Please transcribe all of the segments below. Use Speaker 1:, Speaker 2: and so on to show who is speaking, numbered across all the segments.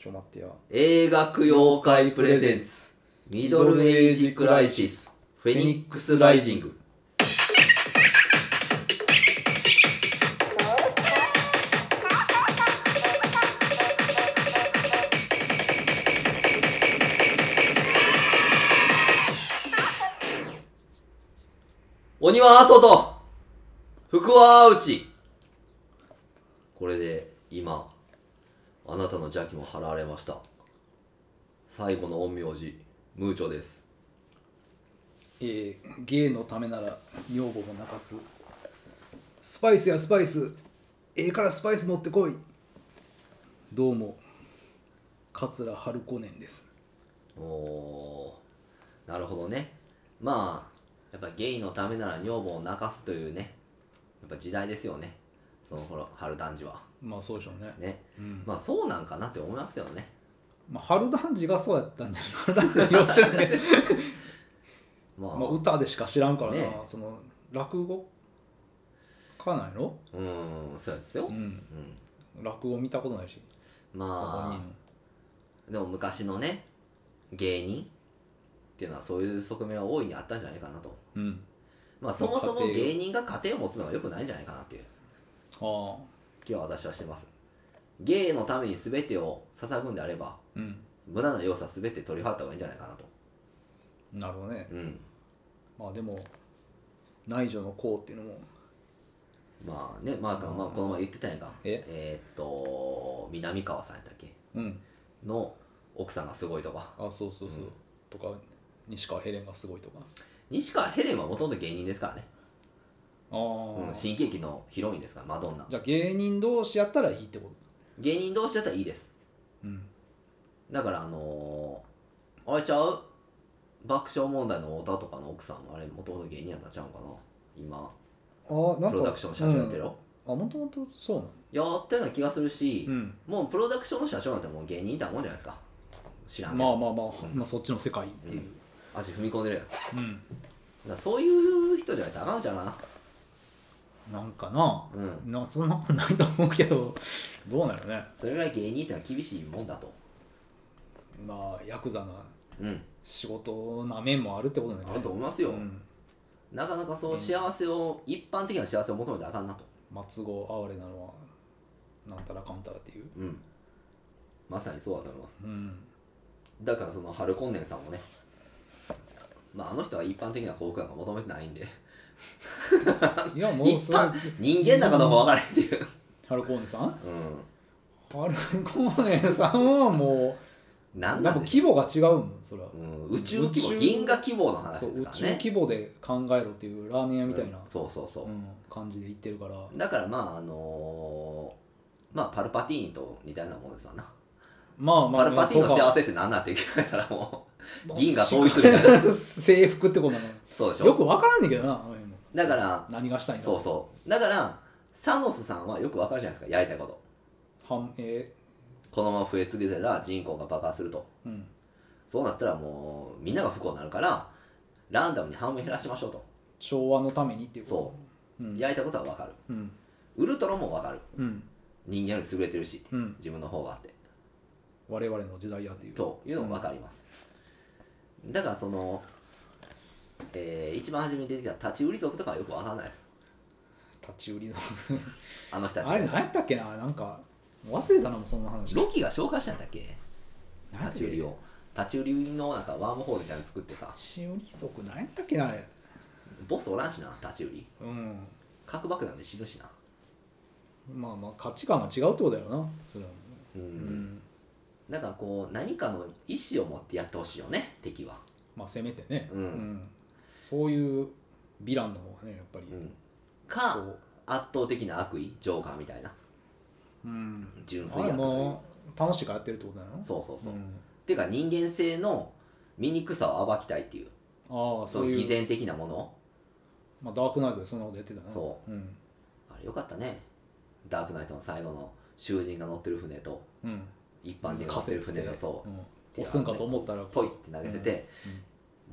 Speaker 1: ちょ待ってや
Speaker 2: 映画妖怪プレゼンツミドルエイジクライシスフェニックスライジング鬼は外福は内これで今あなたの邪気も払われました最後の陰陽師ムーチョです
Speaker 1: えー、芸のためなら女房も泣かすスパイスやスパイスええからスパイス持ってこいどうも桂春子年です
Speaker 2: おーなるほどねまあやっぱゲイのためなら女房を泣かすというねやっぱ時代ですよねその頃春男児は
Speaker 1: まあそうでしょうね
Speaker 2: ね
Speaker 1: うん
Speaker 2: まあそうなんかなって思いますけどね
Speaker 1: まあ、春男児がそうやったんじゃない 春男児はよう知らんけど
Speaker 2: まあ、
Speaker 1: まあ歌でしか知らんからな、
Speaker 2: ね
Speaker 1: その落語かないの
Speaker 2: うーんそうですよ、う
Speaker 1: うんん落語見たことないし
Speaker 2: まあでも昔のね芸人っていうのはそういう側面は大いにあったんじゃないかな
Speaker 1: そ
Speaker 2: と
Speaker 1: こにうん
Speaker 2: まあそもそ
Speaker 1: まあ
Speaker 2: も
Speaker 1: 家庭を
Speaker 2: 芸人が家庭を持つのは良くないんじゃないかなっていう
Speaker 1: ああ
Speaker 2: 気は私はしてます芸のために全てを捧ぐんであれば
Speaker 1: うん
Speaker 2: 無駄な要素は全て取り払った方がいいんじゃないかなと
Speaker 1: なるほどね
Speaker 2: うん
Speaker 1: まあでも内助の功っていうのも
Speaker 2: まあねマーカーまあこの前言ってたやんか
Speaker 1: え
Speaker 2: ーっと南川さんやったっけ
Speaker 1: うん
Speaker 2: の奥さんがすごいとか
Speaker 1: あそうそうそう、
Speaker 2: うん
Speaker 1: とか西川ヘレンがすごいとか
Speaker 2: 西川ヘレンはもともと芸人ですからね、
Speaker 1: ああ、
Speaker 2: うん、新喜劇のヒロインですからマドンナ
Speaker 1: じゃあ芸人同士やったらいいってこと
Speaker 2: 芸人同士だったらいいです
Speaker 1: うん
Speaker 2: だからあのー、あれちゃう爆笑問題の太田とかの奥さんもあれもともと芸人やったんちゃうんかな今
Speaker 1: ああなんか
Speaker 2: プロダクションの社長やってるよ、
Speaker 1: うんあもともとそうなの
Speaker 2: やったような気がするし、
Speaker 1: ん
Speaker 2: もうプロダクションの社長なんてもう芸人いたもんじゃないですか知らんけ
Speaker 1: ま
Speaker 2: ど、
Speaker 1: あまあまあ、まあそっちの世界っていう
Speaker 2: 足踏み込んでるやんだか
Speaker 1: うん、
Speaker 2: らそういう人じゃないとあかんちゃうか
Speaker 1: なんかな
Speaker 2: なうん
Speaker 1: なそんなことないと思うけどどうなのね
Speaker 2: それぐらい芸人ってのは厳しいもんだと
Speaker 1: まあヤクザな
Speaker 2: うん
Speaker 1: 仕事な面もあるってことなんじゃ
Speaker 2: あ
Speaker 1: な
Speaker 2: る
Speaker 1: い
Speaker 2: と思いますよ、
Speaker 1: うん、
Speaker 2: なかなかそう幸せを、一般的な幸せを求めてあかんなと
Speaker 1: 松子哀れなのはなんたらかんたらっていう
Speaker 2: うんまさにそうだと思います
Speaker 1: うん
Speaker 2: だからその春コンネンさんもねまああの人は一般的な幸福感が求めてないんで
Speaker 1: いやもう
Speaker 2: 一
Speaker 1: それ
Speaker 2: 般人間なのかどうか分からへんっていう
Speaker 1: ハルコーネさん
Speaker 2: う
Speaker 1: ハルコーネさんはも
Speaker 2: ん
Speaker 1: うな
Speaker 2: な
Speaker 1: んんか
Speaker 2: なんでしょう
Speaker 1: 規模が違うもんそれは、
Speaker 2: うん、宇宙規模
Speaker 1: 宇宙
Speaker 2: 銀河規模の話
Speaker 1: そう
Speaker 2: です
Speaker 1: 宇
Speaker 2: から
Speaker 1: 宙
Speaker 2: ね
Speaker 1: 規模で考えろっていうラーメン屋みたいな
Speaker 2: うん、そうそうそうう、
Speaker 1: ん、感じで言ってるから
Speaker 2: だからまああのーまあパルパティーニと似たようなもんですわな、
Speaker 1: まあまあ
Speaker 2: パルパティーニの幸せって何なんて聞かれたらもう銀河統一みたいな
Speaker 1: 制服ってことなの
Speaker 2: そうでしょ
Speaker 1: よくわからんねんけどなあの辺も
Speaker 2: だから
Speaker 1: 何がしたいの
Speaker 2: そうそうだからサノスさんはよくわかるじゃないですかやりたいこと
Speaker 1: はんえ
Speaker 2: このまま増えすぎたら人口が爆発すると
Speaker 1: ーうん
Speaker 2: そうなったらもうみんなが不幸になるからランダムに半分減らしましょうと
Speaker 1: 昭和のためにっていうこと
Speaker 2: そ
Speaker 1: うん
Speaker 2: やりたいことはわかる
Speaker 1: うん
Speaker 2: ウルトラもわかる
Speaker 1: うん
Speaker 2: 人間より優れてるし
Speaker 1: うん
Speaker 2: 自分の方があって
Speaker 1: 我々の時代やっていう
Speaker 2: というのも分かります、だからその、えー一番初めに出てきた立ち売り族とかはよく分かんないです
Speaker 1: 立ち売りの
Speaker 2: あの人たち
Speaker 1: あれ何やったっけななんか忘れたなもうそんな話
Speaker 2: ロキが紹介したんだっけ
Speaker 1: 何やった
Speaker 2: 立
Speaker 1: っ
Speaker 2: ち
Speaker 1: け
Speaker 2: 売りを立ち売りのなんかワームホールみたいなの作ってさ
Speaker 1: 立ち寄り則何やったっけなあれ
Speaker 2: ボスおらんしな立ち売り
Speaker 1: うん
Speaker 2: 核爆弾で死ぬしな
Speaker 1: まあまあ価値観が違うってことだよなそれは
Speaker 2: うん、
Speaker 1: うん
Speaker 2: だからこう何かの意思を持ってやってほしいよね敵は、
Speaker 1: まあせめてね、
Speaker 2: うん
Speaker 1: そういうヴィランの方がねやっぱり、
Speaker 2: うん、か
Speaker 1: こ
Speaker 2: 圧倒的な悪意ジョーカーみたいな
Speaker 1: う、うん、
Speaker 2: 純
Speaker 1: あ
Speaker 2: 粋
Speaker 1: れ
Speaker 2: 悪という
Speaker 1: も楽しくやってるってことだよな
Speaker 2: そうそうそう、っ
Speaker 1: ん
Speaker 2: ていうか人間性の醜さを暴きたいっていう
Speaker 1: ああそ
Speaker 2: そ
Speaker 1: ううい
Speaker 2: いう偽
Speaker 1: う、
Speaker 2: 善的なもの
Speaker 1: まあ、ダークナイトでそんなことやってたな、
Speaker 2: そう
Speaker 1: ん
Speaker 2: あれよかったねダークナイトの最後の囚人が乗ってる船と
Speaker 1: うん、
Speaker 2: 一般人が乗ってる船がそ
Speaker 1: うん、
Speaker 2: う
Speaker 1: 押すんかと思ったら
Speaker 2: ポイって投げせて、
Speaker 1: うん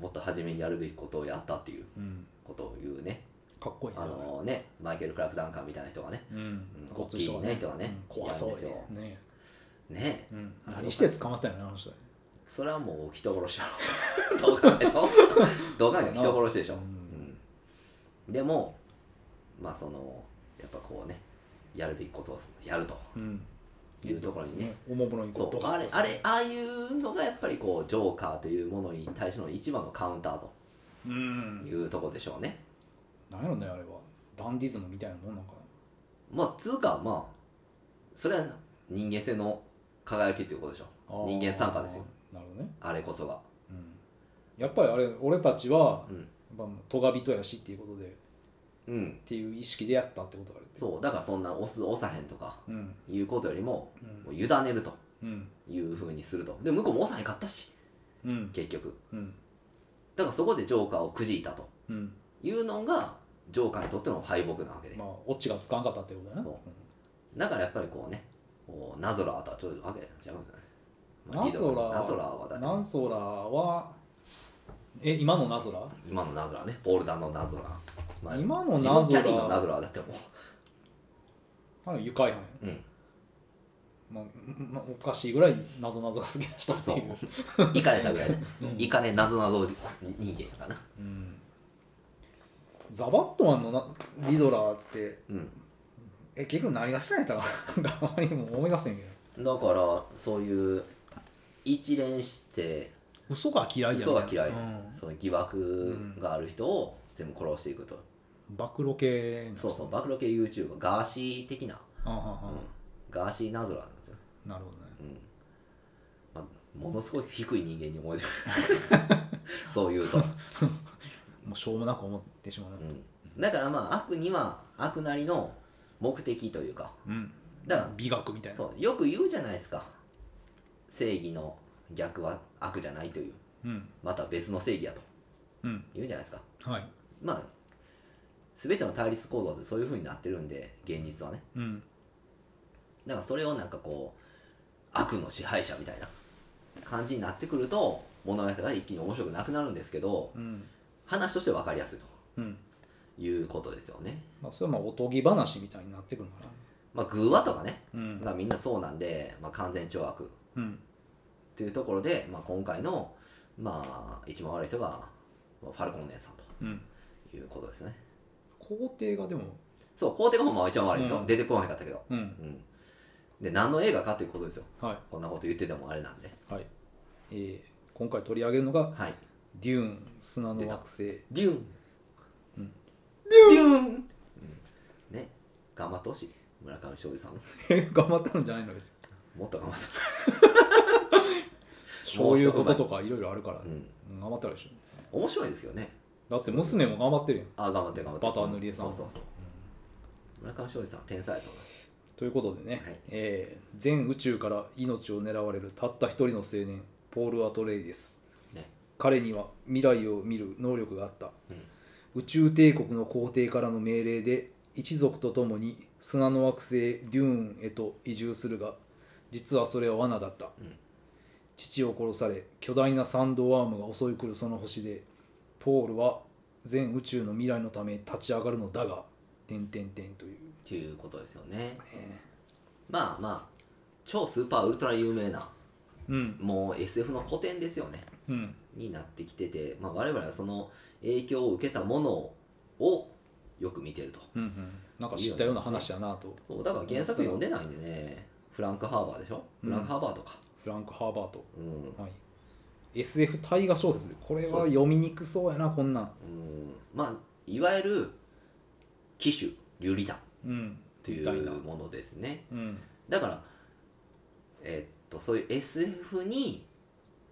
Speaker 2: もっと初めにやるべきことをやったっていう
Speaker 1: うん、
Speaker 2: ことを言うね
Speaker 1: かっこいいな
Speaker 2: あのねマイケル・クラーク・ダンカーみたいな人がね
Speaker 1: うん
Speaker 2: うん
Speaker 1: ごっつい人が
Speaker 2: 大きいね人がね
Speaker 1: うん怖そう
Speaker 2: やるん
Speaker 1: よね
Speaker 2: ねえ
Speaker 1: うん、何して捕まったんやなあの人
Speaker 2: それはもう人殺しやろ どう考えてもどう考えても人殺しでしょ、
Speaker 1: うん
Speaker 2: うんでもまあそのやっぱこうねやるべきことをやると
Speaker 1: うん
Speaker 2: いうところにね、
Speaker 1: おもむろに
Speaker 2: そ
Speaker 1: こう
Speaker 2: う
Speaker 1: ドカ
Speaker 2: あ
Speaker 1: ッ
Speaker 2: れ
Speaker 1: とさ
Speaker 2: あれああいうのがやっぱりこうジョーカーというものに対しての一番のカウンターと
Speaker 1: うん
Speaker 2: いうとこでしょうね、
Speaker 1: 何やろねあれはダンディズムみたいなもんなんか
Speaker 2: まあつうかまあそれは人間性の輝きということでしょ
Speaker 1: なあー
Speaker 2: 人間参加ですよ
Speaker 1: なるほどね、
Speaker 2: あれこそが
Speaker 1: うん、やっぱりあれ俺たちは
Speaker 2: うん、
Speaker 1: やっぱトガ人やしっていうことでっ
Speaker 2: うん、
Speaker 1: ていう意識でやったってことがあるって
Speaker 2: そうだからそんな押す押さへんとか
Speaker 1: うん
Speaker 2: いうことよりも
Speaker 1: う
Speaker 2: もうん委ねると
Speaker 1: うん
Speaker 2: いうふうにするとで向こうも押さへんかったし
Speaker 1: うん
Speaker 2: 結局
Speaker 1: うん
Speaker 2: だからそこでジョーカーをくじいたと
Speaker 1: うん
Speaker 2: いうのがジョーカーにとっての敗北なわけで、
Speaker 1: まあオチがつかんかったってことだな
Speaker 2: そうだからやっぱりこうねこうナゾラーとはちょっとわけちゃいますよね、まあ
Speaker 1: ナゾラー
Speaker 2: ナゾラーはだって
Speaker 1: ナゾラーはえ今のナゾラー
Speaker 2: 今のナゾラーねボルダーのナゾラー、まあ、
Speaker 1: 今のナ
Speaker 2: ジ
Speaker 1: ゾ
Speaker 2: ム
Speaker 1: ラー
Speaker 2: キャリーのナゾラーだっても
Speaker 1: あの愉快犯や
Speaker 2: う、うん、
Speaker 1: まあまあ、おかしいぐらい謎謎が好きな人って
Speaker 2: そ
Speaker 1: いうう
Speaker 2: イカれたぐらいね
Speaker 1: うん
Speaker 2: イカれなぞなぞ人間やからな
Speaker 1: うんザバットマンのなリドラーって
Speaker 2: うん
Speaker 1: え結局何がしたんやったか ななんかあまりもう思い出せんけど
Speaker 2: だからそういう一連して
Speaker 1: 嘘が嫌いや
Speaker 2: 嘘が嫌い、
Speaker 1: うん
Speaker 2: そういう疑惑がある人を全部殺していくと、
Speaker 1: 暴露系
Speaker 2: そうそう暴露系 YouTuber ガーシー的な、
Speaker 1: あはは
Speaker 2: うんガーシーナゾラーなんですよ、
Speaker 1: なるほどね
Speaker 2: うんまあ、ものすごい低い人間に思えてるそういうと、
Speaker 1: もうしょうもなく思ってしまうな
Speaker 2: うん、だからまあ悪には悪なりの目的というか
Speaker 1: うん
Speaker 2: だから
Speaker 1: 美学みたいな
Speaker 2: そうよく言うじゃないですか正義の逆は悪じゃないという
Speaker 1: うん
Speaker 2: また別の正義やと
Speaker 1: うん
Speaker 2: 言うじゃないですか
Speaker 1: はい
Speaker 2: まあ全ての対立構造ってそういう風になってるんで現実はね
Speaker 1: うん
Speaker 2: だからそれをなんかこう悪の支配者みたいな感じになってくると物語が一気に面白くなくなるんですけど
Speaker 1: うん
Speaker 2: 話として分かりやすい
Speaker 1: うん
Speaker 2: ということですよね
Speaker 1: まあそれはまあおとぎ話みたいになってくるのか
Speaker 2: まあ偶話とかね
Speaker 1: なうん
Speaker 2: がみんなそうなんで、まあ、完全懲悪
Speaker 1: うん
Speaker 2: というところで、まあ、今回の、まあ、一番悪い人がまあファルコン姉さん
Speaker 1: うん
Speaker 2: ということですね
Speaker 1: 皇帝がでも
Speaker 2: そう皇帝がほんまは一番悪いんですよ、
Speaker 1: うん
Speaker 2: 出てこなかったけど
Speaker 1: うん
Speaker 2: うんで何の映画かということですよ
Speaker 1: は
Speaker 2: こんなこと言っててもあれなんで
Speaker 1: いはいえー今回取り上げるのが
Speaker 2: はい
Speaker 1: デューン砂の惑星
Speaker 2: デューン、
Speaker 1: うん
Speaker 2: デューンうんね頑張ってほしい村上翔司さん
Speaker 1: え 頑張ったんじゃないの別に
Speaker 2: もっと頑張ってほし
Speaker 1: そういうこととかいろいろあるから、
Speaker 2: い、うん、
Speaker 1: うん頑張ったでし
Speaker 2: 面白いですけどね
Speaker 1: ょだって娘も頑張ってるやん
Speaker 2: あ頑張って頑張って
Speaker 1: バター塗り絵さん
Speaker 2: そうそうそう村上翔司さん天才だと思います
Speaker 1: ということでね、
Speaker 2: はい
Speaker 1: えー全宇宙から命を狙われるたった一人の青年ポール・アトレイです
Speaker 2: ね
Speaker 1: 彼には未来を見る能力があった
Speaker 2: うん
Speaker 1: 宇宙帝国の皇帝からの命令で一族と共に砂の惑星デューンへと移住するが実はそれは罠だった、
Speaker 2: ん
Speaker 1: 父を殺され巨大なサンドワームが襲い来るその星でポールは全宇宙の未来のため立ち上がるのだが点点点という
Speaker 2: っていうことですよねまあまあ超スーパーウルトラ有名な
Speaker 1: うん
Speaker 2: もう SF の古典ですよね
Speaker 1: うん
Speaker 2: になってきてて、まあ、我々はその影響を受けたものをよく見てると
Speaker 1: うんうんなんか知ったような話やなと
Speaker 2: そうだから原作読んでないんでねフランク・ハーバーでしょフランク・ハーバーとか、
Speaker 1: フランク・ハーバート、
Speaker 2: うん
Speaker 1: はい、SF 大河小説でこれは読みにくそうやなこんなん
Speaker 2: うんまあいわゆる騎手流利弾
Speaker 1: うん
Speaker 2: とい
Speaker 1: みたいな
Speaker 2: うものですね
Speaker 1: うん
Speaker 2: だからえっとそういう SF に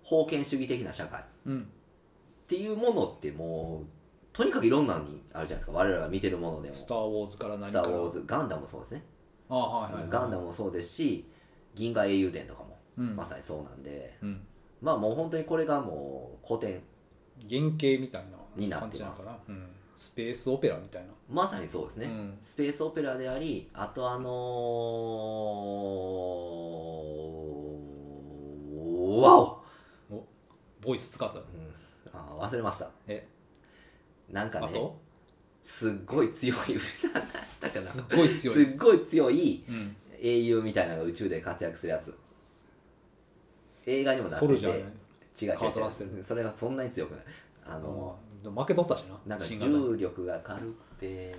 Speaker 2: 封建主義的な社会
Speaker 1: うん
Speaker 2: っていうものってもうとにかくいろんなのにあるじゃないですか我々が見てるものでも「
Speaker 1: ス
Speaker 2: ス
Speaker 1: ター・ウォーズから何か
Speaker 2: タ
Speaker 1: ら
Speaker 2: ー・ウォーズ」ガンダムもそうですね、
Speaker 1: ああはいはい、はい、
Speaker 2: ガンダムもそうですし「銀河英雄伝」とかも
Speaker 1: うん、
Speaker 2: まさにそうなんで、
Speaker 1: うん、
Speaker 2: まあもう本当にこれがもう古典
Speaker 1: 原型みたい
Speaker 2: にな
Speaker 1: な
Speaker 2: っ
Speaker 1: 感
Speaker 2: て
Speaker 1: じな
Speaker 2: ま
Speaker 1: の
Speaker 2: す
Speaker 1: かなうん、スペースオペラみたいな
Speaker 2: まさにそうですね、
Speaker 1: うん
Speaker 2: スペースオペラでありあとあのー、わお、
Speaker 1: ボイス使った
Speaker 2: うんあー忘れました
Speaker 1: え
Speaker 2: なん
Speaker 1: あ
Speaker 2: かね
Speaker 1: と
Speaker 2: すっごい 強いなんだったかな
Speaker 1: す
Speaker 2: す
Speaker 1: っごい強い、
Speaker 2: っごい強い
Speaker 1: うん、
Speaker 2: 英雄みたいなのが宇宙で活躍するやつ映画にもなって
Speaker 1: ソル
Speaker 2: て違
Speaker 1: ジ
Speaker 2: う
Speaker 1: ャーね
Speaker 2: 違う違
Speaker 1: カートラッセ
Speaker 2: う
Speaker 1: ル
Speaker 2: それがそんなに強くないあの
Speaker 1: でも負けとったしな
Speaker 2: なんか
Speaker 1: 新型に
Speaker 2: 重力が軽くて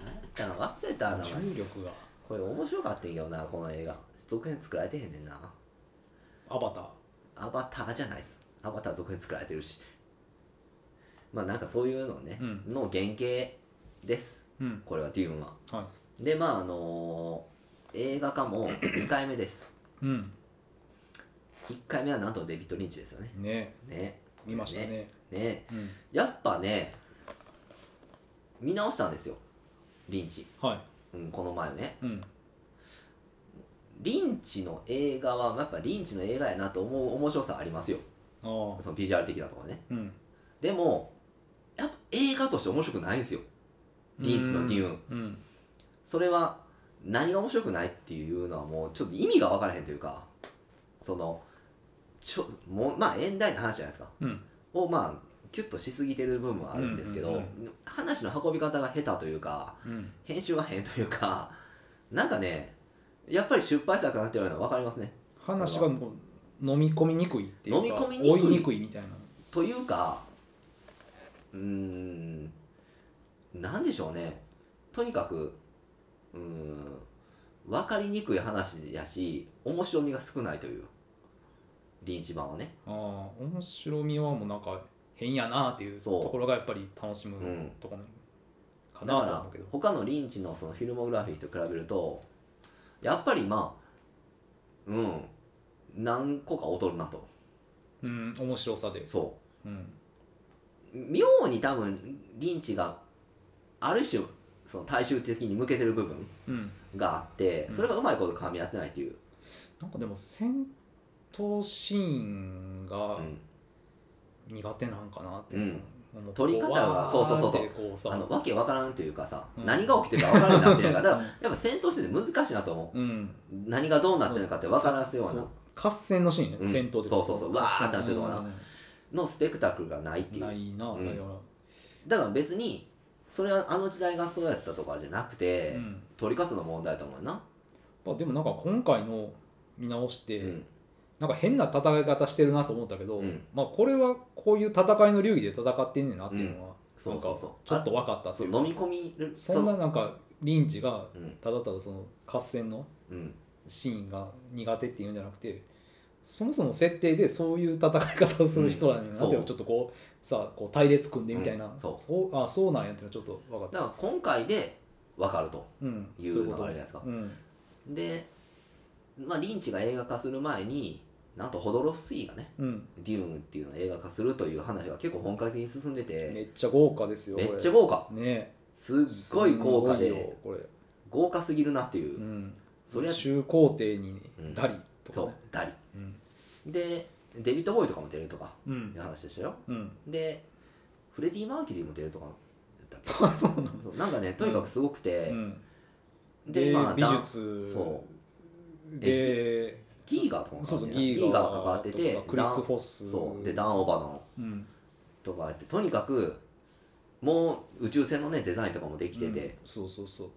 Speaker 2: なんやったか忘れた名前
Speaker 1: 重力が
Speaker 2: これ面白かったんやけどなこの映画続編作られてへんねんな
Speaker 1: アバター
Speaker 2: アバターじゃないですアバター続編作られてるしまあなんかそういうのね、
Speaker 1: うん
Speaker 2: の原型です
Speaker 1: うん
Speaker 2: これはデューンは
Speaker 1: は
Speaker 2: でまああのー映画化も2回目です
Speaker 1: いうん
Speaker 2: 1回目はなんとデビッド・リンチですよね
Speaker 1: ね
Speaker 2: ね
Speaker 1: 見ましたね
Speaker 2: ね
Speaker 1: うん
Speaker 2: やっぱね見直したんですよリンチ、
Speaker 1: は
Speaker 2: うん、この前ね
Speaker 1: いうん
Speaker 2: リンチの映画はやっぱリンチの映画やなと思う面白さありますよ
Speaker 1: ああ
Speaker 2: そのビジュアル的なとかね
Speaker 1: うん
Speaker 2: でもやっぱ映画として面白くないんですよリンチのデューン
Speaker 1: うん
Speaker 2: それは何が面白くないっていうのはもうちょっと意味が分からへんというかそのちょもうまあ演題の話じゃないですか
Speaker 1: うん
Speaker 2: をまあキュッとしすぎてる部分はあるんですけど、
Speaker 1: うんうん
Speaker 2: 話の運び方が下手というか
Speaker 1: うん
Speaker 2: 編集が変というかなんかねやっぱり失敗作になってるのは分かりますね
Speaker 1: 話がもう飲み込みにくいっていうか
Speaker 2: 飲み込みにくい
Speaker 1: 追いにくいみたいな
Speaker 2: というかうーんなんでしょうねとにかくうーん分かりにくい話やし面白みが少ないというリンチ版はね
Speaker 1: ああ面白みはもうなんか変やなっていうと
Speaker 2: そう
Speaker 1: ころがやっぱり楽しむ
Speaker 2: うん
Speaker 1: とこなのか
Speaker 2: だか
Speaker 1: なと思
Speaker 2: ら
Speaker 1: うけど
Speaker 2: 他のリンチのそのフィルモグラフィーと比べるとやっぱりまあうん何個か劣るなと
Speaker 1: うん面白さで
Speaker 2: そう
Speaker 1: うん
Speaker 2: 妙に多分リンチがある種その大衆的に向けてる部分
Speaker 1: うん
Speaker 2: があって
Speaker 1: うん
Speaker 2: それがうまいこと噛み合ってないっていう、
Speaker 1: なんかでも戦闘シーンが
Speaker 2: うん
Speaker 1: 苦手なんかなって
Speaker 2: う
Speaker 1: 思
Speaker 2: ん
Speaker 1: う
Speaker 2: 撮り方が
Speaker 1: わー
Speaker 2: そうそうそうそう
Speaker 1: ってこうさ
Speaker 2: あのわけわからんというかさ、
Speaker 1: うん
Speaker 2: 何が起きてるかわからんなっていうかだから
Speaker 1: うん
Speaker 2: やっぱ戦闘してて難しいなと思
Speaker 1: うん
Speaker 2: う何がどうなってるのかって分からすような
Speaker 1: 合戦のシーンね、
Speaker 2: うん
Speaker 1: 戦闘で
Speaker 2: そうそうそうわーってなってるとこな
Speaker 1: うん
Speaker 2: のスペクタクルがないっていう
Speaker 1: ないな、
Speaker 2: うん
Speaker 1: だから
Speaker 2: だから別にそれはあの時代がそうやったとかじゃなくて、
Speaker 1: うん
Speaker 2: 撮り方の問題だと思うな、
Speaker 1: まあ、でもなんか今回の見直して、
Speaker 2: うん
Speaker 1: なんか変な戦い方してるなと思ったけど、
Speaker 2: うん
Speaker 1: まあこれはこういう戦いの流儀で戦ってんねんなっていうのは、
Speaker 2: うん
Speaker 1: なんか
Speaker 2: そうそう
Speaker 1: ち
Speaker 2: そ
Speaker 1: ょ
Speaker 2: う
Speaker 1: っと分かったって
Speaker 2: そう
Speaker 1: いう
Speaker 2: 飲み込みる
Speaker 1: そんななんかリンチが
Speaker 2: うん
Speaker 1: ただただその合戦の
Speaker 2: うん
Speaker 1: シーンが苦手っていうんじゃなくてそもそも設定でそういう戦い方をする人らに
Speaker 2: うん
Speaker 1: な
Speaker 2: そ
Speaker 1: ん
Speaker 2: う
Speaker 1: でちょっとこうさこう隊列組んでみたいな、
Speaker 2: うんそう
Speaker 1: そうあそうなんやっていうのはちょっと分かっ
Speaker 2: だ
Speaker 1: た、
Speaker 2: から今回で分かると
Speaker 1: うん、
Speaker 2: いう
Speaker 1: そうこと
Speaker 2: 流れじゃないですか
Speaker 1: うん
Speaker 2: で、まあ、リンチが映画化する前になんとホドロフスキーがね
Speaker 1: うん、
Speaker 2: デューンっていうのを映画化するという話が結構本格的に進んで
Speaker 1: め
Speaker 2: て
Speaker 1: っちゃ豪華ですよ
Speaker 2: めっちゃ
Speaker 1: こ
Speaker 2: 豪華
Speaker 1: れね
Speaker 2: すっごい豪華
Speaker 1: すごいよ
Speaker 2: で
Speaker 1: これ、
Speaker 2: 豪華すぎるなっていうう、
Speaker 1: ん、
Speaker 2: そりゃ
Speaker 1: 中皇帝にダリとか
Speaker 2: と
Speaker 1: ね、
Speaker 2: ダリ
Speaker 1: うん
Speaker 2: でデビッド・ボーイとかも出るとか
Speaker 1: う
Speaker 2: い
Speaker 1: ん
Speaker 2: う話でしたよ
Speaker 1: うん
Speaker 2: でフレディ・マーキュリーも出るとかだったっけ
Speaker 1: あそうなの、
Speaker 2: そうなんかねとにかくすごくて、
Speaker 1: うん、
Speaker 2: で
Speaker 1: で
Speaker 2: 今
Speaker 1: 美術
Speaker 2: そう
Speaker 1: で
Speaker 2: ギーガーとかも
Speaker 1: そうそう
Speaker 2: 関わって
Speaker 1: ギー
Speaker 2: るギーガ
Speaker 1: ガ
Speaker 2: ーが関わってて
Speaker 1: とかクリス・
Speaker 2: ダン
Speaker 1: フォス
Speaker 2: そうでダン・オバノン
Speaker 1: うん
Speaker 2: とかやってとにかくもう宇宙船のねデザインとかもできてて、
Speaker 1: うんそうそうそう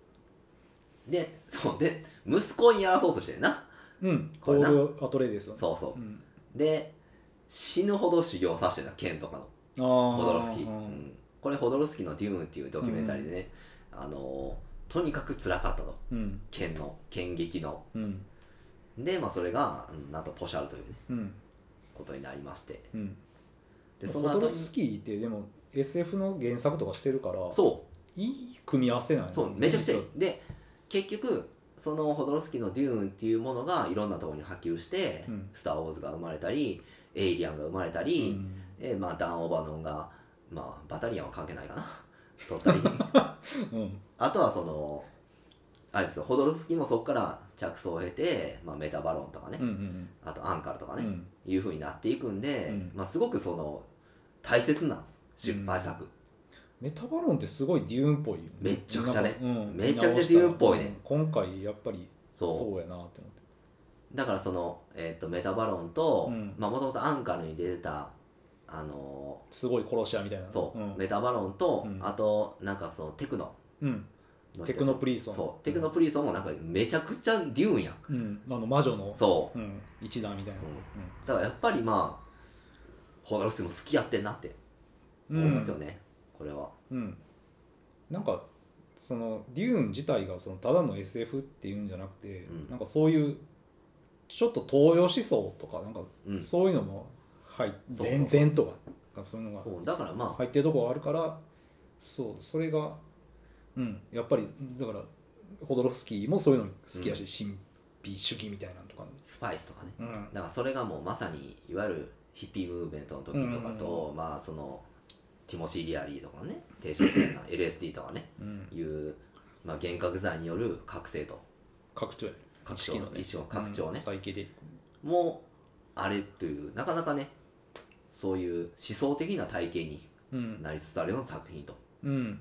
Speaker 2: でそうで息子にやらそうとしてるな
Speaker 1: うん、
Speaker 2: こ
Speaker 1: ポ
Speaker 2: れな
Speaker 1: ール・アトレイですよね。、
Speaker 2: そうそううんで死ぬほど修行させてた剣とか
Speaker 1: あ
Speaker 2: の
Speaker 1: あ、
Speaker 2: ホドロフスキー、
Speaker 1: う
Speaker 2: うんんこれホドロフスキーの「デューン」っていうドキュメンタリーでね、あのーとにかく辛かったと
Speaker 1: うん、
Speaker 2: 剣の剣撃の
Speaker 1: うん、
Speaker 2: でまあそれがうんなんとポシャルというね
Speaker 1: うん、
Speaker 2: ことになりまして
Speaker 1: うん。
Speaker 2: でそ
Speaker 1: ホ
Speaker 2: の
Speaker 1: ド
Speaker 2: 後
Speaker 1: ロ
Speaker 2: に
Speaker 1: フスキーって、でも SF の原作とかしてるから、
Speaker 2: そう
Speaker 1: いい組み合わせなんや
Speaker 2: そうめちゃくちゃいいで結局そのホドロフスキーの「デューン」っていうものがいろんなところに波及して「
Speaker 1: うん
Speaker 2: スター・ウォーズ」が生まれたり「エイリアン」が生まれ
Speaker 1: 実
Speaker 2: た
Speaker 1: はう
Speaker 2: り、
Speaker 1: ん
Speaker 2: えまあ、ダン・オバノンが、まあ、バタリアンは関係ない かな撮った り
Speaker 1: うん、
Speaker 2: あとはそのあれですよホドロフスキーもそこから着想を経て、まあ、メタバロンとかね、
Speaker 1: うん、うん、
Speaker 2: あとアンカルとか
Speaker 1: う
Speaker 2: ね、
Speaker 1: ん、
Speaker 2: いうふうになっていくんで、
Speaker 1: うん
Speaker 2: まあ、すごくその大切な失敗作、
Speaker 1: メタバロンってすごいデューンっぽいよね。
Speaker 2: めちゃくちゃね
Speaker 1: なんかうん、
Speaker 2: めちゃくちゃデューンっぽいね
Speaker 1: うん。今回やっぱり
Speaker 2: そう
Speaker 1: そうやなって思って。
Speaker 2: だからその、えー、とメタバロンと
Speaker 1: うん
Speaker 2: もともとアンカルに出てた、あの
Speaker 1: すごい殺し屋みたいな。
Speaker 2: ーそう、
Speaker 1: うん、
Speaker 2: メタバロンと、
Speaker 1: うん
Speaker 2: あとなんかそのテクノ
Speaker 1: うん、
Speaker 2: の人たちも
Speaker 1: テクノプリーソン
Speaker 2: そうテクノプリーソンもなんかめちゃくちゃデューンやん
Speaker 1: うん、あの魔女の
Speaker 2: そう
Speaker 1: う、ん、一段みたいな、
Speaker 2: うん、だからやっぱりまあホガロスも好きやってんなって
Speaker 1: うん
Speaker 2: 思いますよね、これは
Speaker 1: うん、なんかそのデューン自体がそのただの SF っていうんじゃなくて、
Speaker 2: うん
Speaker 1: なんかそういうちょっと東洋思想とかなんか
Speaker 2: うん
Speaker 1: そういうのも入っ
Speaker 2: そう
Speaker 1: 全然とかなんかそういうのが
Speaker 2: そうだからまあ、
Speaker 1: 入ってるとこがあるからそうそれが、うん、やっぱりだからホドロフスキーもそういうの好きやし、神秘主義みたいなのとか、
Speaker 2: スパイスとかね
Speaker 1: うん、
Speaker 2: だからそれがもうまさにいわゆるヒッピームーブメントの時とか
Speaker 1: うんう
Speaker 2: と、まあそのティモシー・リアリーとかね提唱してたような LSD とかね
Speaker 1: うん、
Speaker 2: いう、まあ、幻覚剤による覚醒と
Speaker 1: 拡張やね
Speaker 2: 拡
Speaker 1: 意
Speaker 2: 張
Speaker 1: 識のね
Speaker 2: 一種の拡張ね
Speaker 1: うんサイケデリッ
Speaker 2: もうあれというなかなかねそういう思想的な体系に
Speaker 1: クうん
Speaker 2: なりつつあるような作品と
Speaker 1: うん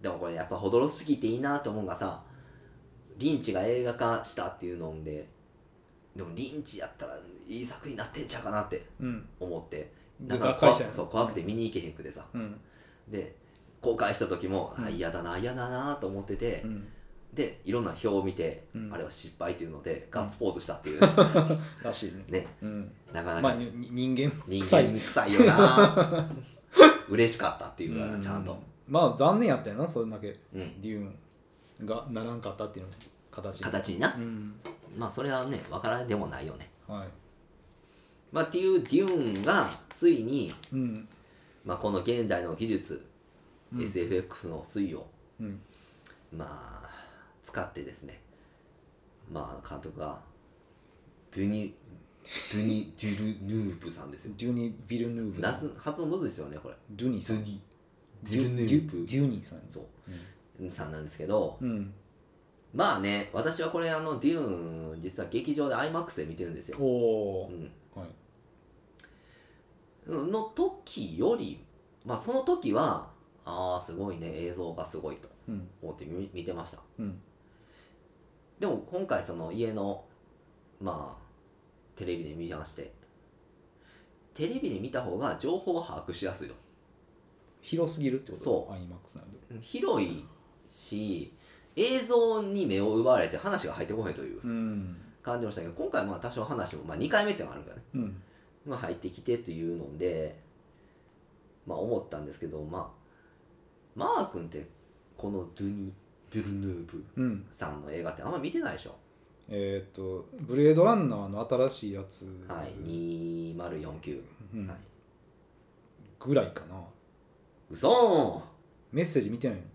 Speaker 2: でもこれやっぱホドロフスキーっていいなと思うのがさリンチが映画化したっていうのででもリンチやったらいい作品になってんちゃうかなって
Speaker 1: うん
Speaker 2: 思って
Speaker 1: だ
Speaker 2: なん
Speaker 1: から
Speaker 2: か
Speaker 1: 会
Speaker 2: 怖
Speaker 1: 社やね
Speaker 2: そう怖くて見に行けへんくてさ
Speaker 1: うん
Speaker 2: で公開した時も
Speaker 1: うん
Speaker 2: あ嫌、だな嫌だなと思ってて、
Speaker 1: うん
Speaker 2: でいろんな表を見て、
Speaker 1: うん
Speaker 2: あれは失敗っていうのでガッツポーズしたっていう、
Speaker 1: らしいね
Speaker 2: ね
Speaker 1: うん
Speaker 2: なかな
Speaker 1: まあ
Speaker 2: か
Speaker 1: に人間
Speaker 2: 人
Speaker 1: 臭い
Speaker 2: 間臭いよな 嬉しかったっていうの
Speaker 1: う
Speaker 2: は
Speaker 1: ん
Speaker 2: ちゃんと、
Speaker 1: まあ残念やったよなそれだけ
Speaker 2: うん、
Speaker 1: デューンがならんかったっていうの形に
Speaker 2: 形にな
Speaker 1: うん
Speaker 2: まあそれはね分からんでもないよね
Speaker 1: は
Speaker 2: まあ、っていうデューンがついに、
Speaker 1: いうん
Speaker 2: まあ、この現代の技術、
Speaker 1: うん
Speaker 2: SFX の推移を、
Speaker 1: うん
Speaker 2: まあ、使ってですね、まあ、監督がブニブニ・ジュルヌーブさんですよ。
Speaker 1: デュニ・ヴィルヌーブさ
Speaker 2: なんす発音むずいですよねこれ。
Speaker 1: デュニさん
Speaker 2: ニ・
Speaker 1: デ
Speaker 2: ジュル
Speaker 1: ュ
Speaker 2: ヌ
Speaker 1: デ
Speaker 2: ー
Speaker 1: ュ
Speaker 2: ブ
Speaker 1: デュニさんや
Speaker 2: そう、さんなんですけど
Speaker 1: うん
Speaker 2: まあね私はこれあのデューン実は劇場で IMAX で見てるんですよ。
Speaker 1: おおー
Speaker 2: う
Speaker 1: はい
Speaker 2: ん、の時より、まあ、その時はああすごいね映像がすごいと
Speaker 1: うん
Speaker 2: 思って見見てました。
Speaker 1: うん
Speaker 2: でも今回その家のまあテレビで見ましてテレビで見た方が情報を把握しやすいよ
Speaker 1: 広すぎるってこと
Speaker 2: そう
Speaker 1: アイマックスなんで
Speaker 2: 広いし映像に目を奪われて話が入ってこへんという
Speaker 1: うん
Speaker 2: 感じもしたけど今回まあ多少話も、まあ、2回目ってのもあるからね、
Speaker 1: うん
Speaker 2: まあ、入ってきてというのでまあ思ったんですけどまあマー君ってこのドゥニ・ビュルヌーブ
Speaker 1: うん
Speaker 2: さんの映画ってあんま見てないでしょ
Speaker 1: えーっとブレードランナーの新しいやつ
Speaker 2: はい2049、
Speaker 1: うん
Speaker 2: はい
Speaker 1: ぐらいかな
Speaker 2: うそ
Speaker 1: メッセージ見てないの
Speaker 2: ーん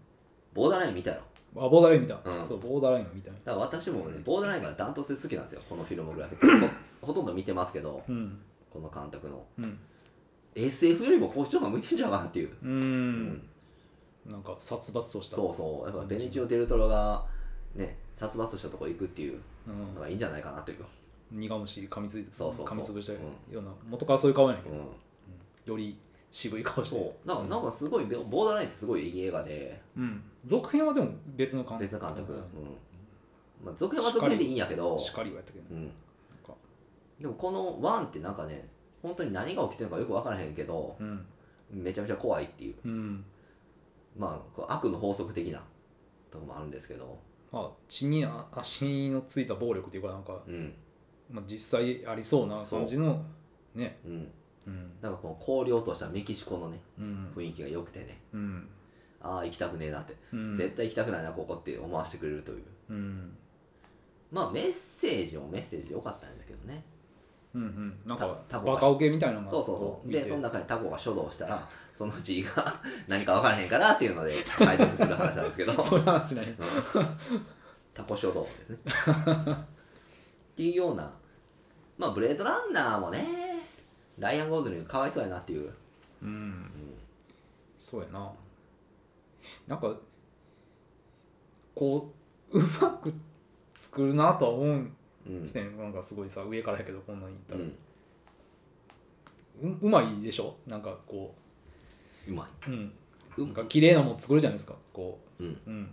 Speaker 2: ボーダーライン見たよ
Speaker 1: あボーダーライン見た、
Speaker 2: うん
Speaker 1: そうボーダーライン見た
Speaker 2: だから私もねボーダーラインがダントツで好きなんですよこのフィルムグラフィックほほとんど見てますけど
Speaker 1: うん
Speaker 2: この監督の
Speaker 1: うん、
Speaker 2: SF よりもこっちの方が向いてんじゃうかなっていう、
Speaker 1: う、
Speaker 2: うん
Speaker 1: なんか殺伐とした
Speaker 2: そうそうやっぱベネチオ・デルトロがね殺伐としたとこ行くっていう
Speaker 1: う、
Speaker 2: のがいいんじゃないかなという、
Speaker 1: ん、苦虫噛みついて
Speaker 2: そうそう
Speaker 1: 噛
Speaker 2: そう
Speaker 1: みつぶしたよ
Speaker 2: う
Speaker 1: うな、元からそういう顔やねんけ
Speaker 2: う
Speaker 1: ど、
Speaker 2: ん、
Speaker 1: より渋い顔してう、
Speaker 2: そうなんかなんかすごいボボーダーラインってすごいいい映画で
Speaker 1: ん、続編はでも別の監督
Speaker 2: 別の監督、うんまあ、続編は続編でいいんやけど、
Speaker 1: しかりはやったけどね、
Speaker 2: うん、
Speaker 1: なんか
Speaker 2: でもこの「ワン」ってなんかね本当に何が起きてるのかよく分からへんけど
Speaker 1: うん
Speaker 2: めちゃめちゃ怖いっていう
Speaker 1: うん
Speaker 2: まあこう悪の法則的なとこもあるんですけど、
Speaker 1: まあ血にあ足のついた暴力というかなんか、
Speaker 2: うん
Speaker 1: まあ、実際ありそうな感じのね
Speaker 2: うん、
Speaker 1: うん
Speaker 2: なんかこの荒涼としたメキシコのね
Speaker 1: うん
Speaker 2: 雰囲気が良くてね
Speaker 1: うん
Speaker 2: ああ行きたくねえなって、
Speaker 1: うん
Speaker 2: 絶対行きたくないなここって思わせてくれるという
Speaker 1: うん
Speaker 2: まあメッセージもメッセージで良かったんですけどね
Speaker 1: うんうんなんか
Speaker 2: たタコが
Speaker 1: バカウケみたいなのが
Speaker 2: そうそうそ
Speaker 1: こ
Speaker 2: うでその
Speaker 1: 見て
Speaker 2: 中でタコが書道したら その字が 何か分からへんかなっていうので解読する話なんですけど
Speaker 1: そういう話ない
Speaker 2: タコ書道ですねっていうようなまあブレードランナーもねライアン・ゴーズリングかわいそうやなっていう
Speaker 1: うんそうやななんかこううまく作るなとは思うん
Speaker 2: うん
Speaker 1: ですね、なんかすごいさ上からやけどこんなん言った
Speaker 2: う
Speaker 1: ら、
Speaker 2: ん
Speaker 1: ううまいでしょなんかこ
Speaker 2: うま
Speaker 1: う、うん、
Speaker 2: い。う
Speaker 1: なん
Speaker 2: ま
Speaker 1: か
Speaker 2: い。
Speaker 1: 綺麗なもん作るじゃないですかこ
Speaker 2: うん。
Speaker 1: う、うん、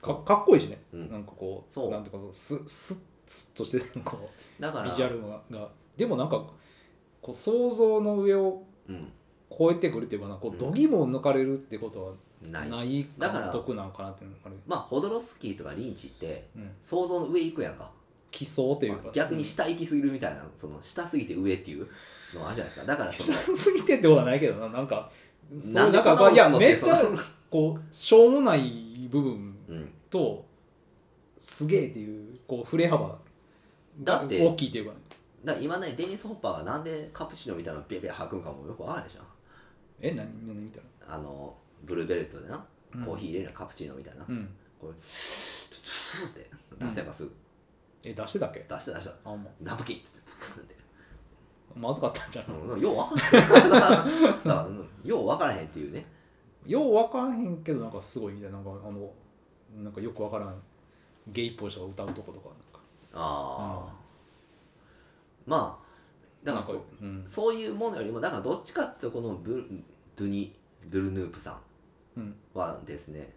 Speaker 1: かかっこいいしね、
Speaker 2: うん
Speaker 1: なんかこう
Speaker 2: そう
Speaker 1: なんていうかスッスッスッとしてるこ
Speaker 2: だか
Speaker 1: う
Speaker 2: ら、
Speaker 1: ビジュアルががでもなんかこう想像の上を
Speaker 2: うん。
Speaker 1: 超えてくるっていうかなこう度肝を抜かれるってことは
Speaker 2: ないです
Speaker 1: ない
Speaker 2: だから
Speaker 1: 監督なのかなっていうのもある
Speaker 2: まあホドロフスキーとかリンチって
Speaker 1: うん
Speaker 2: 想像の上行くやんか、
Speaker 1: 奇想という
Speaker 2: ま
Speaker 1: か
Speaker 2: あ逆に下行きすぎるみたいなその下すぎて上っていうのあるじゃないですかだからそ
Speaker 1: 下
Speaker 2: の
Speaker 1: すぎてってことはないけどななんかそう
Speaker 2: で
Speaker 1: なんか
Speaker 2: こ
Speaker 1: いや
Speaker 2: んなもん
Speaker 1: めっ
Speaker 2: す
Speaker 1: ち
Speaker 2: ん
Speaker 1: ゃ
Speaker 2: のてその
Speaker 1: こうしょうもない部分
Speaker 2: うん
Speaker 1: とすげえっていうこう振れ幅
Speaker 2: だ
Speaker 1: が大
Speaker 2: って
Speaker 1: きいというか
Speaker 2: だから今ねデニス・ホッパーがなんでカプチーノみたいなのベベ吐くんかもよくわからないじゃん
Speaker 1: え何何みたい
Speaker 2: あのブルーベレットでな
Speaker 1: な
Speaker 2: コーヒー入れるなカプチーノみたいな、
Speaker 1: うん、うん、
Speaker 2: これスーって出せばすぐ
Speaker 1: え出してたっけ
Speaker 2: 出した出した
Speaker 1: あも
Speaker 2: ナプキンっつってプスンって
Speaker 1: うまずかったんじゃん
Speaker 2: うんようわからんだからうんようわからへんっていうね
Speaker 1: よう分からへんけどなんかすごいみたいななんかあのなんかよく分からんゲイっぽい人が歌うとことかなんか
Speaker 2: ああまあだからそ
Speaker 1: なんうん
Speaker 2: そういうものよりもだからどっちかっていうとこのブルドゥニ・ドゥルヌープさ
Speaker 1: う
Speaker 2: ん
Speaker 1: ん
Speaker 2: はですね、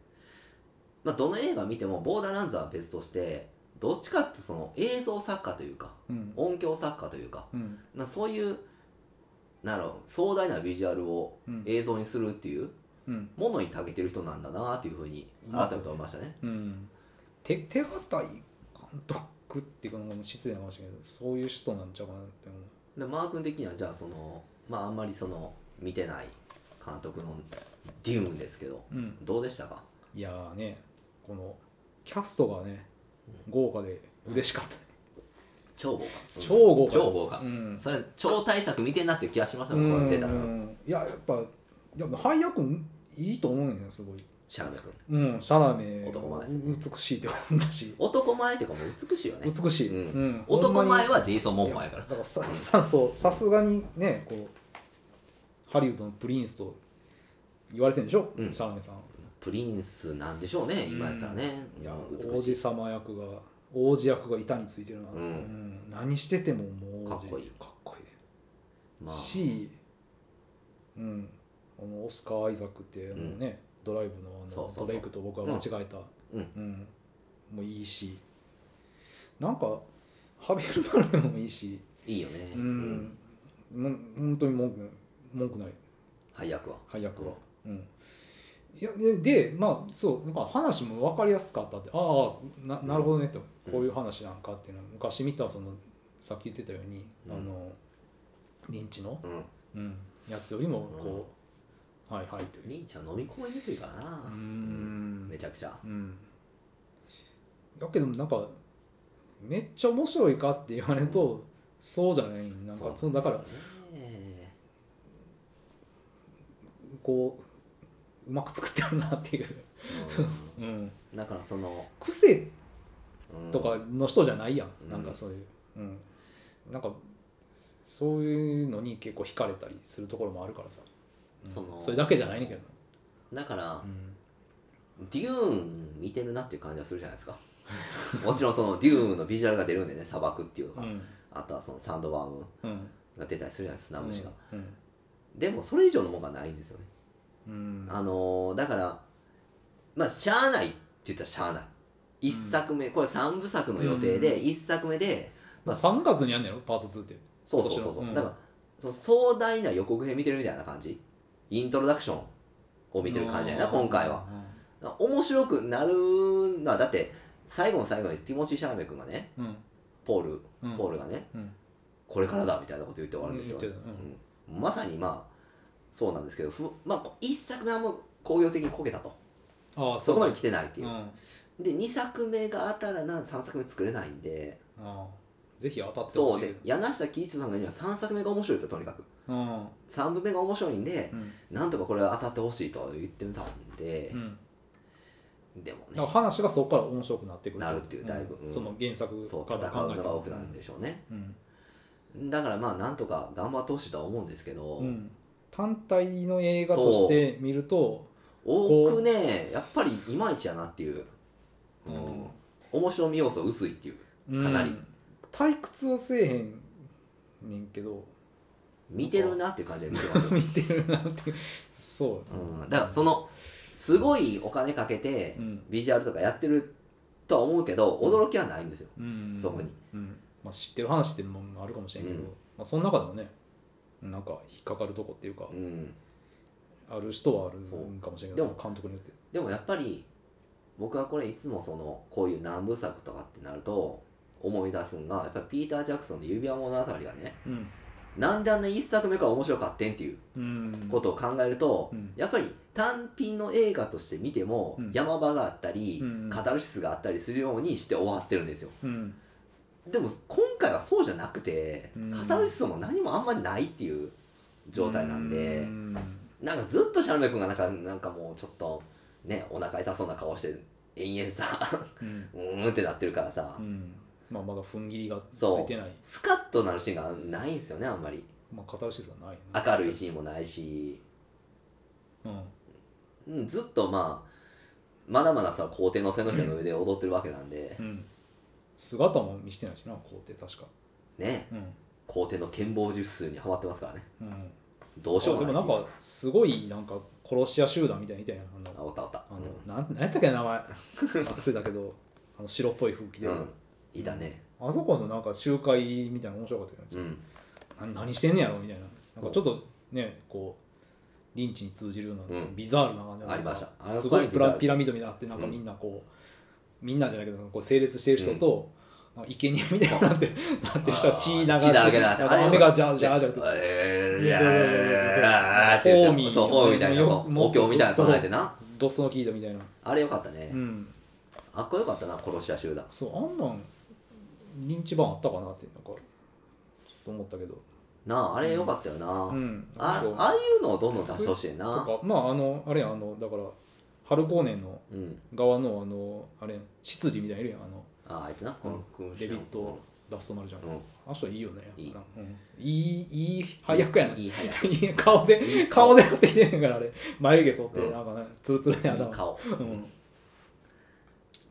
Speaker 2: まあ、どの映画見てもボーダーランズは別としてどっちかってその映像作家というか
Speaker 1: うん
Speaker 2: 音響作家というか
Speaker 1: うん
Speaker 2: なそういうなんやろ壮大なビジュアルを
Speaker 1: うん
Speaker 2: 映像にするっていう
Speaker 1: うん
Speaker 2: ものに長けてる人なんだなっていうふうに
Speaker 1: うん
Speaker 2: 改めて思いましたね。
Speaker 1: うん手手堅い監督っていうかなんか失礼なかもしれないけどそういう人なんちゃうかなって思う
Speaker 2: でマー君的にはじゃあそのまああんまりその見てない監督のデューンですけど
Speaker 1: うん、
Speaker 2: どうでしたか
Speaker 1: いやーねこのキャストがね豪華で嬉しかった、
Speaker 2: 超豪華
Speaker 1: 超豪華
Speaker 2: 超豪華、
Speaker 1: うん
Speaker 2: それ超大作見てんなっていう気がしましたもんこれ出たら
Speaker 1: うんいややっぱやっぱ配役もいいと思うんよすごい
Speaker 2: シャラメ君
Speaker 1: うんシャラメ
Speaker 2: 男前
Speaker 1: 美しいって思ったし
Speaker 2: 男前っていうかもう美しいよね
Speaker 1: 美しい、
Speaker 2: うん
Speaker 1: うん
Speaker 2: 男前
Speaker 1: は
Speaker 2: はジェイソン・モンモアやから
Speaker 1: だからささそうさすがにねこうハリウッドのプリンスと言われてるんでしょ、
Speaker 2: うん
Speaker 1: シャラメさん
Speaker 2: プリンスなんでしょうね今やったらね、
Speaker 1: うん
Speaker 2: いや
Speaker 1: 王
Speaker 2: 美し
Speaker 1: 子
Speaker 2: い
Speaker 1: 様役が王子役が板についてるな、
Speaker 2: うん
Speaker 1: ん何しててももう王子
Speaker 2: かっこいい
Speaker 1: かっこいい
Speaker 2: まあ、
Speaker 1: し、うん、あのオスカー・アイザックってあの、ねドライブのあの
Speaker 2: そうそうそう
Speaker 1: ドレイクと僕は間違えた、
Speaker 2: うん
Speaker 1: うんもういいしなんかハビエル・バルデムもいいし、
Speaker 2: いいよね、
Speaker 1: うんもん本当に文句文句ない
Speaker 2: 配役は
Speaker 1: 配役は。うんいやででまあそうなんか話も分かりやすかったってああななるほどねと
Speaker 2: うん
Speaker 1: こういう話なんかっていうのは昔見たそのさっき言ってたように、
Speaker 2: うん
Speaker 1: あのリンチの
Speaker 2: うん
Speaker 1: うん、やつよりもこう、はいはいという
Speaker 2: リンちゃん飲み込みにくいからな
Speaker 1: うーん
Speaker 2: めちゃくちゃ
Speaker 1: うんだけどなんかめっちゃ面白いかって言われると、そうじゃないなんかそのだから
Speaker 2: ね
Speaker 1: こううまく作ってるなっていう、
Speaker 2: う
Speaker 1: うん、
Speaker 2: んだからその、
Speaker 1: 癖
Speaker 2: うん
Speaker 1: とかの人じゃないやん、
Speaker 2: うん
Speaker 1: なんかそういう、うん、なんかそういうのに結構惹かれたりするところもあるからさ、うん
Speaker 2: その
Speaker 1: れだけじゃないねんけど
Speaker 2: だから
Speaker 1: な、うん
Speaker 2: デューン似てるなっていう感じはするじゃないですかもちろんそのデューンのビジュアルが出るんでね砂漠っていう
Speaker 1: う
Speaker 2: か、
Speaker 1: ん
Speaker 2: あとはそのサンドバーム
Speaker 1: うん
Speaker 2: が出たりするじゃないですか砂虫が、
Speaker 1: うん
Speaker 2: でもそれ以上のものがないんですよね、
Speaker 1: うん
Speaker 2: あのーだからまあしゃあないって言ったらしゃあない1作目、これ3部作の予定で1作目で、
Speaker 1: まあ、3月にやんねやろパート2って
Speaker 2: そうそうそうそう、
Speaker 1: 今年のうん
Speaker 2: だからその壮大な予告編見てるみたいな感じイントロダクションを見てる感じやな
Speaker 1: うん
Speaker 2: 今回は面白くなるのはだって最後の最後にティモシー・シャラメ君がね
Speaker 1: うん
Speaker 2: ポール、
Speaker 1: うん
Speaker 2: ポールがね
Speaker 1: うん
Speaker 2: これからだみたいなこと言って終わるんです
Speaker 1: 言
Speaker 2: よ、
Speaker 1: ってたうん
Speaker 2: うんまさにまあそうなんですけどふ、まあ、1作目はもう工業的にこけたと
Speaker 1: ああ
Speaker 2: そこま
Speaker 1: で
Speaker 2: で来てないっていうう、
Speaker 1: んあ
Speaker 2: で2作目があったらな3作目作れないんで
Speaker 1: あぜひ当たって
Speaker 2: そ
Speaker 1: ほ
Speaker 2: う
Speaker 1: しい
Speaker 2: で柳下喜一さんが言うには3作目が面白いととにかく
Speaker 1: うん
Speaker 2: 3部目が面白いんで
Speaker 1: うん
Speaker 2: なんとかこれは当たってほしいと言ってたんで
Speaker 1: う、ん
Speaker 2: でも
Speaker 1: だか
Speaker 2: ね
Speaker 1: ら話がそこから面白くなってくる
Speaker 2: なるっていうだいぶ
Speaker 1: ん
Speaker 2: うん
Speaker 1: その原作
Speaker 2: そう
Speaker 1: から考
Speaker 2: 戦う
Speaker 1: え
Speaker 2: の
Speaker 1: た
Speaker 2: が
Speaker 1: ら
Speaker 2: 多くなるんでしょうね、
Speaker 1: うん
Speaker 2: だからまあなんとか頑張ってほしいとは思うんですけど、
Speaker 1: うん単体の映画として見ると
Speaker 2: 多くねやっぱりいまいちやなっていう、う
Speaker 1: うん
Speaker 2: ん、面白み要素薄いっていうかなり
Speaker 1: うん退屈をせえへんねんけど
Speaker 2: 見てるなっていう感じで見てますよ、
Speaker 1: 見てるなっていうそ
Speaker 2: うん、だからそのすごいお金かけて
Speaker 1: ううん
Speaker 2: ビジュアルとかやってるとは思うけど驚きはないんですよ
Speaker 1: うん
Speaker 2: そこに
Speaker 1: うんまあ、知ってる話っていうのもあるかもしれんけど、
Speaker 2: うん
Speaker 1: まあ、その中でもねなんか引っかかるとこっていうか、
Speaker 2: うん
Speaker 1: ある人はある
Speaker 2: そうん
Speaker 1: かもしれない
Speaker 2: で
Speaker 1: け
Speaker 2: も
Speaker 1: ど監督によって
Speaker 2: でもやっぱり僕はこれいつもそのこういう南部作とかってなると思い出すんがやっぱりピーター・ジャクソンの指輪物語がね
Speaker 1: うん
Speaker 2: なんであんな一作目から面白かってんっていう
Speaker 1: うん
Speaker 2: ことを考えると、
Speaker 1: うん
Speaker 2: やっぱり単品の映画として見ても、
Speaker 1: うん
Speaker 2: 山場があったり、
Speaker 1: うん
Speaker 2: カタルシスがあったりするようにして終わってるんですよ
Speaker 1: うん
Speaker 2: でも今回はそうじゃなくて、
Speaker 1: うん
Speaker 2: カタルシスも何もあんまりないっていう状態なんで、
Speaker 1: うん
Speaker 2: なんかずっとシャルメ君がなんかなんかもうちょっとねお腹痛そうな顔して延々さ
Speaker 1: うん
Speaker 2: うーんってなってるからさ、
Speaker 1: うんまあまだ踏ん切りがつ
Speaker 2: そう
Speaker 1: いてない
Speaker 2: スカッとなるシーンがないんですよねあんまり
Speaker 1: まあカタルシスはないな
Speaker 2: 明るいシーンもないし、
Speaker 1: うん
Speaker 2: うん、ずっとまあまだまださ皇帝の手のひらの上で踊ってるわけなんで
Speaker 1: う、ん姿も見してないしな皇帝確か
Speaker 2: ね
Speaker 1: うん
Speaker 2: 皇帝の剣謀術数にはまってますからね
Speaker 1: うん
Speaker 2: どうしよう
Speaker 1: あで
Speaker 2: も
Speaker 1: も
Speaker 2: な
Speaker 1: ない
Speaker 2: っ
Speaker 1: ん
Speaker 2: ていう
Speaker 1: かすごいなんか殺し屋集団みたいなのいたやんあ
Speaker 2: あ
Speaker 1: の
Speaker 2: おったおった
Speaker 1: あの、なんなんやったっけ名前 忘れたけどあの白っぽい服着て
Speaker 2: う
Speaker 1: る、
Speaker 2: ん、うん、いたね
Speaker 1: あそこのなんか集会みたいなの面白かったけど、
Speaker 2: うん
Speaker 1: な何してんねやろみたいななんかちょっとねこうリンチに通じるような
Speaker 2: うん
Speaker 1: ビザールな感じの
Speaker 2: ありましたあの
Speaker 1: すごいプ
Speaker 2: これビザー
Speaker 1: ラ
Speaker 2: ル
Speaker 1: ピラミッドみたいになってなんかみんなこう、みんなじゃないけどこう整列してる人と、なんか生贄みたいになって、なってる人は血流して、
Speaker 2: あー血だらけだ
Speaker 1: なんか雨がジャージャージャーって
Speaker 2: えー
Speaker 1: いやそうそうそうそう
Speaker 2: あーって言って
Speaker 1: ホーミー
Speaker 2: そうホーミーみたいな
Speaker 1: よ
Speaker 2: こうお経みたいな唱えてな
Speaker 1: ドスの効いたみたいな、
Speaker 2: あれよかったね、
Speaker 1: うん、
Speaker 2: あっこよかったな殺し屋集団
Speaker 1: そうあんなんリンチ版あったかなってなんかちょっと思ったけど、
Speaker 2: なああれよかったよな、
Speaker 1: うん、
Speaker 2: あ
Speaker 1: そう
Speaker 2: ああいうのをどんどん出してほし
Speaker 1: と
Speaker 2: いな
Speaker 1: かまああのあれやんあのだから春光年の
Speaker 2: うん
Speaker 1: 側のあのあれやん執事みたいなのいるやんあの
Speaker 2: ああいつなこの
Speaker 1: レビット・ダストマルじゃん、
Speaker 2: うん
Speaker 1: あの人いいよね
Speaker 2: いい
Speaker 1: なんかうん、いいいい配役やな、
Speaker 2: いい早
Speaker 1: いい顔で顔でやってきてんねんからあれ眉毛剃って
Speaker 2: うん
Speaker 1: なんかねツルツルで
Speaker 2: いい
Speaker 1: 頭
Speaker 2: い顔
Speaker 1: うん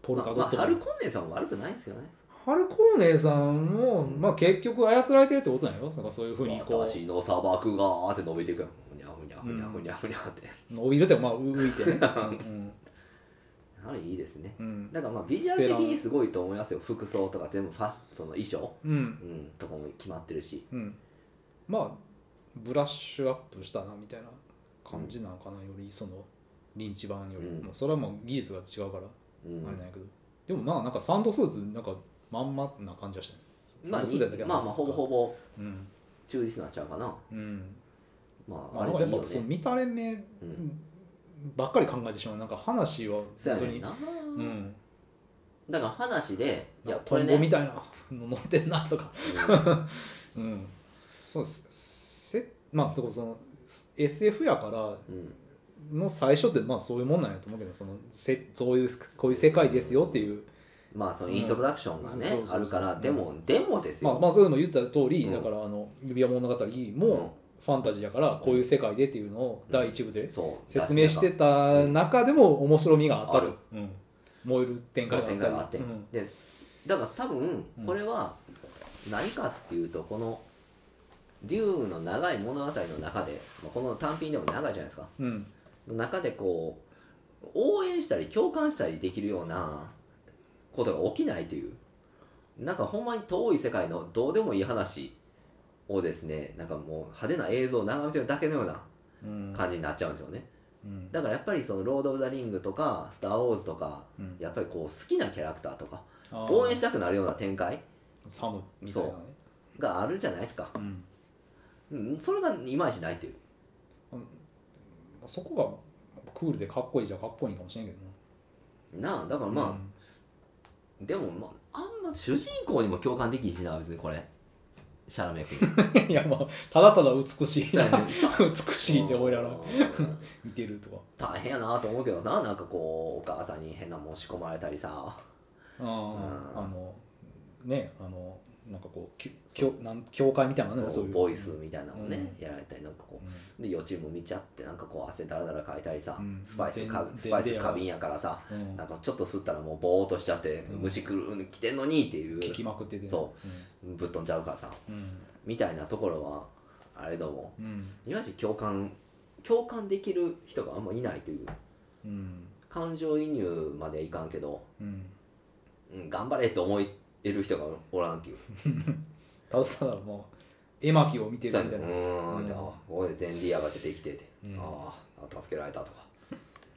Speaker 1: ポルカ
Speaker 2: まあ
Speaker 1: ド
Speaker 2: ま
Speaker 1: ッ
Speaker 2: あ
Speaker 1: ト
Speaker 2: ハルコンネさんも悪くないですよね
Speaker 1: ハルコーネさんも、まあ、結局操られてるってことなんよなんかそういうふうにこ
Speaker 2: 私の砂漠がーって伸びていくやんふにゃふにゃふにゃ
Speaker 1: うん
Speaker 2: ふにゃふにゃって
Speaker 1: う伸びるってまあ浮いて ね、うん
Speaker 2: あれいいですね
Speaker 1: うん
Speaker 2: だからまあビジュアル的にすごいと思いますよ服装とか全部ファッその衣装
Speaker 1: うん
Speaker 2: うんとかも決まってるし
Speaker 1: うん、まあブラッシュアップしたなみたいな感じなのかな、よりそのリンチ版より、
Speaker 2: うん
Speaker 1: もうそれはもう技術が違うから、
Speaker 2: うん
Speaker 1: あれなんやけどでもまあなんかサンドスーツなんかまんまな感じはしたね
Speaker 2: まあ
Speaker 1: サンドスーツやったけど
Speaker 2: まあまあほぼほぼ
Speaker 1: うん
Speaker 2: 忠実なんちゃうかな
Speaker 1: うん
Speaker 2: まあ
Speaker 1: ま
Speaker 2: あ
Speaker 1: あ、
Speaker 2: れ
Speaker 1: なん
Speaker 2: で
Speaker 1: かや
Speaker 2: いい
Speaker 1: っ
Speaker 2: よ
Speaker 1: ぱその
Speaker 2: ね
Speaker 1: 見たれ目
Speaker 2: うん
Speaker 1: ばっかり考えてしまうなんか話は
Speaker 2: そう
Speaker 1: 本当
Speaker 2: やねん
Speaker 1: に
Speaker 2: な
Speaker 1: うん
Speaker 2: だから話でい
Speaker 1: なん
Speaker 2: や
Speaker 1: かト
Speaker 2: これ
Speaker 1: ンボ
Speaker 2: ね
Speaker 1: みたいなの乗ってんなとか
Speaker 2: うん
Speaker 1: うんそうっすせまあでもその SF やから
Speaker 2: うん
Speaker 1: の最初ってまあそういうもんなんやと思うけどそのせそういうこういう世界ですよっていう、
Speaker 2: まあそのイントロダクションがね
Speaker 1: うんそうそうそう
Speaker 2: あるからでもでもです
Speaker 1: まあ
Speaker 2: よ
Speaker 1: まあそういうのも言った通り、
Speaker 2: うん
Speaker 1: だからあの指輪物語
Speaker 2: うん
Speaker 1: もファンタジーやからこういう世界でっていうのを第一部で
Speaker 2: そう
Speaker 1: 説明してた中でも面白みがあったと、うん、燃える展
Speaker 2: そ
Speaker 1: 開があっ
Speaker 2: う
Speaker 1: た
Speaker 2: 展
Speaker 1: り
Speaker 2: 開があって、
Speaker 1: うん
Speaker 2: でだから多分
Speaker 1: うん
Speaker 2: これは何かっていうとこのデューの長い物語の中で、まあ、この単品でも長いじゃないですか
Speaker 1: うん
Speaker 2: の中でこう応援したり共感したりできるようなことが起きないというなんかほんまに遠い世界のどうでもいい話をですねなんかもう派手な映像を眺めてるだけのような
Speaker 1: うん
Speaker 2: 感じになっちゃうんですよね
Speaker 1: うん
Speaker 2: だからやっぱりその「ロード・オブ・ザ・リング」とか「スター・ウォーズ」とか
Speaker 1: うん
Speaker 2: やっぱりこう好きなキャラクターとか
Speaker 1: あー
Speaker 2: 応援したくなるような展開
Speaker 1: サムみたいなね
Speaker 2: があるじゃないですか、
Speaker 1: うん
Speaker 2: うん、それがいまいちないっていう
Speaker 1: まあそこがクールでかっこいいじゃかっこいいんかもしれんけど
Speaker 2: なあだか
Speaker 1: な
Speaker 2: らまあ、でも、まあ、あんま主人公にも共感できんしな別にこれシャラメ君
Speaker 1: うん、いやまあただただ美しい
Speaker 2: そう
Speaker 1: な
Speaker 2: やね
Speaker 1: 美しいって思いながら
Speaker 2: うん
Speaker 1: 見てるとか
Speaker 2: 大変やなと思うけどななんかこうお母さんに変なもん仕込まれたりさ
Speaker 1: うん
Speaker 2: ん
Speaker 1: あのねあのなんかこうききょなん教会みたいなのね
Speaker 2: そう
Speaker 1: いう
Speaker 2: ボイスみたいなのをね、
Speaker 1: う
Speaker 2: やられたりなんかこ
Speaker 1: うん
Speaker 2: うで予知も見ちゃってなんかこう汗だらだらかいたりさ、
Speaker 1: うん
Speaker 2: スパイス
Speaker 1: 全
Speaker 2: か
Speaker 1: 全
Speaker 2: スパイス
Speaker 1: 然や
Speaker 2: 過敏やからさ
Speaker 1: うん
Speaker 2: なんかちょっと吸ったらもうボーっとしちゃって、
Speaker 1: うん
Speaker 2: 虫来る来てんのにっていう
Speaker 1: 聞きまくってて
Speaker 2: そぶっ飛んじゃうからさ
Speaker 1: うんうん
Speaker 2: みたいなところはあれども
Speaker 1: うん
Speaker 2: いまいち共感共感できる人があんまいないという
Speaker 1: うん
Speaker 2: 感情移入までいかんけど、
Speaker 1: うん
Speaker 2: うん、頑張れって思える人がおらんっていう
Speaker 1: ただただもう絵巻を見て
Speaker 2: そ
Speaker 1: る
Speaker 2: う
Speaker 1: み
Speaker 2: や
Speaker 1: たい
Speaker 2: ね
Speaker 1: な
Speaker 2: うーんってあここでゼンリアが出てきてて、ああ助けられたとか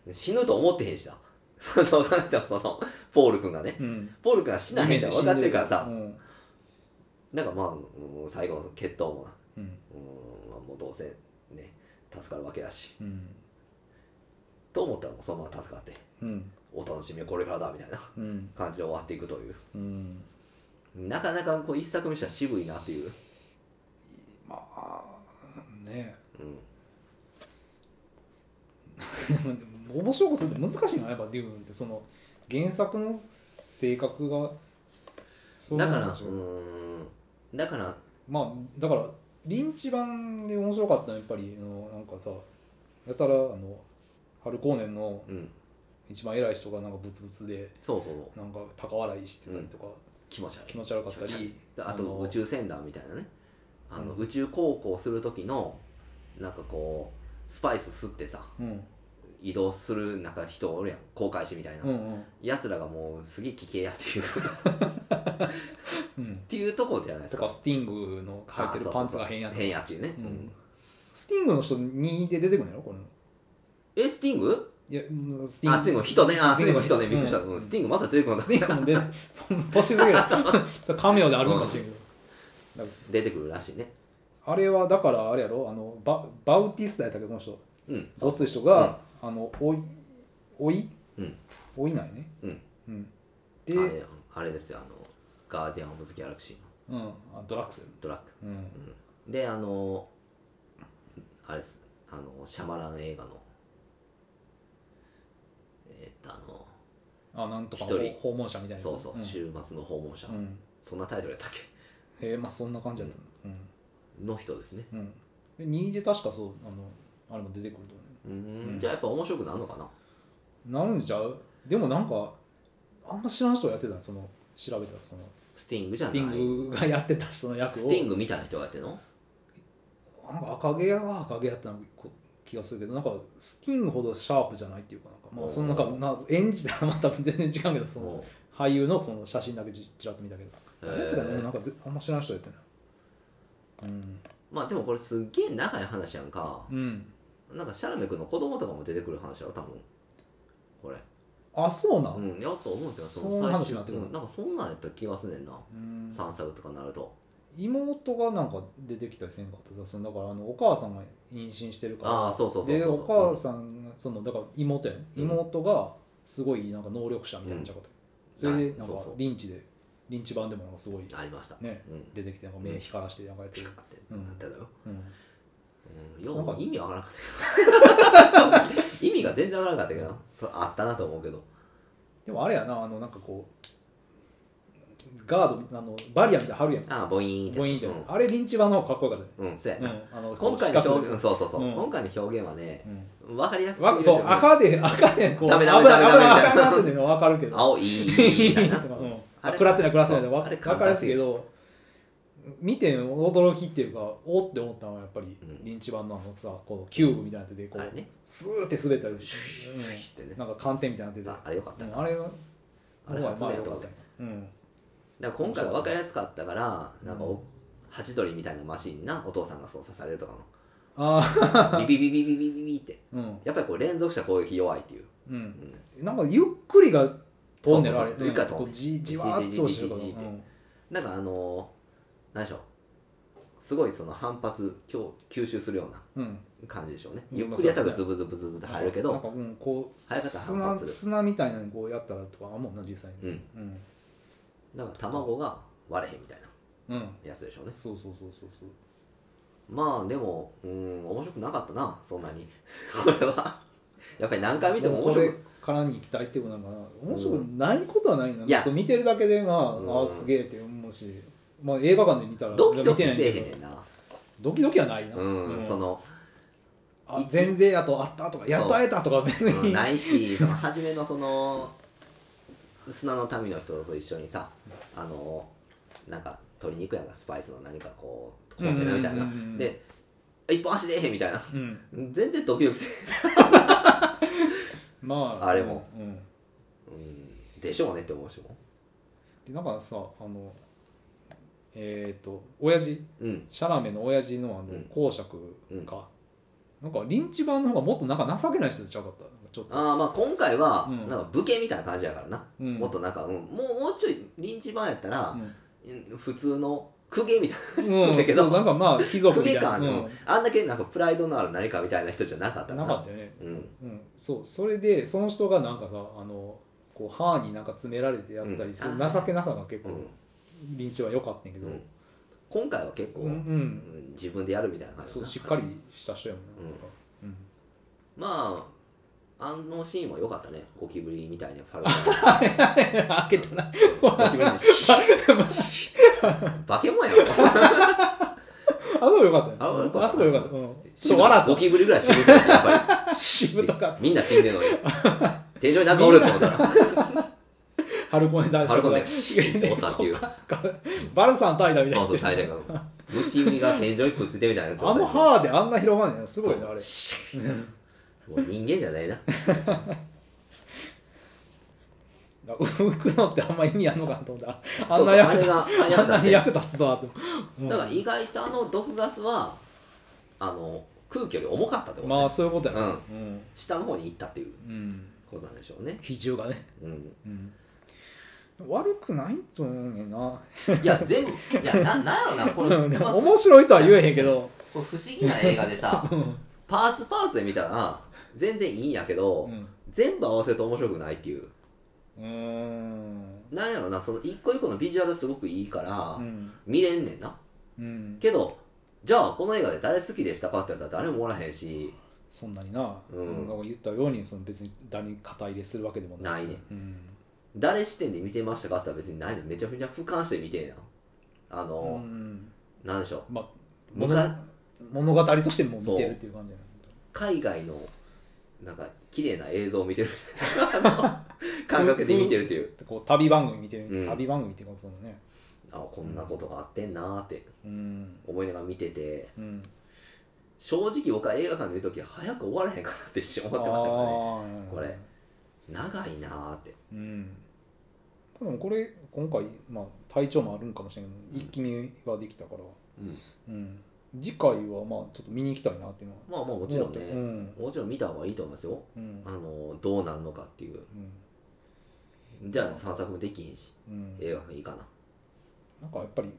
Speaker 2: 死ぬと思ってへんしな そのあなたそのポール君がね、
Speaker 1: うん
Speaker 2: ポール君が死なへんって分かってるからさ、
Speaker 1: うん
Speaker 2: なんかまあ、うん最後の決闘もな
Speaker 1: うん
Speaker 2: うーん、まあ、もうどうせね助かるわけやし
Speaker 1: うん
Speaker 2: と思ったらもうそのまま助かって
Speaker 1: うん
Speaker 2: お楽しみはこれからだみたいな
Speaker 1: うん
Speaker 2: 感じで終わっていくという
Speaker 1: うん
Speaker 2: なかなかこう一作目したら渋いなっていう、
Speaker 1: まあね
Speaker 2: うん、
Speaker 1: え面白くするって難しいなやっぱデューンってその原作の性格がそう
Speaker 2: だか
Speaker 1: な
Speaker 2: ら
Speaker 1: ん
Speaker 2: う
Speaker 1: でしょう
Speaker 2: ーんだから
Speaker 1: まあだからリンチ版で面白かったのはやっぱりあのなんかさやたらあの春光年の
Speaker 2: うん
Speaker 1: 一番偉い人がなんかブツブツで
Speaker 2: そうそうそう
Speaker 1: なんか高笑いしてたりとか、
Speaker 2: 気持ち悪い
Speaker 1: 気持ち悪かったり
Speaker 2: であと
Speaker 1: の
Speaker 2: 宇宙船団みたいなねあの
Speaker 1: うん
Speaker 2: 宇宙航行する時のなんかこうスパイス吸ってさ
Speaker 1: うん
Speaker 2: 移動するなんか人おるやん航海士みたいな、
Speaker 1: うんうん
Speaker 2: やつらがもうすげえ危険やっていう っ
Speaker 1: うん
Speaker 2: ていうとこじゃないです
Speaker 1: と
Speaker 2: か
Speaker 1: かスティングの履いてるパンツが変や
Speaker 2: っ
Speaker 1: と
Speaker 2: 変やっていうね、
Speaker 1: うん
Speaker 2: うん
Speaker 1: スティングの人2で出てくるんやろこれ
Speaker 2: えスティング
Speaker 1: いやうんス
Speaker 2: あスティング人ねあスティング人ね
Speaker 1: うん
Speaker 2: びっくりした、うんスティングまた出てくるんだ
Speaker 1: スティングも出ない年過ぎる それカメオであるのかもしれんけど、だか
Speaker 2: 出てくるらしいね
Speaker 1: らあれはだからあれやろあのババウティスタやったっけこの人
Speaker 2: うん
Speaker 1: ごっつい人が、あの老い老い
Speaker 2: うん
Speaker 1: 老いないね
Speaker 2: うん
Speaker 1: うん
Speaker 2: あ
Speaker 1: で、
Speaker 2: れあれですよあのガーディアン・オブ・ズ・ギャラクシーの
Speaker 1: うんあドラッグス
Speaker 2: ドラッグ
Speaker 1: うん
Speaker 2: であのあれですあのシャマラン映画のえっとあの
Speaker 1: あなんとか
Speaker 2: 一人
Speaker 1: 訪問者みたいなやつ
Speaker 2: そうそう、
Speaker 1: ん
Speaker 2: 週末の訪問者、
Speaker 1: うん
Speaker 2: そんなタイトルやったっ
Speaker 1: へえまあそんな感じだったの
Speaker 2: けの人ですね
Speaker 1: うん、うんで2で確かそうあのあれも出てくると思
Speaker 2: うーん
Speaker 1: うん
Speaker 2: じゃあやっぱ面白くなるのかな
Speaker 1: うなるんちゃうでもなんかあんま知らん人がやってたその調べたらその
Speaker 2: スティングじゃ
Speaker 1: ス
Speaker 2: な
Speaker 1: テ
Speaker 2: い
Speaker 1: ィングがやってた人の役を
Speaker 2: スティングみたいな人がやってんの
Speaker 1: なんか赤毛は赤毛やった気がするけどなんかスティングほどシャープじゃないっていうかなんか、まあ、そのなんか
Speaker 2: おー
Speaker 1: な演じたらまた全然違うけどその
Speaker 2: も
Speaker 1: 俳優のその写真だけじちらっと見たけど
Speaker 2: へー
Speaker 1: 誰やったかななんかぜあんま知らん人やったなうん
Speaker 2: うまあでもこれすっげえ長い話やんか
Speaker 1: うん
Speaker 2: なんかシャラメ君の子供とかも出てくる話やろ多分これ
Speaker 1: あそうな
Speaker 2: うんやと思うんですよ
Speaker 1: そんな話
Speaker 2: 最終
Speaker 1: になってくる
Speaker 2: うんなんかそんなんやった気がすんねんな
Speaker 1: うん
Speaker 2: 3作とかなると
Speaker 1: 妹がなんか出てきたりせんかったさそのだからあのお母さんが妊娠してるから
Speaker 2: ああそうそうそう
Speaker 1: で
Speaker 2: そう
Speaker 1: お母さんがそのだから妹やね
Speaker 2: うん
Speaker 1: 妹がすごいなんか能力者みたいなちゃうかった、
Speaker 2: うん
Speaker 1: それでなんか
Speaker 2: あそうそう
Speaker 1: リンチでリンチ版でもなんかすごい
Speaker 2: ありました
Speaker 1: ね
Speaker 2: うん
Speaker 1: 出てきてなんか目光らしてなんかやって
Speaker 2: ピ
Speaker 1: る
Speaker 2: カ、ってなってたよ
Speaker 1: うん
Speaker 2: うんよう
Speaker 1: なんか
Speaker 2: 意味わからなかったけど意味が全然わからなかったけどなそれあったなと思うけど
Speaker 1: でもあれやなあのなんかこうガードあのバリアみたいなの張るやん
Speaker 2: ああボイーンって
Speaker 1: ボインって、
Speaker 2: うん
Speaker 1: あれリンチ版の方がかっこよかっ
Speaker 2: うんそうや
Speaker 1: たね
Speaker 2: な、
Speaker 1: うん、あの
Speaker 2: 今回の
Speaker 1: 四角
Speaker 2: 表現そうそうそう
Speaker 1: うん
Speaker 2: 今回の表現はね
Speaker 1: うん
Speaker 2: わかりやすい
Speaker 1: わそう赤で赤でこう
Speaker 2: ダメダメ
Speaker 1: 危ない
Speaker 2: ダメダメ
Speaker 1: 危ない赤なってのは分かるけど
Speaker 2: 青いいみたいな
Speaker 1: うん
Speaker 2: あれ
Speaker 1: 食らってない食らってないでわ
Speaker 2: あれ
Speaker 1: 分かりやすいけど見て驚きっていうかおって思ったのはやっぱり
Speaker 2: うん
Speaker 1: リンチ版のあのさこうキューブみたいになっててこ
Speaker 2: あれ
Speaker 1: う
Speaker 2: ね
Speaker 1: スーって滑ったり
Speaker 2: シュッシュッってね
Speaker 1: うんなんか寒天みたいになって
Speaker 2: あ
Speaker 1: て
Speaker 2: あれよかった
Speaker 1: う
Speaker 2: なん
Speaker 1: あれは
Speaker 2: あれ初
Speaker 1: ま
Speaker 2: 明
Speaker 1: あ
Speaker 2: や
Speaker 1: 良
Speaker 2: と
Speaker 1: か
Speaker 2: 思
Speaker 1: っ
Speaker 2: ったた
Speaker 1: ようん
Speaker 2: だから今回は分かりやすかったから
Speaker 1: うん
Speaker 2: なんかおハチドリみたいなマシンなお父さんが操作されるとか
Speaker 1: ああ
Speaker 2: のビビビビビビビビって
Speaker 1: うん
Speaker 2: やっぱりこう連続した攻撃弱いっていう
Speaker 1: うん
Speaker 2: うん
Speaker 1: なんかゆっくりが飛んでる
Speaker 2: そう
Speaker 1: あ
Speaker 2: そ
Speaker 1: れ
Speaker 2: うそうゆっくりが飛んでる
Speaker 1: こうじじわーっとしてるから
Speaker 2: じじじじじじ
Speaker 1: うん
Speaker 2: なんかあのー何でしょうすごいその反発強吸収するような
Speaker 1: うん
Speaker 2: 感じでしょうね
Speaker 1: うん
Speaker 2: ゆっくりやったら
Speaker 1: まあ
Speaker 2: ズ
Speaker 1: そう
Speaker 2: ブズブズブズって入るけ
Speaker 1: なん
Speaker 2: ど
Speaker 1: かうんこう
Speaker 2: 早かったら反
Speaker 1: 砂
Speaker 2: 発す
Speaker 1: 砂みたいなのにこうやったらとかあんもんな実際
Speaker 2: るう
Speaker 1: に
Speaker 2: ん
Speaker 1: うん
Speaker 2: なんか卵が割れへんみたいな
Speaker 1: うん
Speaker 2: やつでしょうね
Speaker 1: そうそうそうそうそう
Speaker 2: まあでもうん面白くなかったなそんなに これはやっぱり何回見ても
Speaker 1: こ
Speaker 2: 面白
Speaker 1: れ
Speaker 2: い
Speaker 1: からに行きたいってことなんかな面白くないことはないんだ
Speaker 2: いや
Speaker 1: そう見てるだけでまあ、
Speaker 2: うん
Speaker 1: ああすげえって思うし、まあ、映画館で見たら
Speaker 2: ドキドキ
Speaker 1: 見
Speaker 2: せ
Speaker 1: てない
Speaker 2: え
Speaker 1: け
Speaker 2: へん
Speaker 1: ど
Speaker 2: ねんな
Speaker 1: ドキドキはないな、
Speaker 2: うんその
Speaker 1: あ全然やとあったとかやっと会えたとか別
Speaker 2: うん
Speaker 1: に、
Speaker 2: ないしその初めのその砂の民の人と一緒にさあのなんか鶏肉やんかスパイスの何かこうコンテナみたいな
Speaker 1: うんうんうんうん
Speaker 2: で一本足でえへんみたいな
Speaker 1: うん、
Speaker 2: 全然ドキドキせ
Speaker 1: まあ
Speaker 2: あれも、
Speaker 1: うん、
Speaker 2: えへん、うん、でしょうねって思うしも
Speaker 1: でなんかさあのえっ、と親父
Speaker 2: うん
Speaker 1: シャラメの親父のあの
Speaker 2: うん
Speaker 1: 公爵か、なんかリンチ版の方がもっとなんか情けない人ちゃうかったなんかちょっと
Speaker 2: ああまあ今回は
Speaker 1: うん
Speaker 2: なんか武家みたいな感じやからな、
Speaker 1: うん
Speaker 2: もっとなんか、うん、もうもうちょい臨時版やった
Speaker 1: う、
Speaker 2: ら
Speaker 1: ん
Speaker 2: うん普通の公家みたい
Speaker 1: うん、
Speaker 2: だけど
Speaker 1: そうなんかまあ貴
Speaker 2: な
Speaker 1: 族
Speaker 2: 公
Speaker 1: みたい
Speaker 2: 家
Speaker 1: な、う
Speaker 2: 感の、
Speaker 1: ん、
Speaker 2: あんだけなんかプライドのある何かみたいな人じゃなかった
Speaker 1: なかったよね、
Speaker 2: うん
Speaker 1: うん、そうそれでその人がなんかさあのこう歯になんか詰められてやった
Speaker 2: うん
Speaker 1: りする、情けなさが結構、
Speaker 2: うん
Speaker 1: リンチは良かったんやけど、
Speaker 2: う
Speaker 1: うんん
Speaker 2: 今回は結構、
Speaker 1: うん
Speaker 2: うん自分でやるみたいな感じ
Speaker 1: そ
Speaker 2: だ
Speaker 1: う
Speaker 2: な
Speaker 1: しっかりした人やもんな、なんかうん
Speaker 2: まああのシーンは良かったねゴキブリみたい なファル
Speaker 1: 開けたな
Speaker 2: ゴキブリのシュッバケモンやろ
Speaker 1: あそこ良かったよ
Speaker 2: あ良かった
Speaker 1: あそこ良かった、うん、ちょっと笑
Speaker 2: ゴ
Speaker 1: っ
Speaker 2: キブリぐらい死ぬからやっぱり
Speaker 1: たしぶとかった
Speaker 2: みんな死んでるのに天井になんかおる と思ったら
Speaker 1: 春子ね男
Speaker 2: ハ
Speaker 1: 子
Speaker 2: ルコンでシーンっておったっていうそう
Speaker 1: バルさん対だみたいな
Speaker 2: そう大体が虫が天井にくっついてみたいな
Speaker 1: あの
Speaker 2: も
Speaker 1: 歯であんな広がんねんすごいねあれ
Speaker 2: う人間じゃないな
Speaker 1: 浮くのってあんま意味あんのかなと思ったらあん
Speaker 2: そうそ
Speaker 1: な
Speaker 2: う
Speaker 1: 役立
Speaker 2: あれが
Speaker 1: あん
Speaker 2: あ
Speaker 1: なに
Speaker 2: れ役立
Speaker 1: 役立つとはと
Speaker 2: ってだから意外とあの毒ガスはあの空気より重かったってことね、
Speaker 1: まあそういうことやなうん
Speaker 2: 下の方に行ったっていう
Speaker 1: うん
Speaker 2: ことなんでしょうね、
Speaker 1: 比重がね
Speaker 2: うん、
Speaker 1: うん悪くないと思うねんな、
Speaker 2: いや全部いやななんやろなこれ,、
Speaker 1: で
Speaker 2: まあ
Speaker 1: も
Speaker 2: こ
Speaker 1: 面白いとは言えへんけど、
Speaker 2: れ不思議な映画でさ
Speaker 1: うん
Speaker 2: パーツパーツで見たら全然いいんやけど、
Speaker 1: うん
Speaker 2: 全部合わせると面白くないっていう
Speaker 1: うーん
Speaker 2: なんやろなその一個一個のビジュアルすごくいいから、
Speaker 1: うん
Speaker 2: 見れんねんな
Speaker 1: うん
Speaker 2: けどじゃあこの映画で誰好きでしたかって言ったら誰もおらへんし
Speaker 1: そんなにな,、
Speaker 2: うん
Speaker 1: なんか言ったようにその別に誰に肩入れするわけでもない
Speaker 2: ないね
Speaker 1: うん
Speaker 2: 誰視点で見てましたかって言ったら別にないねんめちゃくちゃ俯瞰して見てんやんあ
Speaker 1: う
Speaker 2: の、
Speaker 1: ん
Speaker 2: なんでしょう
Speaker 1: まあ
Speaker 2: 僕は
Speaker 1: 物語としても見てるっていう感じや
Speaker 2: 海外のなんか綺麗な映像を見てるみたいなあ の感覚で見てるっていう
Speaker 1: なこう旅番組見てる、
Speaker 2: うん
Speaker 1: 旅番組っていうかそのね
Speaker 2: あこんなことがあってんなーって
Speaker 1: うん
Speaker 2: 思いながら見てて
Speaker 1: うん
Speaker 2: 正直僕は映画館で見るとき早く終わらへんかなって一瞬思ってましたから
Speaker 1: あ
Speaker 2: ね
Speaker 1: ー
Speaker 2: これ長いなーって
Speaker 1: うんでもこれ今回、まあ、体調もあるんかもしれない
Speaker 2: うん
Speaker 1: 一気見ができたから、
Speaker 2: うん
Speaker 1: うん、次回はまあちょっと見に行きたいなっていうのは
Speaker 2: まあまあもちろんね、
Speaker 1: うん
Speaker 2: もちろん見た方がいいと思いますよ
Speaker 1: うん
Speaker 2: あのどうなるのかっていう
Speaker 1: うん
Speaker 2: じゃあ散策もできひんし
Speaker 1: うん
Speaker 2: 映画がいいかな
Speaker 1: なんかやっぱり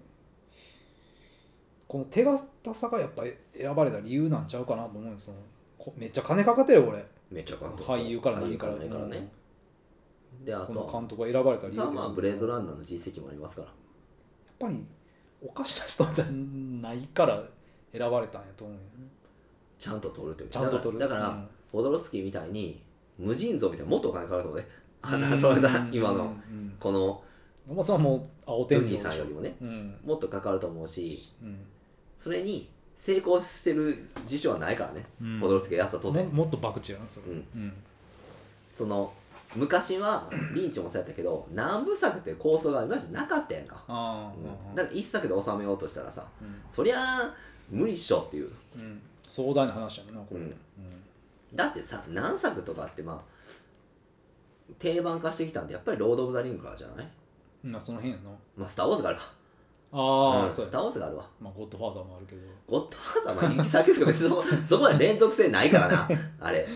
Speaker 1: この手堅さがやっぱ選ばれた理由なんちゃうかなと思うんですよこめっちゃ金かかってるよ俺
Speaker 2: めっちゃ感動した
Speaker 1: 俳優から何から
Speaker 2: 俳優から何からね、であ
Speaker 1: ことの
Speaker 2: は
Speaker 1: 監督が選ばれた理由
Speaker 2: さあまあブレード
Speaker 1: やっ
Speaker 2: ランナーの実績もありますから
Speaker 1: ぱりおかしな人じゃないから選ばれたんやと思うよね
Speaker 2: ちゃんと撮るという
Speaker 1: ちゃんと撮る
Speaker 2: だからだから、
Speaker 1: うん
Speaker 2: ポドロスキーみたいに無尽蔵みたいなもっとお金かかると思うねあ
Speaker 1: うん
Speaker 2: のそれだ今
Speaker 1: う
Speaker 2: の
Speaker 1: ん
Speaker 2: この
Speaker 1: うんまあそれはもう青
Speaker 2: ド
Speaker 1: 天井
Speaker 2: ニーさんよりもね
Speaker 1: うん
Speaker 2: もっとかかると思うし
Speaker 1: うん
Speaker 2: それに成功してる事象はないからね、
Speaker 1: うん
Speaker 2: ポドロスキーがやったとて
Speaker 1: ももっと博打やなそれ
Speaker 2: うん
Speaker 1: うん
Speaker 2: その昔はリンチもそうやったけど何部作っていう構想が今までなかったやんか、
Speaker 1: あ
Speaker 2: うん
Speaker 1: あ
Speaker 2: だから一作で収めようとしたらさ
Speaker 1: うん
Speaker 2: そりゃあ無理っしょっていう、
Speaker 1: うん壮大な話やもんなこれ
Speaker 2: うんだってさ何作とかってまあ定番化してきたんでやっぱり「ロード・オブ・ザ・リング」からじゃない
Speaker 1: うんまあその辺やな
Speaker 2: まあ「スター・ウォーズ」があるか
Speaker 1: あ
Speaker 2: う
Speaker 1: あ
Speaker 2: ん
Speaker 1: そうや
Speaker 2: スター・ウォーズ」があるわ
Speaker 1: まあゴッドファーザーもあるけど
Speaker 2: 「ゴッドファーザー」まあ行き先ですけど別にそこ そこは連続性ないか らなあれ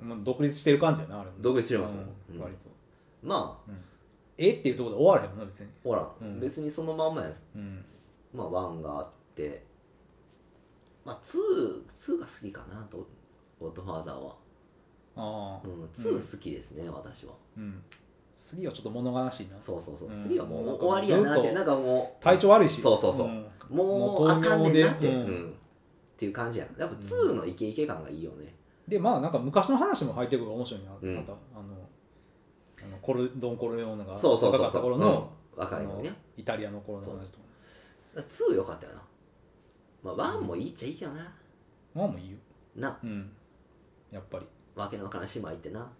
Speaker 1: まあ独立してる感じやなあれも
Speaker 2: 独立してますもん
Speaker 1: う
Speaker 2: うん
Speaker 1: 割と
Speaker 2: まあ
Speaker 1: えっていうところで終わらへんもんな別に
Speaker 2: ほら、
Speaker 1: うん
Speaker 2: 別にそのまんまや
Speaker 1: うん
Speaker 2: まあ1があってまあ2 2が好きかなと「ゴッドファーザーは」
Speaker 1: ああ
Speaker 2: うん、2好きですね、私は
Speaker 1: うん次はちょっと物悲しいな
Speaker 2: そうそうそう、
Speaker 1: うん
Speaker 2: 3はもう終わりやなっ
Speaker 1: ずってと
Speaker 2: なんかもう
Speaker 1: 体調悪いし
Speaker 2: そうそうそうんも
Speaker 1: も
Speaker 2: う
Speaker 1: う
Speaker 2: あかんねんなって、
Speaker 1: 糖
Speaker 2: う
Speaker 1: 尿
Speaker 2: ん
Speaker 1: でうん
Speaker 2: っていう感じややっぱ2のイケイケ感がいいよね、
Speaker 1: でまあなんか昔の話も入ってくるが面白いな、
Speaker 2: うん
Speaker 1: またあのあのコルドン・コルレオーネが
Speaker 2: そうそう
Speaker 1: 若か
Speaker 2: そう
Speaker 1: っ
Speaker 2: そ
Speaker 1: た
Speaker 2: う
Speaker 1: 頃の,、
Speaker 2: うん、若
Speaker 1: あ
Speaker 2: いの
Speaker 1: の
Speaker 2: にね
Speaker 1: イタリアの頃の話とか
Speaker 2: だから2良かったよなまあ1もいいっちゃいいけどな
Speaker 1: まあもういいよ、
Speaker 2: な
Speaker 1: うん、やっぱり
Speaker 2: わけのわからん姉妹ってな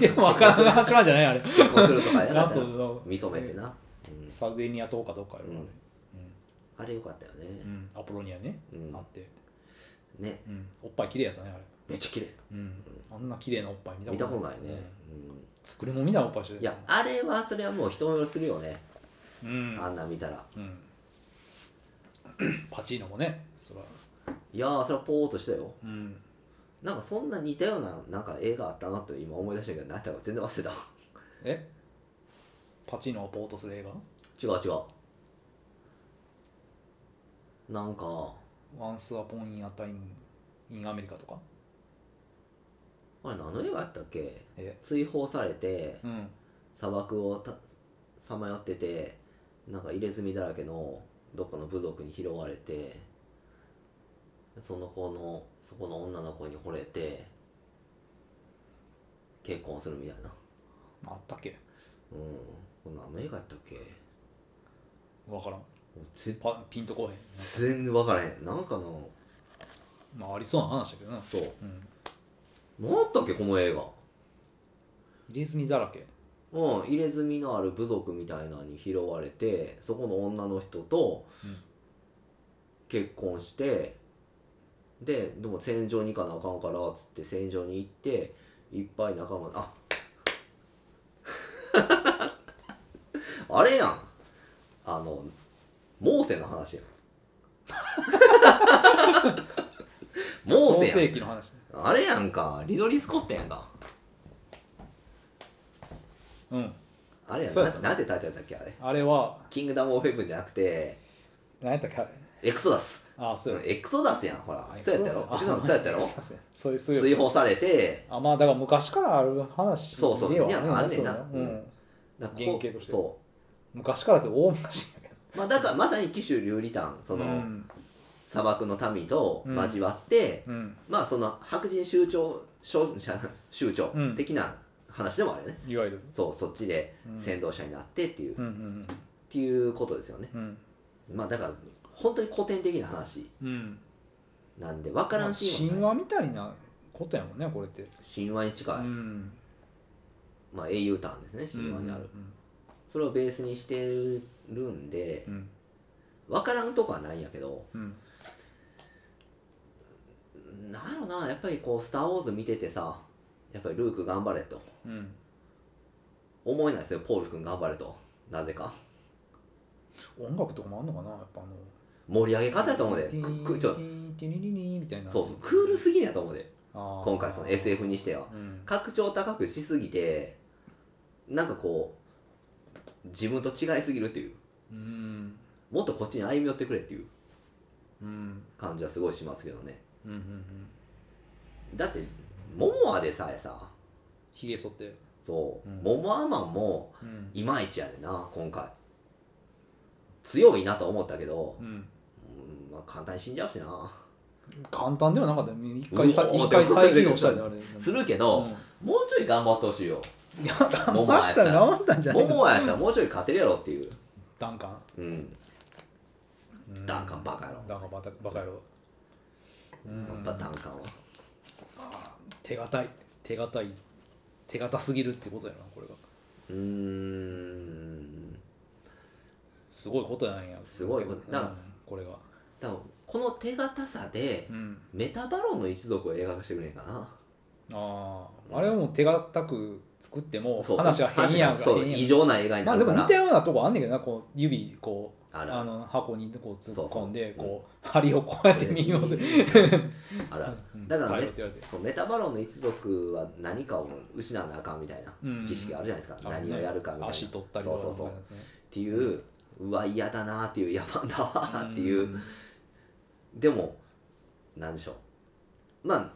Speaker 1: でも分からな話なんじゃないあれ
Speaker 2: 結婚するとか や
Speaker 1: ちゃ
Speaker 2: ら
Speaker 1: ん
Speaker 2: な
Speaker 1: と
Speaker 2: 見初めてな、うん
Speaker 1: サルデニア島かどっかやろ、
Speaker 2: うん
Speaker 1: あれ
Speaker 2: あれ良かったよ
Speaker 1: うん
Speaker 2: ね、
Speaker 1: うんアポロニアね、
Speaker 2: うん
Speaker 1: あって、
Speaker 2: ね
Speaker 1: うん、おっぱい綺麗やったねあれ、
Speaker 2: めっちゃ綺麗
Speaker 1: うん、あんな綺麗なおっぱい見た
Speaker 2: 見
Speaker 1: こ
Speaker 2: た
Speaker 1: と
Speaker 2: ことないね
Speaker 1: うん、作りも見たいなおっぱいして
Speaker 2: うんいやあれはそれはもう一目惚れするよね
Speaker 1: うん
Speaker 2: あんなん見たら
Speaker 1: うん、 パチーノもねそら
Speaker 2: いやーそれはポーっとしたよ
Speaker 1: うん
Speaker 2: なんかそんな似たようななんか映画あったなと今思い出したけど何だか全然忘れた
Speaker 1: えパチーノはポートスる映画
Speaker 2: 違う違うなんか
Speaker 1: ワンスアポンインアタイムインアメリカとか
Speaker 2: あれ何の映画やったっけ
Speaker 1: え
Speaker 2: 追放されて
Speaker 1: うん
Speaker 2: 砂漠をさまよっててなんか入れ墨だらけのどっかの部族に拾われてその子のそこの女の子に惚れて結婚するみたいな
Speaker 1: あったっけ
Speaker 2: うんこんなあの映画やったっけも
Speaker 1: わからん
Speaker 2: う全
Speaker 1: パピンとこうへん、
Speaker 2: 全然分からへんなんかの
Speaker 1: まあありそうな話だけどな
Speaker 2: そう
Speaker 1: うん
Speaker 2: 何だったっけこの映画
Speaker 1: 入れ墨だらけ
Speaker 2: うん、入れ墨のある部族みたいなのに拾われてそこの女の人と
Speaker 1: うん
Speaker 2: 結婚して、ででも戦場に行かなあかんからっつって戦場に行っていっ ぱい仲間ああれやんあのモーセの話やん モー
Speaker 1: 創
Speaker 2: セやん
Speaker 1: 世紀の話
Speaker 2: あれやんかリドリー・スコットやんか
Speaker 1: うん
Speaker 2: あれやん
Speaker 1: そうやっ
Speaker 2: な
Speaker 1: た
Speaker 2: なんてタイトルだっけあれ
Speaker 1: あれは
Speaker 2: キングダム・オブ・ヘブンじゃなくて
Speaker 1: 何やったっけあれ
Speaker 2: エクソダス
Speaker 1: ああそうや
Speaker 2: エクソダスやんほら
Speaker 1: あ
Speaker 2: そうやったやろ
Speaker 1: エ
Speaker 2: エ
Speaker 1: ク
Speaker 2: ク
Speaker 1: ソ
Speaker 2: ソ
Speaker 1: ダス
Speaker 2: ダスそうやった やろ
Speaker 1: そういうそういう
Speaker 2: 追放されて
Speaker 1: あまあだから昔からある話
Speaker 2: そうそう
Speaker 1: ではね
Speaker 2: いやあんねんな
Speaker 1: そうだようん、
Speaker 2: なんかこう
Speaker 1: 原型として
Speaker 2: そ
Speaker 1: 昔からって大昔やけど
Speaker 2: うまあだからまさに騎手流離譚その、
Speaker 1: うん
Speaker 2: 砂漠の民と交わって、
Speaker 1: うん、
Speaker 2: まあその白人酋長酋じゃ酋長
Speaker 1: うん
Speaker 2: 的な話でもあるよね、
Speaker 1: いわゆる
Speaker 2: そうそっちで
Speaker 1: うん
Speaker 2: 先導者になってっていう、っ
Speaker 1: うんうん
Speaker 2: ていうことですよね
Speaker 1: うん
Speaker 2: まあだから本当に古典的な話
Speaker 1: うん
Speaker 2: なんで分からんシーン
Speaker 1: 神
Speaker 2: はな
Speaker 1: 話
Speaker 2: い
Speaker 1: みたいなことやもんねこれって、
Speaker 2: 神話に近い、
Speaker 1: うん
Speaker 2: まあ英雄譚ですね神話にある、
Speaker 1: うん
Speaker 2: それをベースにしてるんで、
Speaker 1: うん
Speaker 2: 分からんとこはないんやけど
Speaker 1: うん
Speaker 2: なんやろなやっぱりこう「スター・ウォーズ」見ててさやっぱりルーク頑張れと
Speaker 1: うん
Speaker 2: 思えないですよポール君頑張れとなぜか
Speaker 1: 音楽とかもあんのかなやっぱあの
Speaker 2: 盛り上げ方やと思うで
Speaker 1: ティー
Speaker 2: くくちょ
Speaker 1: ティーティリリリみたいな
Speaker 2: そうそうクールすぎるやと思うで
Speaker 1: あー
Speaker 2: 今回その SF にしては
Speaker 1: うん
Speaker 2: 拡張高くしすぎてなんかこう自分と違いすぎるっていう
Speaker 1: うん
Speaker 2: もっとこっちに歩み寄ってくれっていう
Speaker 1: うん
Speaker 2: 感じはすごいしますけどね
Speaker 1: うんうんうん
Speaker 2: だってモモアでさえさ
Speaker 1: ひげ剃って
Speaker 2: そう、
Speaker 1: うん
Speaker 2: モモアマンも
Speaker 1: うん
Speaker 2: いまいちやでな今回強いなと思ったけど
Speaker 1: うん
Speaker 2: うんまあ、簡単に死んじゃうしな
Speaker 1: 簡単ではなかったよね一回さ
Speaker 2: うおー
Speaker 1: 一回再起動したりあれ
Speaker 2: するけど、もうちょい頑張ってほしいよ
Speaker 1: うんいや頑
Speaker 2: 桃は
Speaker 1: 張
Speaker 2: や
Speaker 1: っ
Speaker 2: った
Speaker 1: た
Speaker 2: ら
Speaker 1: 頑張ったんじゃない
Speaker 2: モモアやったらもうちょい勝てるやろっていう
Speaker 1: ダンカン
Speaker 2: うん
Speaker 1: うん
Speaker 2: ダンカンバカ野郎
Speaker 1: ダンカンバカバカ野郎うん
Speaker 2: やっぱダンカンは
Speaker 1: 手堅い手堅い手堅すぎるってことやなこれが
Speaker 2: うーん
Speaker 1: すごいことなんや
Speaker 2: すごいことだ
Speaker 1: うんこれが
Speaker 2: だからこの手堅さで
Speaker 1: うん
Speaker 2: メタバロンの一族を映画化してくれんかな
Speaker 1: あああれはもう手堅く作っても
Speaker 2: そう
Speaker 1: 話が変やんか
Speaker 2: そう
Speaker 1: 変やんか
Speaker 2: 異常な映画に
Speaker 1: ま
Speaker 2: な
Speaker 1: あで
Speaker 2: るか
Speaker 1: も
Speaker 2: ら、
Speaker 1: 似たようなとこあんねんけどなこう指こう
Speaker 2: ある
Speaker 1: あの箱にこう突っ込んで
Speaker 2: そうそう
Speaker 1: こう針をこうやって右まで
Speaker 2: あるある
Speaker 1: うん
Speaker 2: だから
Speaker 1: パイ
Speaker 2: ね
Speaker 1: ロットやるで
Speaker 2: そうメタバロンの一族は何かを失わなあかんみたいな
Speaker 1: うん
Speaker 2: 儀式があるじゃないですか、何をやるかみたいな
Speaker 1: 足取ったりとか
Speaker 2: そうそうそう
Speaker 1: なんかね
Speaker 2: っていう、うわ嫌だなっていう野蛮だわっていう、
Speaker 1: ん
Speaker 2: でもなんでしょうまあ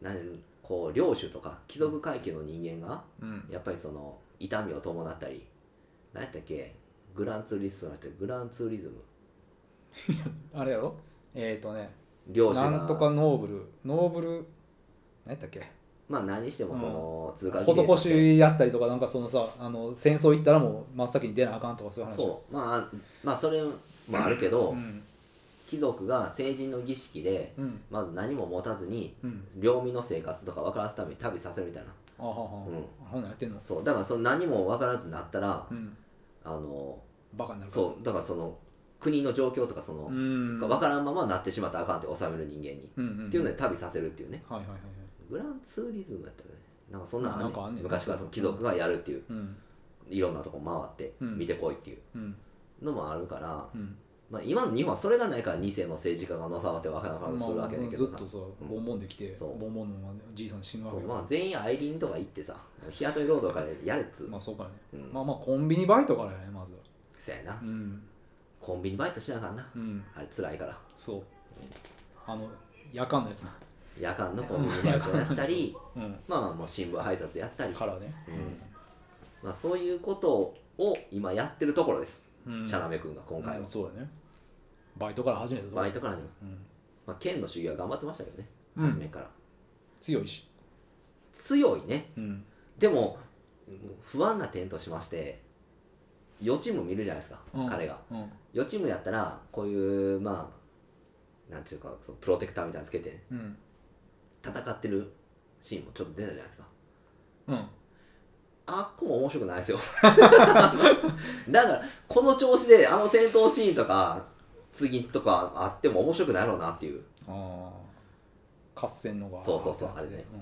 Speaker 2: なんこう領主とか貴族階級の人間が
Speaker 1: うん
Speaker 2: やっぱりその痛みを伴ったり何やったっけグランツーリストの人グランツーリズム
Speaker 1: あれやろえっとね
Speaker 2: 領主が
Speaker 1: なんとかノーブルノーブル何やったっけ
Speaker 2: まあ何してもその、通過儀礼と
Speaker 1: 施
Speaker 2: して
Speaker 1: しやったりとかなんかそのさあの戦争行ったらもう真っ先に出なあかんとかそういう話
Speaker 2: そうまあまあそれもあるけど、
Speaker 1: うん
Speaker 2: 貴族が成人の儀式で
Speaker 1: うん
Speaker 2: まず何も持たずに
Speaker 1: うん
Speaker 2: 領民の生活とか分からすために旅させるみたいな
Speaker 1: あはは
Speaker 2: うん
Speaker 1: ほんなんやってんの
Speaker 2: そうだからその何も分からずになったら、
Speaker 1: うん
Speaker 2: あの
Speaker 1: バカになるから
Speaker 2: そうだからその国の状況とかその、
Speaker 1: うん
Speaker 2: 分からんままなってしまったらあかんって収める人間に、
Speaker 1: うんうん
Speaker 2: っていうので旅させるっていうね
Speaker 1: はいはいはいはい
Speaker 2: グランツーリズムやったらねなんかそんなんあんね
Speaker 1: なんかあんねん
Speaker 2: 昔からその貴族がやるっていう
Speaker 1: うん
Speaker 2: いろんなとこ回って
Speaker 1: うん
Speaker 2: 見てこいっていう
Speaker 1: うん
Speaker 2: のもあるから、
Speaker 1: うん
Speaker 2: まあ、今の日本はそれがないから2世の政治家がのさわってわからな
Speaker 1: ま
Speaker 2: か
Speaker 1: あ
Speaker 2: ったりするわけだけ
Speaker 1: ず
Speaker 2: ど
Speaker 1: っ
Speaker 2: さ、
Speaker 1: とさ
Speaker 2: ん
Speaker 1: ボンボンで来て
Speaker 2: そ
Speaker 1: ボ
Speaker 2: う
Speaker 1: ンボンのままじいさん死ぬわけ
Speaker 2: そう
Speaker 1: よ
Speaker 2: まあ、全員アイリーンとか行ってさ日雇い労働からやれっつう、
Speaker 1: まあそうかね
Speaker 2: うん
Speaker 1: まあまあコンビニバイトからやねまずは
Speaker 2: そやな
Speaker 1: うん
Speaker 2: コンビニバイトしなあかんな
Speaker 1: うん
Speaker 2: あれ辛いから
Speaker 1: そうあの夜間のやつな
Speaker 2: 夜間のコンビニバイトやった り
Speaker 1: うん
Speaker 2: まあもう新聞配達やったり、
Speaker 1: からね
Speaker 2: まあ、そういうことを今やってるところです、
Speaker 1: うん
Speaker 2: シャラメ君が今回は、
Speaker 1: うんそうだねバイトから始めたとこ
Speaker 2: バイトから始めます、
Speaker 1: うん
Speaker 2: まあ、剣の主義は頑張ってましたけどね
Speaker 1: うん
Speaker 2: 初めから、
Speaker 1: 強いし
Speaker 2: 強いね
Speaker 1: うん
Speaker 2: でも不安な点としまして予知夢見るじゃないですか、
Speaker 1: うん
Speaker 2: 彼が
Speaker 1: うん
Speaker 2: 予知夢やったらこういうまあなんていうかそのプロテクターみたいなのつけてね
Speaker 1: うん
Speaker 2: 戦ってるシーンもちょっと出たじゃないですか
Speaker 1: うん
Speaker 2: あっこも面白くないですよだからこの調子であの戦闘シーンとか次とかあっても面白くないろうなっていう
Speaker 1: ああ合戦のが
Speaker 2: そうそうそうあれね
Speaker 1: うん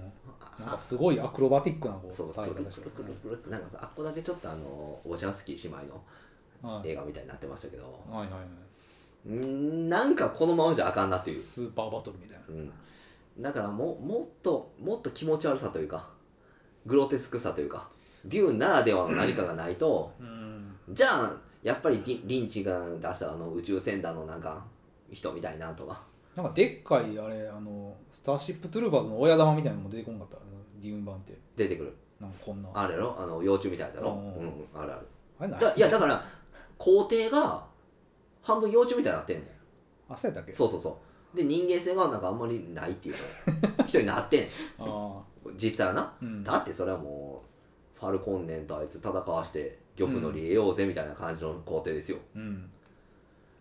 Speaker 1: なんか
Speaker 2: あ
Speaker 1: すごいアクロバティックなこう
Speaker 2: そうく
Speaker 1: 戦い
Speaker 2: るくる
Speaker 1: 方してる
Speaker 2: くるくるってなんかさあっこだけちょっとあのオジャンスキー姉妹の
Speaker 1: うんはい
Speaker 2: 映画みたいになってましたけど
Speaker 1: はいは
Speaker 2: うーんなんかこのままじゃあかんなって
Speaker 1: い
Speaker 2: いう、
Speaker 1: スーパーバトルみたいな
Speaker 2: うん、だからももっともっと気持ち悪さというかグロテスクさというかデューンならではの何かがな いと
Speaker 1: うん
Speaker 2: じゃあやっぱりリリンチが出したあの宇宙船団のなんか人みたいなとか
Speaker 1: なんかでっかいあれあのスターシップトゥルーバーズの親玉みたいなのも出てこんかったあのディウン版って
Speaker 2: 出てくる
Speaker 1: なんかこんな
Speaker 2: あれやろあの幼虫みたいなやつやろ、
Speaker 1: うん
Speaker 2: うんうん、あるある
Speaker 1: あれない
Speaker 2: だいやだから皇帝が半分幼虫みたいになってんのよ
Speaker 1: 朝やったっけ
Speaker 2: そうそうそうで人間性がなんかあんまりないっていう か人になってんね
Speaker 1: あ
Speaker 2: ん実際はな
Speaker 1: あうん
Speaker 2: だってそれはもうファルコンネンとあいつ戦わして漁夫の利得ようぜみたいな感じの皇帝ですよ、
Speaker 1: うん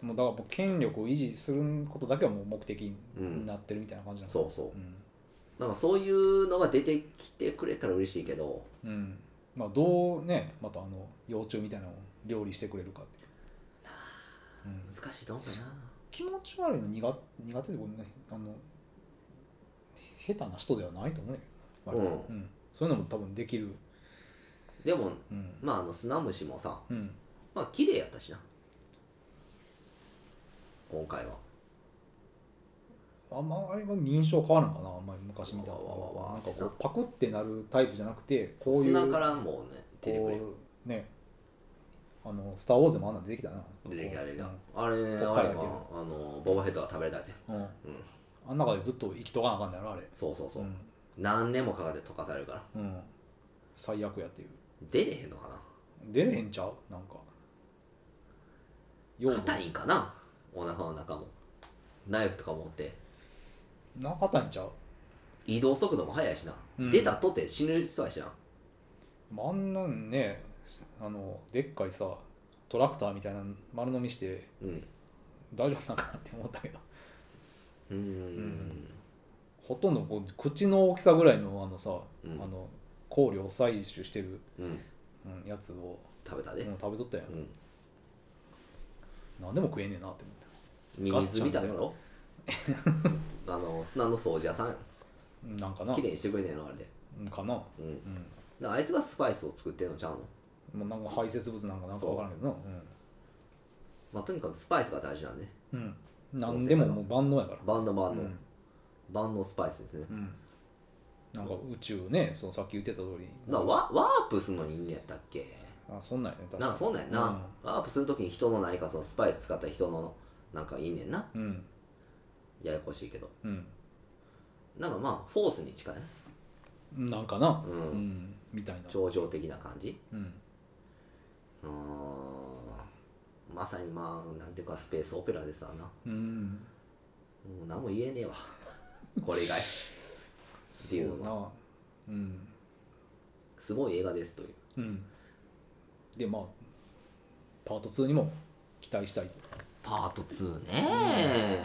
Speaker 1: もうだからもう権力を維持することだけはもう目的になってるみたいな感じなんです
Speaker 2: そうそう
Speaker 1: うん
Speaker 2: うなんかそういうのが出てきてくれたら嬉しいけど
Speaker 1: うんまあどうねまたあの幼虫みたいなのを料理してくれるかっていう、うん、
Speaker 2: 難しいと思うかな
Speaker 1: 気持ち悪いの苦苦手でもねあの下手な人ではないと思うね、割と
Speaker 2: う
Speaker 1: うん、そういうのも多分できる
Speaker 2: でも
Speaker 1: うん
Speaker 2: まああの砂虫もさ
Speaker 1: うん
Speaker 2: まあ綺麗やったしな今回は
Speaker 1: あんまあれは民衆変わるのかなあんまり昔みたいな
Speaker 2: わわわわ
Speaker 1: なんかこうパクってなるタイプじゃなくてこういう
Speaker 2: 砂からもうね出てくれる
Speaker 1: こうねあの「スター・ウォーズ」でもあんなん出てきたな
Speaker 2: 出てきたあれ
Speaker 1: う
Speaker 2: が
Speaker 1: ん
Speaker 2: あれね
Speaker 1: こっ
Speaker 2: あ
Speaker 1: から
Speaker 2: れ
Speaker 1: やけ
Speaker 2: が
Speaker 1: ど
Speaker 2: あのボバヘッドが食べれたやつや
Speaker 1: うん、
Speaker 2: うん
Speaker 1: あん中でずっと生きとかなあかんのやろあれ
Speaker 2: そうそうそう、
Speaker 1: ん
Speaker 2: 何年もかかって溶かされるから
Speaker 1: うん、最悪やっていう
Speaker 2: 出れへんのかな
Speaker 1: 出れへんちゃうなんかよう
Speaker 2: 硬いんかなお腹の中もナイフとか持って
Speaker 1: な硬いんちゃう
Speaker 2: 移動速度も速いしな、
Speaker 1: うん
Speaker 2: 出たとて死ぬ人やしな
Speaker 1: まああんなんねあのでっかいさトラクターみたいなの丸飲みして
Speaker 2: うん
Speaker 1: 大丈夫なんかなって思ったけど
Speaker 2: うーん
Speaker 1: んほとんどこう口の大きさぐらいのあのさ、
Speaker 2: うん
Speaker 1: あの香料採取してる、
Speaker 2: うん
Speaker 1: うん、やつを、
Speaker 2: 食べた
Speaker 1: う
Speaker 2: で、
Speaker 1: ん、食べとったやん、
Speaker 2: うん、
Speaker 1: なんでも食えねえなって思った
Speaker 2: ミミズみたいな のあの砂の掃除屋さん
Speaker 1: うんなんかな
Speaker 2: きれいにしてくれねえのあれで
Speaker 1: うんかな
Speaker 2: うん
Speaker 1: うん
Speaker 2: だからあいつがスパイスを作ってんのちゃうの、
Speaker 1: もうなんか排泄物なんかなんか分からんけどなう
Speaker 2: まあ、とにかくスパイスが大事なんで
Speaker 1: ん、うん、なんでももう万能やから
Speaker 2: 万能万能、
Speaker 1: うん
Speaker 2: 万能スパイスですね
Speaker 1: うん、なんか宇宙ねそのさっき言ってた通り
Speaker 2: なワワープするのにいいんやったっけ
Speaker 1: あそんなんやね確
Speaker 2: なんか
Speaker 1: か
Speaker 2: そんなんやな、ワープするときに人の何かそのスパイス使った人のなんかいいねんな
Speaker 1: にうん
Speaker 2: ややこしいけど
Speaker 1: うん
Speaker 2: なんかまあフォースに近いな
Speaker 1: なんかな
Speaker 2: う
Speaker 1: うん、
Speaker 2: ん、
Speaker 1: みたいな
Speaker 2: 頂上的な感じ
Speaker 1: うん
Speaker 2: うーんまさにまあなんていうかスペースオペラでさなも
Speaker 1: うん
Speaker 2: う何も言えねえわ これ以外ていうの
Speaker 1: そうなうん
Speaker 2: すごい映画ですという
Speaker 1: うんでまあパート2にも期待したいと
Speaker 2: パート2ね、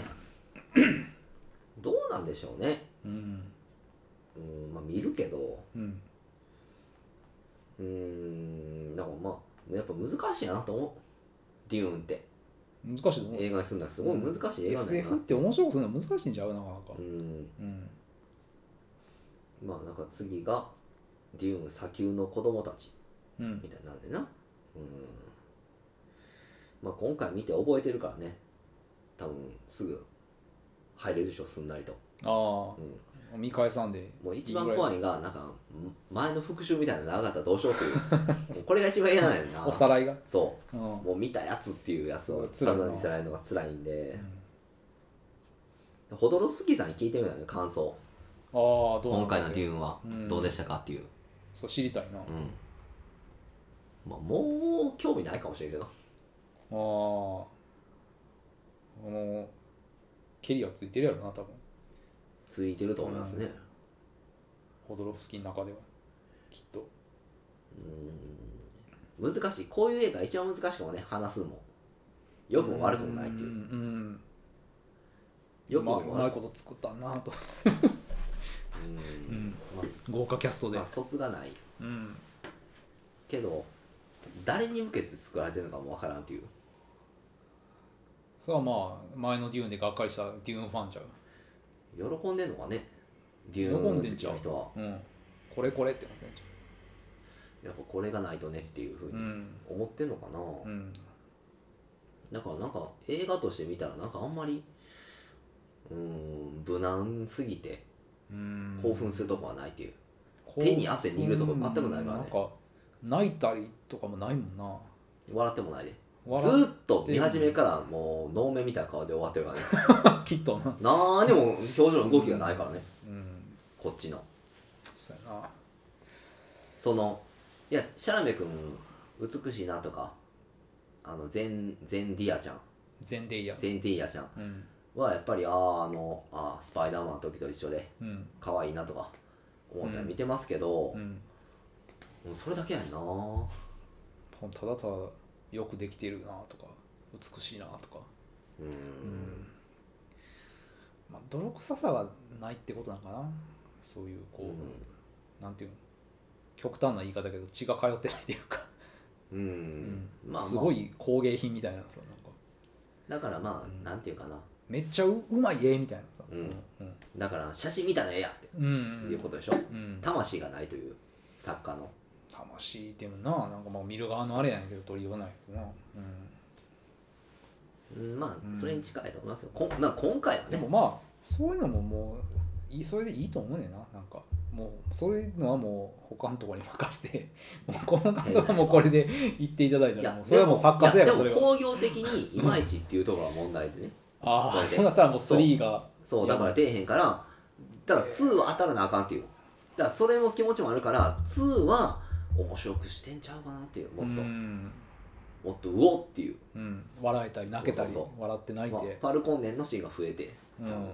Speaker 2: どうなんでしょうね
Speaker 1: うん
Speaker 2: うんまあ見るけど
Speaker 1: うん
Speaker 2: うーんだからまあやっぱ難しいやなと思うデューンって
Speaker 1: 難しいと思う
Speaker 2: 映画にするのはすごい難しい映画なんやな
Speaker 1: SF って面白くするの難しいんちゃうなかなか
Speaker 2: うん
Speaker 1: うん
Speaker 2: まあなんか次がデューン砂丘の子供たち
Speaker 1: ううん
Speaker 2: みたいなんでなうんまあ今回見て覚えてるからね多分すぐ入れるでしょすんなりと、
Speaker 1: あ
Speaker 2: うん、
Speaker 1: あ見返さんで
Speaker 2: もう一番怖いのがなんか前の復習みたいなの長かったらどうしよう っていうもうこれが一番嫌なんやんな
Speaker 1: おさらいが
Speaker 2: そ
Speaker 1: うん
Speaker 2: うもう見たやつっていうやつを
Speaker 1: そう
Speaker 2: ただ見せられるのが辛いんで、ホドロスキーさんに聞いてみたのよ感想
Speaker 1: ああどうな
Speaker 2: 今
Speaker 1: んだ
Speaker 2: 回
Speaker 1: っ
Speaker 2: の
Speaker 1: け
Speaker 2: デューンは
Speaker 1: うん
Speaker 2: どうでしたかっていう
Speaker 1: そう知りたいな、
Speaker 2: う
Speaker 1: あ
Speaker 2: ん、まあ、もう興味ないかもしれんけど
Speaker 1: あーあのケリはついてるやろな多分
Speaker 2: ついてると思いますね
Speaker 1: ホドロフスキーの中ではきっと、
Speaker 2: 難しいこういう映画一番難しいかもね話すのも良くも悪くもないっていううん
Speaker 1: うん
Speaker 2: 良く
Speaker 1: まあ
Speaker 2: も
Speaker 1: うまい
Speaker 2: 悪く
Speaker 1: こ
Speaker 2: も
Speaker 1: と作ったなと、
Speaker 2: う
Speaker 1: うんん、
Speaker 2: まあ
Speaker 1: 豪華キャストで、
Speaker 2: まあ卒がない
Speaker 1: うん
Speaker 2: けど誰に向けて作られてるのかもわからんっていう
Speaker 1: それはまあ前のデューンでがっかりしたデューンファンちゃう
Speaker 2: 喜んでんのかねデュ
Speaker 1: 喜
Speaker 2: ー
Speaker 1: ん
Speaker 2: ン
Speaker 1: で
Speaker 2: 好
Speaker 1: ん
Speaker 2: き
Speaker 1: ちゃ
Speaker 2: の
Speaker 1: う
Speaker 2: 人は
Speaker 1: うんこれこれってなってんちゃ
Speaker 2: やっぱこれがないとねっていうふう
Speaker 1: うう
Speaker 2: に
Speaker 1: ん
Speaker 2: 思ってんのかな、
Speaker 1: うん
Speaker 2: だからなんか映画として見たらなんかあんまりうーん無難すぎて
Speaker 1: うん
Speaker 2: 興奮するとこはないっていう、
Speaker 1: こう
Speaker 2: 手に汗握るとこ全くないからね
Speaker 1: なんか泣いたりとかもないもんな
Speaker 2: 笑ってもないでず
Speaker 1: 笑
Speaker 2: ーっと見始めからもう能面みたいな顔で終わってるからね
Speaker 1: っきっとな
Speaker 2: 何にも表情の動きがないからね
Speaker 1: うん
Speaker 2: こっちの
Speaker 1: そうやな
Speaker 2: そのいやシャラメ君美しいなとかあのゼンゼンディアちゃん
Speaker 1: 全デイヤ
Speaker 2: ゼンディアちゃん
Speaker 1: うん
Speaker 2: はやっぱりあーあのあースパイダーマンの時と一緒で
Speaker 1: うん
Speaker 2: 可愛いなとか思ったら見てますけど、
Speaker 1: うん
Speaker 2: もうそれだけやんなう
Speaker 1: ほんただただよくできてるなとか美しいなとか
Speaker 2: ん
Speaker 1: まあ泥臭さがないってことなのかなそういうこう、なんていうの極端な言い方だけど血が通ってないっていうか、
Speaker 2: うん、うんまあ、
Speaker 1: すごい工芸品みたいなさなんか
Speaker 2: だからまあ、
Speaker 1: うん
Speaker 2: なんていうかな
Speaker 1: めっちゃううまい絵みたいなさ
Speaker 2: うん
Speaker 1: うん
Speaker 2: だから写真みたいな絵やって、
Speaker 1: うん
Speaker 2: いうことでしょ
Speaker 1: うん
Speaker 2: 魂がないという作家の
Speaker 1: 魂でもななんかまあ見る側のあれやねんけど取りようがないけどな、う
Speaker 2: うんま
Speaker 1: うん
Speaker 2: あそれに近いと思いますよ、こんまあ、今回は
Speaker 1: ん、で
Speaker 2: ね
Speaker 1: もまあそういうのももういいそれでいいと思うねんななんかもうそういうのはもう他のところに任せて もうこの方はもうこれで言っていただいた
Speaker 2: い
Speaker 1: ら
Speaker 2: や
Speaker 1: もうそれはもう作家性や
Speaker 2: で
Speaker 1: から
Speaker 2: も
Speaker 1: そ
Speaker 2: い
Speaker 1: れ
Speaker 2: やでも
Speaker 1: は
Speaker 2: 工業的にいまいちっていうところが問題でね
Speaker 1: ああ
Speaker 2: これで
Speaker 1: そうなったらもう3が
Speaker 2: そうだから出えへんからだから2は当たらなあかんっていうだからそれも気持ちもあるから2は面白くしてんちゃうかなっていうも
Speaker 1: う
Speaker 2: っと、
Speaker 1: ん、
Speaker 2: もっとうおっていう
Speaker 1: うん、笑えたり泣けたり
Speaker 2: そうそう
Speaker 1: 笑って泣い
Speaker 2: まあ
Speaker 1: て、
Speaker 2: ファルコンネンのシーンが増えて、
Speaker 1: うん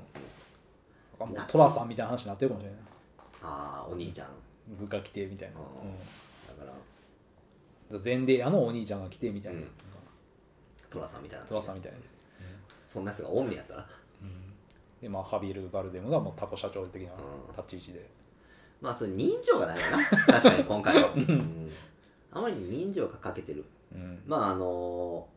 Speaker 2: 多分
Speaker 1: なんかもう寅さんみたいな話になってるかもしれない
Speaker 2: ああお兄ちゃん
Speaker 1: 部が来てみたいな、
Speaker 2: うんだから
Speaker 1: うん、前例屋のお兄ちゃんが来てみたいな、
Speaker 2: う
Speaker 1: うんん、
Speaker 2: 寅さんみたいな
Speaker 1: 寅さんみたいな
Speaker 2: そんなやつがおんねやったら
Speaker 1: でまあハビル・バルデムがもうタコ社長的な
Speaker 2: うん
Speaker 1: 立ち位置で、
Speaker 2: まあそれ人情がないかな 確かに今回は、うん、あまりに人情が欠けてる
Speaker 1: うん
Speaker 2: まああの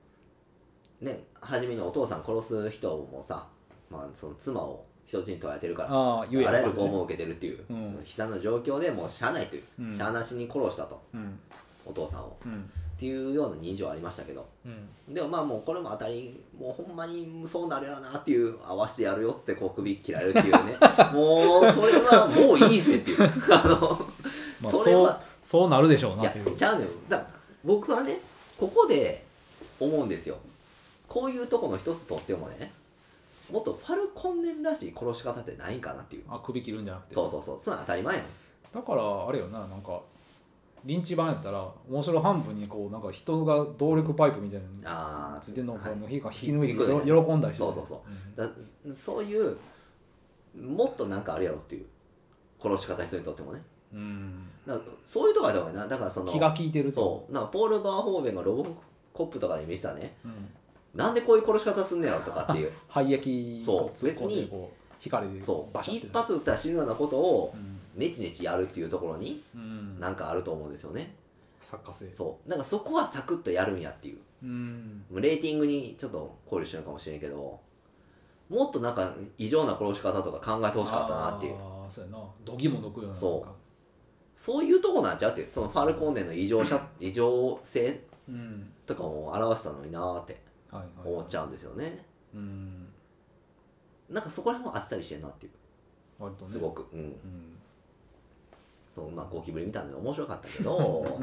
Speaker 2: ね初めにお父さん殺す人もさ、まあ、その妻を人質に取られてるから
Speaker 1: ああゆえ
Speaker 2: あらゆる拷問
Speaker 1: う
Speaker 2: を受けてるっていう、
Speaker 1: うん
Speaker 2: 悲惨な状況でもうしゃあないという、
Speaker 1: うん
Speaker 2: しゃあなしに殺したと
Speaker 1: うん
Speaker 2: お父さんを
Speaker 1: うん
Speaker 2: っていうような人情はありましたけど
Speaker 1: うん
Speaker 2: でもまあもうこれも当たりもうほんまにそうなるよなっていう合わせてやるよっつってこう首切られるっていう ねもうそれはもういいぜっていうあの
Speaker 1: まあ
Speaker 2: そ
Speaker 1: そ
Speaker 2: れは
Speaker 1: うそうなるでしょう
Speaker 2: い
Speaker 1: な
Speaker 2: や
Speaker 1: という
Speaker 2: ちゃうのよだから僕はねここで思うんですよこういうとこの一つとってもねもっとファルコンネンらしい殺し方ってないんかなっていう
Speaker 1: あ首切るんじゃなくて
Speaker 2: そうそうそうそんなん当たり前やん
Speaker 1: だからあれよななんかリンチ版やったら面白半分にこうなんか人が動力パイプみたいなの
Speaker 2: ああ
Speaker 1: ついてんの
Speaker 2: は
Speaker 1: か
Speaker 2: い
Speaker 1: の日が引き抜いて
Speaker 2: 引き抜いて
Speaker 1: 喜んだりして
Speaker 2: そうそうそうだそういうもっとなんかあるやろっていう殺し方人にとってもね
Speaker 1: うん、うん
Speaker 2: だからそういうとこやった方がいいなだからその
Speaker 1: 気が利いてると
Speaker 2: そうなんかポール・バーホーベンがロボコップとかで見せたね
Speaker 1: う、ん、
Speaker 2: なんでこういう殺し方すんねやろとかっていう
Speaker 1: 廃液
Speaker 2: そう
Speaker 1: 突っ込んで
Speaker 2: 別に
Speaker 1: こう光で
Speaker 2: そ
Speaker 1: バ
Speaker 2: う
Speaker 1: シャって
Speaker 2: 一発撃ったら死ぬようなことを
Speaker 1: うん、
Speaker 2: ネチネチやるっていうところに
Speaker 1: うん、
Speaker 2: なんかあると思うんですよね
Speaker 1: 作家性
Speaker 2: そうなんかそこはサクッとやるんやっていう
Speaker 1: うん
Speaker 2: もうレーティングにちょっと考慮してるかもしれんけどもっとなんか異常な殺し方とか考えてほしかったなっていう
Speaker 1: ああそうやな度肝抜くような
Speaker 2: そう
Speaker 1: なんか
Speaker 2: そういうとこなんちゃうってそのファルコンネの異常者異常性
Speaker 1: うん
Speaker 2: とかも表したのになーって
Speaker 1: はいはい
Speaker 2: 思っちゃうんですよね
Speaker 1: うん
Speaker 2: なんかそこら辺もあっさりしてんなっていう
Speaker 1: 割とね
Speaker 2: すごく、うん、
Speaker 1: うん
Speaker 2: そのまあゴキブリ見たんで面白かったけど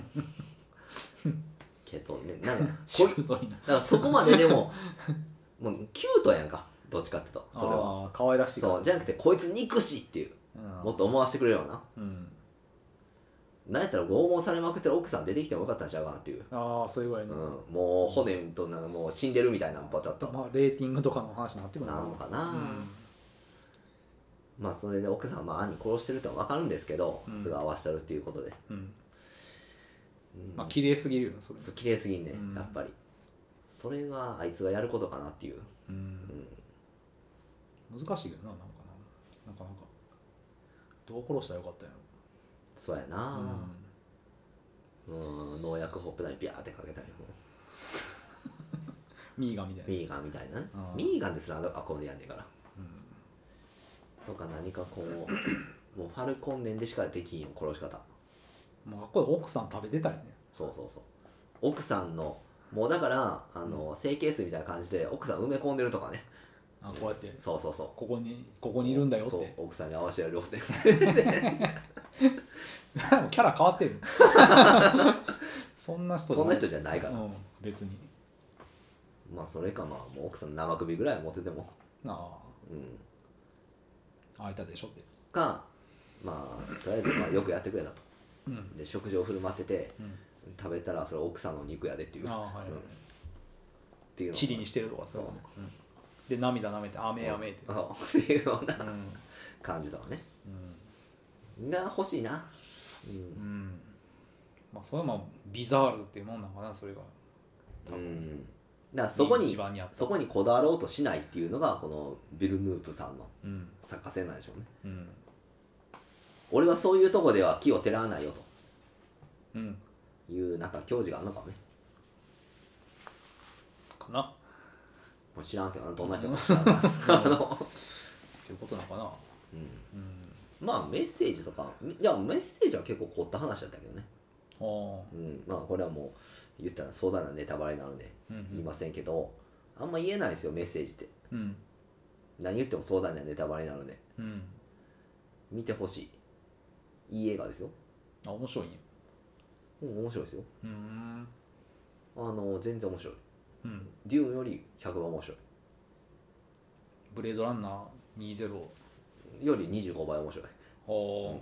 Speaker 2: けどねなんか
Speaker 1: し
Speaker 2: こ
Speaker 1: ぶといな
Speaker 2: だからそこまででももうキュートやんかどっちかっていうとそれは
Speaker 1: ああ可愛らしい
Speaker 2: そうじゃなくてこいつ憎しっていうもっ
Speaker 1: と
Speaker 2: と思わせてくれるような
Speaker 1: うん
Speaker 2: なんやったら拷問されまくってる奥さん出てきてもよかったんちゃうかなっていう、
Speaker 1: ああそういうぐらい
Speaker 2: うん
Speaker 1: の、、
Speaker 2: もう骨となんかもう死んでるみたいなのバチャッと
Speaker 1: まあレーティングとかの話になってくる
Speaker 2: なのかな、
Speaker 1: うん
Speaker 2: まあそれで奥さんまあ兄殺してるってのは分かるんですけど、
Speaker 1: うん
Speaker 2: すぐ合わせてるっていうことで、
Speaker 1: うん
Speaker 2: うん
Speaker 1: まあ綺麗すぎるよねそれ
Speaker 2: そう綺麗すぎんね、
Speaker 1: うん
Speaker 2: やっぱりそれはあいつがやることかなっていう、
Speaker 1: うん
Speaker 2: うん
Speaker 1: 難しいけどななんかななかなかどう殺したらよかったんや
Speaker 2: そうや
Speaker 1: ろ
Speaker 2: な、うん、農薬ほっぺたにビャーってかけたりも
Speaker 1: ミーガンみたいな
Speaker 2: ミーガンみたいなね
Speaker 1: あー
Speaker 2: ミーガンですらあのあここでやんねんから
Speaker 1: うん
Speaker 2: とか何かこう もうファルコンネンでしかできんよ殺し方
Speaker 1: まあこれ奥さん食べてたりね
Speaker 2: そうそうそう奥さんのもうだからあの整形水みたいな感じで奥さん埋め込んでるとかね
Speaker 1: あこうやって
Speaker 2: そうそうそう
Speaker 1: ここにここにいるんだよっ
Speaker 2: そう
Speaker 1: て
Speaker 2: 奥さんに合わせてやるよって
Speaker 1: キャラ変わってる そんな人じ
Speaker 2: そ
Speaker 1: ゃ
Speaker 2: ん
Speaker 1: な
Speaker 2: ない人じゃないから、
Speaker 1: うん別に
Speaker 2: まあそれかまあもう奥さんの生首ぐらいは持ってても
Speaker 1: なあ
Speaker 2: うん
Speaker 1: 開いたでしょって
Speaker 2: かまあとりあえずまあよくやってくれたと
Speaker 1: うん
Speaker 2: で食事を振る舞ってて
Speaker 1: うん
Speaker 2: 食べたらそれ奥さんの肉やでっていう
Speaker 1: ああはい、
Speaker 2: うんっていうの
Speaker 1: チリにしてるとかさ、
Speaker 2: そう
Speaker 1: うんで涙舐めて「あめあめ」って、
Speaker 2: あっていうような
Speaker 1: うん
Speaker 2: 感じとかね
Speaker 1: うん
Speaker 2: が欲しいな、う
Speaker 1: うんんまあそれはまあビザールっていうもんなんかなそれが
Speaker 2: うん、だからそこ
Speaker 1: 一
Speaker 2: に
Speaker 1: 番にあった
Speaker 2: そこにこだわろうとしないっていうのがこのビル・ヌープさんの
Speaker 1: うん
Speaker 2: 作家性なんでしょうね
Speaker 1: うん
Speaker 2: 俺はそういうとこでは木をてらわないよ
Speaker 1: うん
Speaker 2: というなんか教授があるのかもね
Speaker 1: かな
Speaker 2: もう知らんけどどんな人か知らんから あの、
Speaker 1: っていうことなのかな
Speaker 2: うん、
Speaker 1: うん
Speaker 2: まあメッセージとかいやメッセージは結構凝った話だったけどね、
Speaker 1: ああ
Speaker 2: うん、まあこれはもう言ったら相談なネタバレなので
Speaker 1: うんう
Speaker 2: 言い
Speaker 1: ん
Speaker 2: ませんけどあんま言えないですよメッセージって
Speaker 1: うん
Speaker 2: 何言っても相談にはネタバレなので
Speaker 1: うん
Speaker 2: 見てほしいいい映画ですよ、
Speaker 1: あ面白いね
Speaker 2: うん、面白いですよ
Speaker 1: うん
Speaker 2: あの全然面白い
Speaker 1: うん
Speaker 2: デューンより100倍面白
Speaker 1: ブレードランナー20
Speaker 2: いより25倍面白い
Speaker 1: は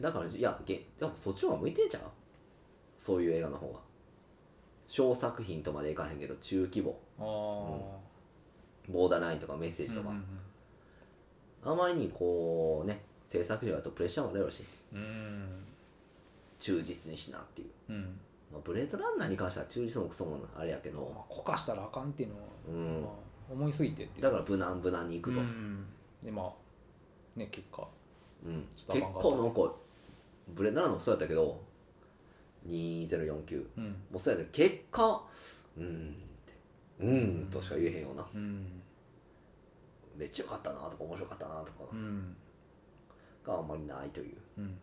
Speaker 2: だからいやげでもそっちの方が向いてんじゃんそういう映画の方が小作品とまでいかへんけど中規模
Speaker 1: ああ
Speaker 2: ボーダーラインとかメッセー
Speaker 1: あ
Speaker 2: ジとか、あまりにこうね制作費だとプレッシャーもあるやろし
Speaker 1: うん
Speaker 2: 忠実にしなっていう、
Speaker 1: うん
Speaker 2: まあ、ブレードランナーに関しては忠実もクソもあれやけ
Speaker 1: ま
Speaker 2: ど
Speaker 1: あこかしたらあかんっていうのは
Speaker 2: うん
Speaker 1: まあ思いすぎてっていう
Speaker 2: だから無難無難にいくと、
Speaker 1: うんでまあね結果
Speaker 2: うん
Speaker 1: ちょっ
Speaker 2: 結
Speaker 1: とあかんかった
Speaker 2: 構なんかブレードランナーもそうやったけど2049
Speaker 1: うん
Speaker 2: もうそうやったけど結果うーんってうーんとしか言えへんような
Speaker 1: うん
Speaker 2: めっちゃ良かったなとか面白かったなと
Speaker 1: う
Speaker 2: か
Speaker 1: ん
Speaker 2: があんまりないという、
Speaker 1: うん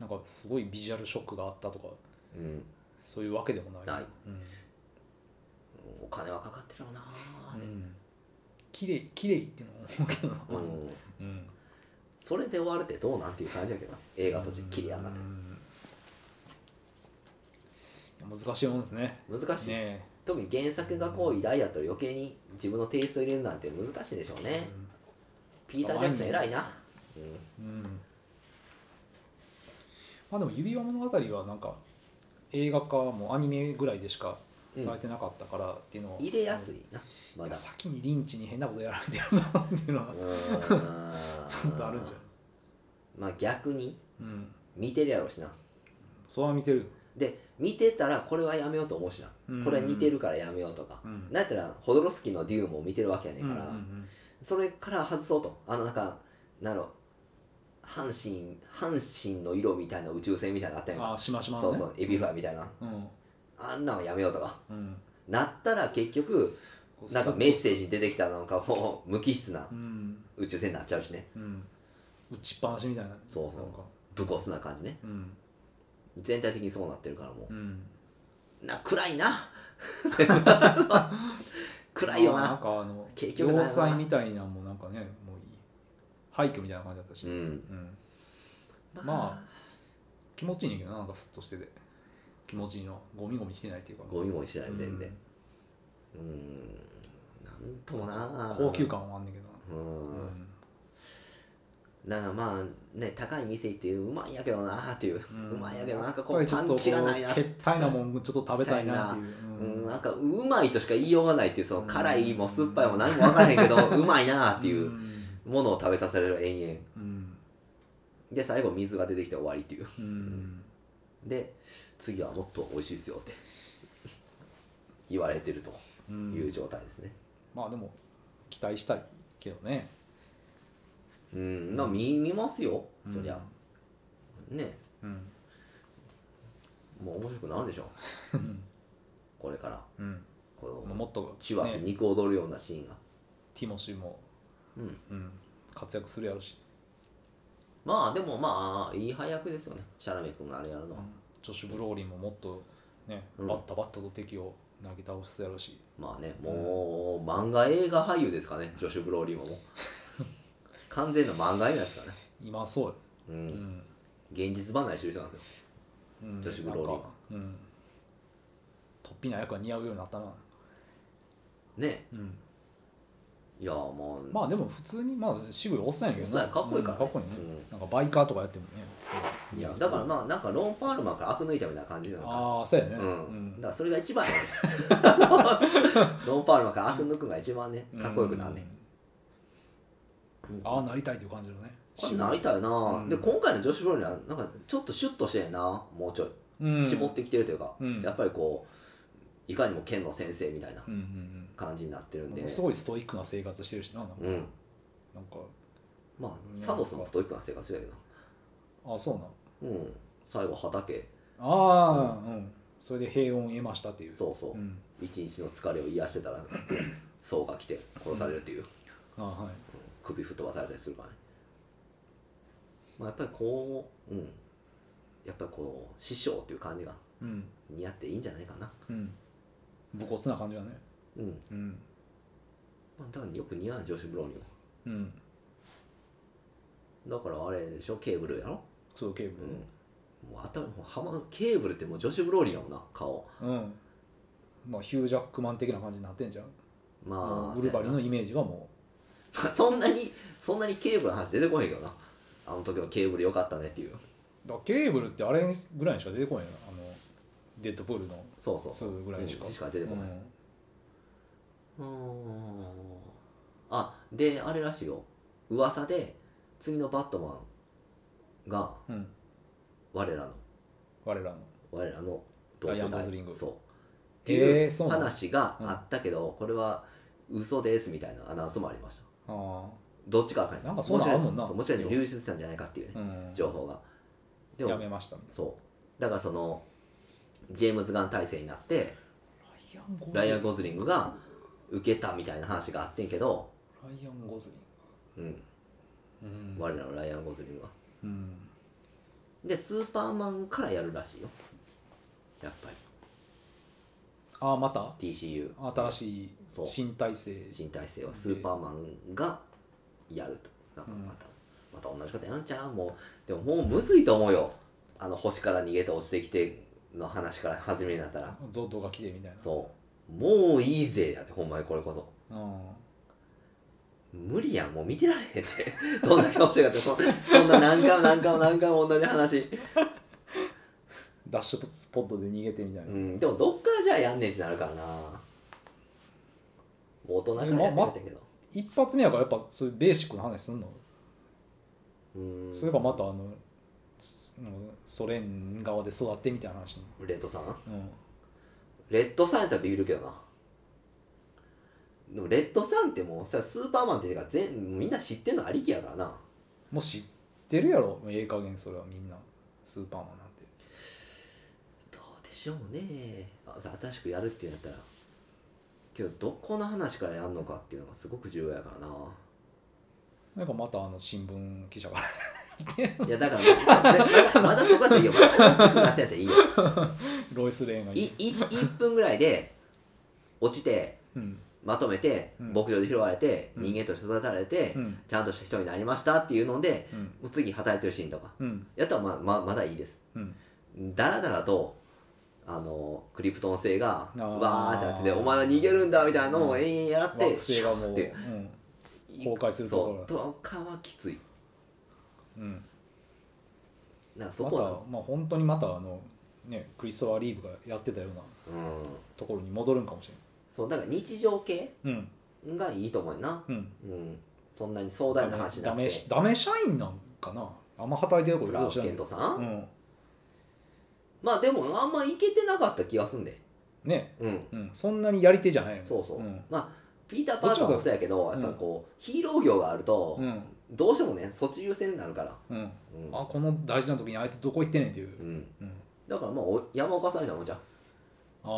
Speaker 1: なんかすごいビジュアルショックがあったとか
Speaker 2: うん、
Speaker 1: そういうわけでもない
Speaker 2: ない
Speaker 1: うん
Speaker 2: お金はかかってるよなーって、
Speaker 1: うん綺麗綺麗っていうのは思うけどなまず
Speaker 2: うん
Speaker 1: うん
Speaker 2: それで終わるってどうなんていう感じやけどな映画として綺麗やなって
Speaker 1: うん難しいもんですね
Speaker 2: 難しいです、
Speaker 1: ね
Speaker 2: 特に原作がこう偉大やったら余計に自分のテイスト入れるなんて難しいでしょう
Speaker 1: え
Speaker 2: ね、ピーター・ジャクソン偉いな、
Speaker 1: うん、うんまあでも「指輪物語」はなんか映画化もアニメぐらいでしかされてなかったからっていうのは、
Speaker 2: うん入れやす
Speaker 1: い
Speaker 2: いなま
Speaker 1: や
Speaker 2: だ
Speaker 1: 先にリンチに変なことやられてるなっていうのは
Speaker 2: う
Speaker 1: ちょ
Speaker 2: ー
Speaker 1: っとあるんじゃない
Speaker 2: まあ逆に
Speaker 1: うん
Speaker 2: 見てるやろうしな
Speaker 1: それは見てる
Speaker 2: で見てたらこれはやめようと思うしな、
Speaker 1: うん
Speaker 2: これは似てるからやめようとか、
Speaker 1: うん
Speaker 2: なんやったらホドロフスキーのデューも見てるわけやね
Speaker 1: うんんう
Speaker 2: から、
Speaker 1: ん
Speaker 2: それから外そうとあのなんかなんやろ阪神阪神の色みたいな宇宙船みたいなのあった
Speaker 1: う
Speaker 2: やん
Speaker 1: ん
Speaker 2: か
Speaker 1: ああしましま
Speaker 2: そ
Speaker 1: の
Speaker 2: う
Speaker 1: ね
Speaker 2: そうエビフライみたいな
Speaker 1: うん
Speaker 2: あんなんはやめようとか
Speaker 1: うん
Speaker 2: なったら結局なんかメッセージに出てきたなんかもう無機質な
Speaker 1: うん
Speaker 2: 宇宙船になっちゃうしね
Speaker 1: うん打ちっぱなしみたいな
Speaker 2: そうそう
Speaker 1: なんか
Speaker 2: 武骨な感じね
Speaker 1: うん
Speaker 2: 全体的にそうなってるからも
Speaker 1: うん
Speaker 2: うな暗 いな暗いよ
Speaker 1: あーなん
Speaker 2: な
Speaker 1: かあの
Speaker 2: 結局ない
Speaker 1: 要
Speaker 2: よな
Speaker 1: 塞みたいなのもなんかねもういい廃墟みたいな感じだったし、
Speaker 2: うん
Speaker 1: うんま気持ちいいねんだけどななんかスッとしてて気持ちいいのゴミゴミしてないっていうか
Speaker 2: ゴミゴミしてない
Speaker 1: うん
Speaker 2: 全然うんなんともな
Speaker 1: 高級感はあんねんけど
Speaker 2: う
Speaker 1: な、
Speaker 2: んだからまあね高い店行ってうまいんやけどなーっていう、うまいんやけどなんかこう
Speaker 1: やっぱ
Speaker 2: パ
Speaker 1: り
Speaker 2: ンチがない
Speaker 1: ちょ
Speaker 2: な
Speaker 1: っとこうけったいなもんちょっと食べたいなっていう、
Speaker 2: う
Speaker 1: うん
Speaker 2: ん、なんかうまいとしか言いようがないっていうその
Speaker 1: うん
Speaker 2: 辛いも酸っぱいも何も分からへんけどうまいなーっていううんものを食べさせられる延々
Speaker 1: うん
Speaker 2: で最後水が出てきて終わりっていう
Speaker 1: うん
Speaker 2: で次はもっと美味しいですよって言われてると
Speaker 1: うん
Speaker 2: いう状態ですね
Speaker 1: まあでも期待したいけどね
Speaker 2: うんまあ見見ますよそりゃ、ね
Speaker 1: うん
Speaker 2: もう面白くなるでしょこれから
Speaker 1: うん、
Speaker 2: こ
Speaker 1: まあ
Speaker 2: の
Speaker 1: もっと、
Speaker 2: 血湧き
Speaker 1: ね、
Speaker 2: 肉踊るようなシーンが、
Speaker 1: ティモシーも、
Speaker 2: うん
Speaker 1: うん、活躍するやろし
Speaker 2: まあでもまあいい配役ですよねシャラメ君があれやるのは、
Speaker 1: ジョシュ・ブローリンももっとね、
Speaker 2: うん
Speaker 1: バッタバッタと敵を投げ倒すやろし
Speaker 2: まあねもう漫画映画俳優ですかねジョシュ・ブローリーももう 完全な漫画映画ですからね
Speaker 1: 今はそうよ
Speaker 2: う
Speaker 1: うんん、
Speaker 2: 現実離れしてる人なんですよ
Speaker 1: うん、
Speaker 2: ジョシュブローリン
Speaker 1: なんかうん突飛な役が似合うようになったな、
Speaker 2: ね
Speaker 1: うん、
Speaker 2: いやもう、
Speaker 1: まあでも普通にまあ渋いおっさんやけどな
Speaker 2: おっさんやかっこいいからね
Speaker 1: うんかっこいいね、なんかバイカーとかやってもね、
Speaker 2: いやだからまあなんかロン・パールマンから悪抜いたみたいな感じなのか
Speaker 1: ああそうやね
Speaker 2: うん、だからそれが一 番やねロン・パールマンから悪抜くのが一番ね
Speaker 1: うん
Speaker 2: かっこよくなんね、
Speaker 1: うんああなりたいという感じのね
Speaker 2: あなりたいな、
Speaker 1: ん
Speaker 2: で今回の女子プロにはなんかちょっとシュッとしてんなもうちょい、
Speaker 1: うん
Speaker 2: 絞ってきてるというか、
Speaker 1: うん
Speaker 2: やっぱりこういかにも剣の先生みたいな
Speaker 1: うんうん
Speaker 2: 感じになってるん
Speaker 1: う
Speaker 2: で
Speaker 1: ん、すごいストイックな生活してるしななんか
Speaker 2: うん
Speaker 1: なんか
Speaker 2: まあサノスもストイックな生活してたけ
Speaker 1: ああそうなん
Speaker 2: どうん最後畑
Speaker 1: ああうん、それで平穏を得ましたっていう
Speaker 2: そうそう、
Speaker 1: ん、
Speaker 2: 一日の疲れを癒して たら僧が来て殺されるっていう、
Speaker 1: ああはい
Speaker 2: 首吹っ飛ばされたりするからねまあやっぱりこううんやっぱりこう師匠っていう感じが
Speaker 1: うん
Speaker 2: 似合っていいんじゃないかな
Speaker 1: うん武骨な感じだね
Speaker 2: うん、
Speaker 1: うん
Speaker 2: まあ、だからよく似合う女子ブローニーも
Speaker 1: うん
Speaker 2: だからあれでしょケーブルやろ
Speaker 1: そうケーブ
Speaker 2: うんもう頭もう浜ケーブルってもう女子ブローリーやもんな顔
Speaker 1: ルうん、まあヒュージャックマン的な感じになってんじゃん
Speaker 2: ま
Speaker 1: も
Speaker 2: あ
Speaker 1: うウルバリンの
Speaker 2: そう
Speaker 1: イメージがも
Speaker 2: やな そんなにそんなにケーブルの話出てこへんけどなあの時のケーブルよかったねっていう
Speaker 1: うだからケーブルってあれぐらいにしか出てこないよなあのデッドプールの
Speaker 2: そうそう
Speaker 1: 2ぐらいにしか,、
Speaker 2: うんしか出てこない、
Speaker 1: うん
Speaker 2: うーんあであれらしいよ噂で次のバットマンが
Speaker 1: うん、
Speaker 2: 我らの
Speaker 1: 我らの
Speaker 2: 我らの
Speaker 1: ライアンゴズリング
Speaker 2: そうって
Speaker 1: へ
Speaker 2: い
Speaker 1: えそううなの
Speaker 2: 話があったけど、これは嘘ですみたいなアナウンスもありました
Speaker 1: あ
Speaker 2: どっちかわかんない
Speaker 1: なんかそんなんあんもんな
Speaker 2: もちろんそうもちろん流出したんじゃないかっていうね
Speaker 1: あ、うん、
Speaker 2: 情報がで
Speaker 1: や
Speaker 2: も
Speaker 1: めましたみたい
Speaker 2: そうだからそのジェームズ・ガン体制になって
Speaker 1: なライアン・ゴズリン
Speaker 2: ライアン・ゴズリングが受けたみたいな話があってんけど、
Speaker 1: ライアン・ゴズ
Speaker 2: うん、
Speaker 1: リンうん、
Speaker 2: 我らのライアン・ゴズリングは
Speaker 1: うん、
Speaker 2: でスーパーマンからやるらしいよやっぱ
Speaker 1: ああまた
Speaker 2: り TCU
Speaker 1: 新しい
Speaker 2: そう
Speaker 1: 新体制
Speaker 2: 新体制はスーパーマンがやるとなんか
Speaker 1: うん
Speaker 2: また、また同じことやるんちゃうもうでももうむずいと思うよあの星から逃げて落ちてきての話から始めになったら
Speaker 1: 贈答が綺麗みたいな
Speaker 2: そうもういいぜやってほんまにこれこそ
Speaker 1: うん
Speaker 2: 無理やんもう見てられへんって どんだけ面白かったそそんな何回も何回も何回も同じ話、
Speaker 1: ダッシュスポットで逃げてみたいうな、
Speaker 2: ん、でもどっからじゃあやんねんってなるからなもう大人からやってみてんけど、
Speaker 1: 一発目やからやっぱそういうベーシックな話すんの、
Speaker 2: うん
Speaker 1: そういえばまたあのすなんかソ連側で育ってみたいな話に、
Speaker 2: レッドさん
Speaker 1: うん、
Speaker 2: レッドサンやったらビビるけどなでもレッドサンってもうさスーパーマンっていうか全みんな知ってんのありきやからな
Speaker 1: もう知ってるやろええ加減それはみんなスーパーマンなんて
Speaker 2: どうでしょうねあ新しくやるっていうんやったらけどどこの話からやんのかっていうのがすごく重要やからな
Speaker 1: なんかまたあの新聞記者が
Speaker 2: いやだからまだまだまだそこやったらいいよまだ大きくなってやったらいいよ
Speaker 1: ロイス・レーンがい
Speaker 2: い
Speaker 1: い
Speaker 2: い1分ぐらいで落ちて
Speaker 1: うん
Speaker 2: まとめて
Speaker 1: うん
Speaker 2: 牧場で拾われて、
Speaker 1: うん
Speaker 2: 人間として育てられて、
Speaker 1: うん
Speaker 2: ちゃんとした人になりましたっていうので
Speaker 1: うん
Speaker 2: もう次働いてるシーンとか
Speaker 1: うん
Speaker 2: やったらまままだいいです
Speaker 1: うん
Speaker 2: だらだらとあのクリプトン星が
Speaker 1: あー
Speaker 2: わーってなっててお前は逃げるんだみたいなのを延々やらって
Speaker 1: 惑星がもう、
Speaker 2: シャーっ
Speaker 1: う
Speaker 2: て
Speaker 1: ん、崩壊するところ
Speaker 2: そうとかはきつい
Speaker 1: うん、
Speaker 2: なんかそ
Speaker 1: ま
Speaker 2: こ
Speaker 1: た
Speaker 2: は、
Speaker 1: まあ本当にまたあのねクリストワー・リーブがやってたような
Speaker 2: うん
Speaker 1: ところに戻るんかもし
Speaker 2: そうだから日常系
Speaker 1: れんうん
Speaker 2: がいいと思うよな
Speaker 1: うん
Speaker 2: うんそんなに壮大な話じゃ
Speaker 1: ダ
Speaker 2: なく
Speaker 1: メ
Speaker 2: て
Speaker 1: ダメ社員なんかなあんま働いてること
Speaker 2: ブ
Speaker 1: よ
Speaker 2: ラ
Speaker 1: く
Speaker 2: ウ
Speaker 1: 知ら
Speaker 2: ス
Speaker 1: ん
Speaker 2: ケ
Speaker 1: け
Speaker 2: ン
Speaker 1: ど
Speaker 2: トさん、
Speaker 1: うん
Speaker 2: まあでもあんまいけてなかった気がすんで
Speaker 1: ね
Speaker 2: うん
Speaker 1: うんそんなにやり手じゃないよね
Speaker 2: そうそう、
Speaker 1: ん
Speaker 2: まあピーター・パーカーもそうやけど
Speaker 1: どっ
Speaker 2: や
Speaker 1: ち
Speaker 2: っ
Speaker 1: か
Speaker 2: ぱこう、ヒーロー業があると、
Speaker 1: うん
Speaker 2: どうしてもねそっち優先になるから、
Speaker 1: うん
Speaker 2: うん
Speaker 1: あこの大事な時にあいつどこ行ってんねんっていう
Speaker 2: う、ん、
Speaker 1: うん、
Speaker 2: だからまあお山岡さんみたいなもんじゃん、
Speaker 1: あ
Speaker 2: う
Speaker 1: あ、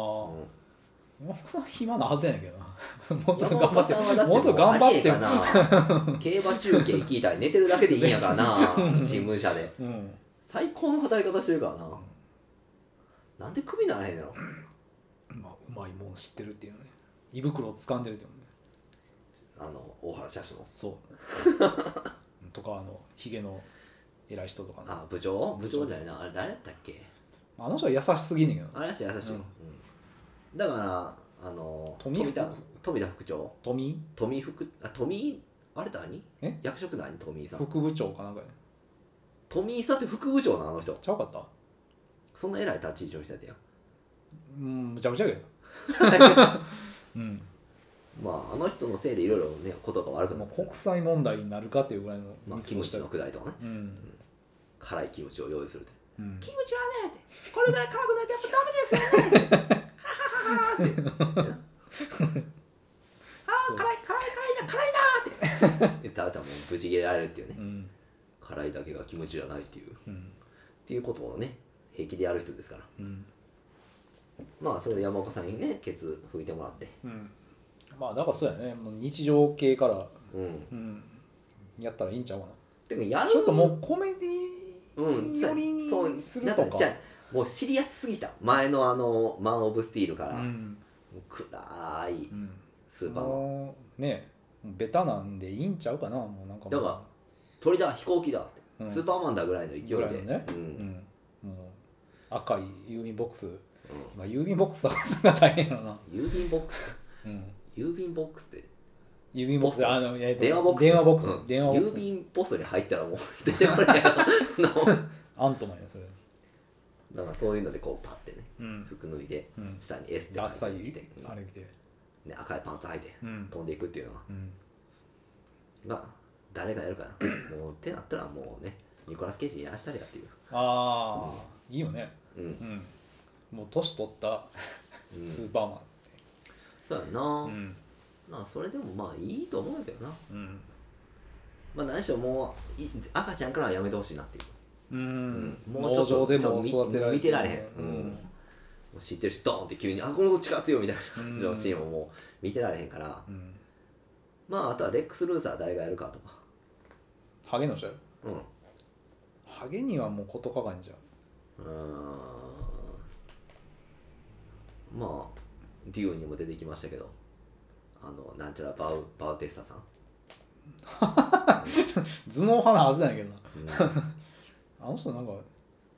Speaker 2: ん
Speaker 1: 山本さん暇なはずやねんけどな もうちょっと
Speaker 2: 山
Speaker 1: 頑張
Speaker 2: 岡
Speaker 1: って
Speaker 2: さんはだって
Speaker 1: もうちょっと頑張って
Speaker 2: もうありえかな競馬中継聞いたり寝てるだけでいいんやか らな新聞社で
Speaker 1: うん
Speaker 2: 最高の働き方してるからな、なんでクビならへんのやろ
Speaker 1: まあうまいもん知ってるっていうね胃袋を掴んでるっていうね
Speaker 2: あの大原社長
Speaker 1: そう とかあのヒゲの偉い人とかね
Speaker 2: あ部長部長じゃないなあれ誰やったっけ
Speaker 1: あの人は優しすぎんねんけど
Speaker 2: あれやし優しいの、
Speaker 1: うん
Speaker 2: うんだからあの
Speaker 1: 富福
Speaker 2: 田富田副長
Speaker 1: 富
Speaker 2: 富副あ富あれ何
Speaker 1: え
Speaker 2: 役職何富井さん
Speaker 1: 副部長かなんかね
Speaker 2: 富井さんって副部長なのあの人
Speaker 1: ちゃうかった
Speaker 2: そんな偉い立ち位置の人やったよ
Speaker 1: うんむちゃくちゃやけど うん
Speaker 2: まああの人のせいでいろいろねことが悪くな
Speaker 1: も
Speaker 2: っ
Speaker 1: う
Speaker 2: てた
Speaker 1: 国際問題になるかっていうぐらいの
Speaker 2: まあ、
Speaker 1: ミ
Speaker 2: キ
Speaker 1: スを
Speaker 2: ム
Speaker 1: し
Speaker 2: チ
Speaker 1: た
Speaker 2: のくだりとかね
Speaker 1: うん
Speaker 2: 辛いキムチを用意するって
Speaker 1: うん
Speaker 2: キムチはねこれぐらい辛くなっちゃダメですよ ねははははって
Speaker 1: そう
Speaker 2: 辛い辛い辛いな辛いなーって で食べたらもう無事切れられるっていうね
Speaker 1: うん
Speaker 2: 辛いだけがキムチじゃないっていうっ
Speaker 1: うん
Speaker 2: ていうことをね平気でやる人ですから
Speaker 1: うん
Speaker 2: まあそれで山岡さんにねケツ拭いてもらって
Speaker 1: うんまあだからそうやねもう日常系から、
Speaker 2: うん
Speaker 1: うん、やったらいいんちゃうか
Speaker 2: てかや
Speaker 1: な
Speaker 2: る
Speaker 1: ちょっともうコメデ
Speaker 2: うん
Speaker 1: ィ寄り
Speaker 2: そう
Speaker 1: にする
Speaker 2: なん
Speaker 1: と
Speaker 2: か
Speaker 1: か
Speaker 2: じゃあもうシリアスすぎた前のあの「マン・オブ・スティール」から、
Speaker 1: うん
Speaker 2: 暗い
Speaker 1: うん
Speaker 2: スーパーマン
Speaker 1: もうねベタなんでいいんちゃうかなもうなんかもう
Speaker 2: だから鳥だ飛行機だって、
Speaker 1: うん
Speaker 2: スーパーマンだぐらいの勢いで
Speaker 1: ぐらいのね
Speaker 2: うん
Speaker 1: うんもう赤い郵便ボックス、
Speaker 2: う
Speaker 1: まあ、郵便ボックス探すのが大変やろな、
Speaker 2: ん郵便ボックス
Speaker 1: うん、
Speaker 2: 郵便ボックスって
Speaker 1: 郵便ボックス
Speaker 2: ポスト
Speaker 1: あの、えーと
Speaker 2: 電話ボックス
Speaker 1: 電話ボックス、
Speaker 2: うん
Speaker 1: 電話ボックス
Speaker 2: 郵便ポストに入ったらもう出てこ れないの
Speaker 1: アントマンやそれ
Speaker 2: なんかそういうのでこうパッてね
Speaker 1: うん、
Speaker 2: 服脱いで
Speaker 1: うん、
Speaker 2: 下に S って
Speaker 1: ダッサい
Speaker 2: 書いてきて
Speaker 1: あれ着て
Speaker 2: ね、赤いパンツ履いて
Speaker 1: うん、
Speaker 2: 飛んでいくっていうのは
Speaker 1: うん、
Speaker 2: まあ誰がやるかなもうってなったらもうねニコラス・ケイジやらしたりやっていう
Speaker 1: ああ、いいよね
Speaker 2: うん、
Speaker 1: うんもう年取った
Speaker 2: うん、
Speaker 1: ス
Speaker 2: そう
Speaker 1: ーパーマン
Speaker 2: やな、
Speaker 1: ってうん、
Speaker 2: なあそれでもまあいいと思うんやけどな
Speaker 1: うん
Speaker 2: まあ何しろもうい赤ちゃんからはやめてほしいなっていう
Speaker 1: うん
Speaker 2: もうちょ
Speaker 1: 農
Speaker 2: っ
Speaker 1: 場
Speaker 2: と
Speaker 1: でも育てられ
Speaker 2: 見てられへん
Speaker 1: う
Speaker 2: うん
Speaker 1: ん
Speaker 2: もう知ってるしドーンって急に「あこの子違ってよ」みたいな
Speaker 1: うん
Speaker 2: 感じのシーンをもう見てられへんから
Speaker 1: うん、
Speaker 2: まああとはレックス・ルーサー誰がやるかとか
Speaker 1: ハゲの人やろ
Speaker 2: うんう
Speaker 1: ハゲにはもう事かかんじゃん
Speaker 2: ーんまあデューンにも出てきましたけどあのなんちゃらバウバウテスタさん、
Speaker 1: 頭脳派なはずなんやけどな
Speaker 2: うんあ
Speaker 1: あの人なんか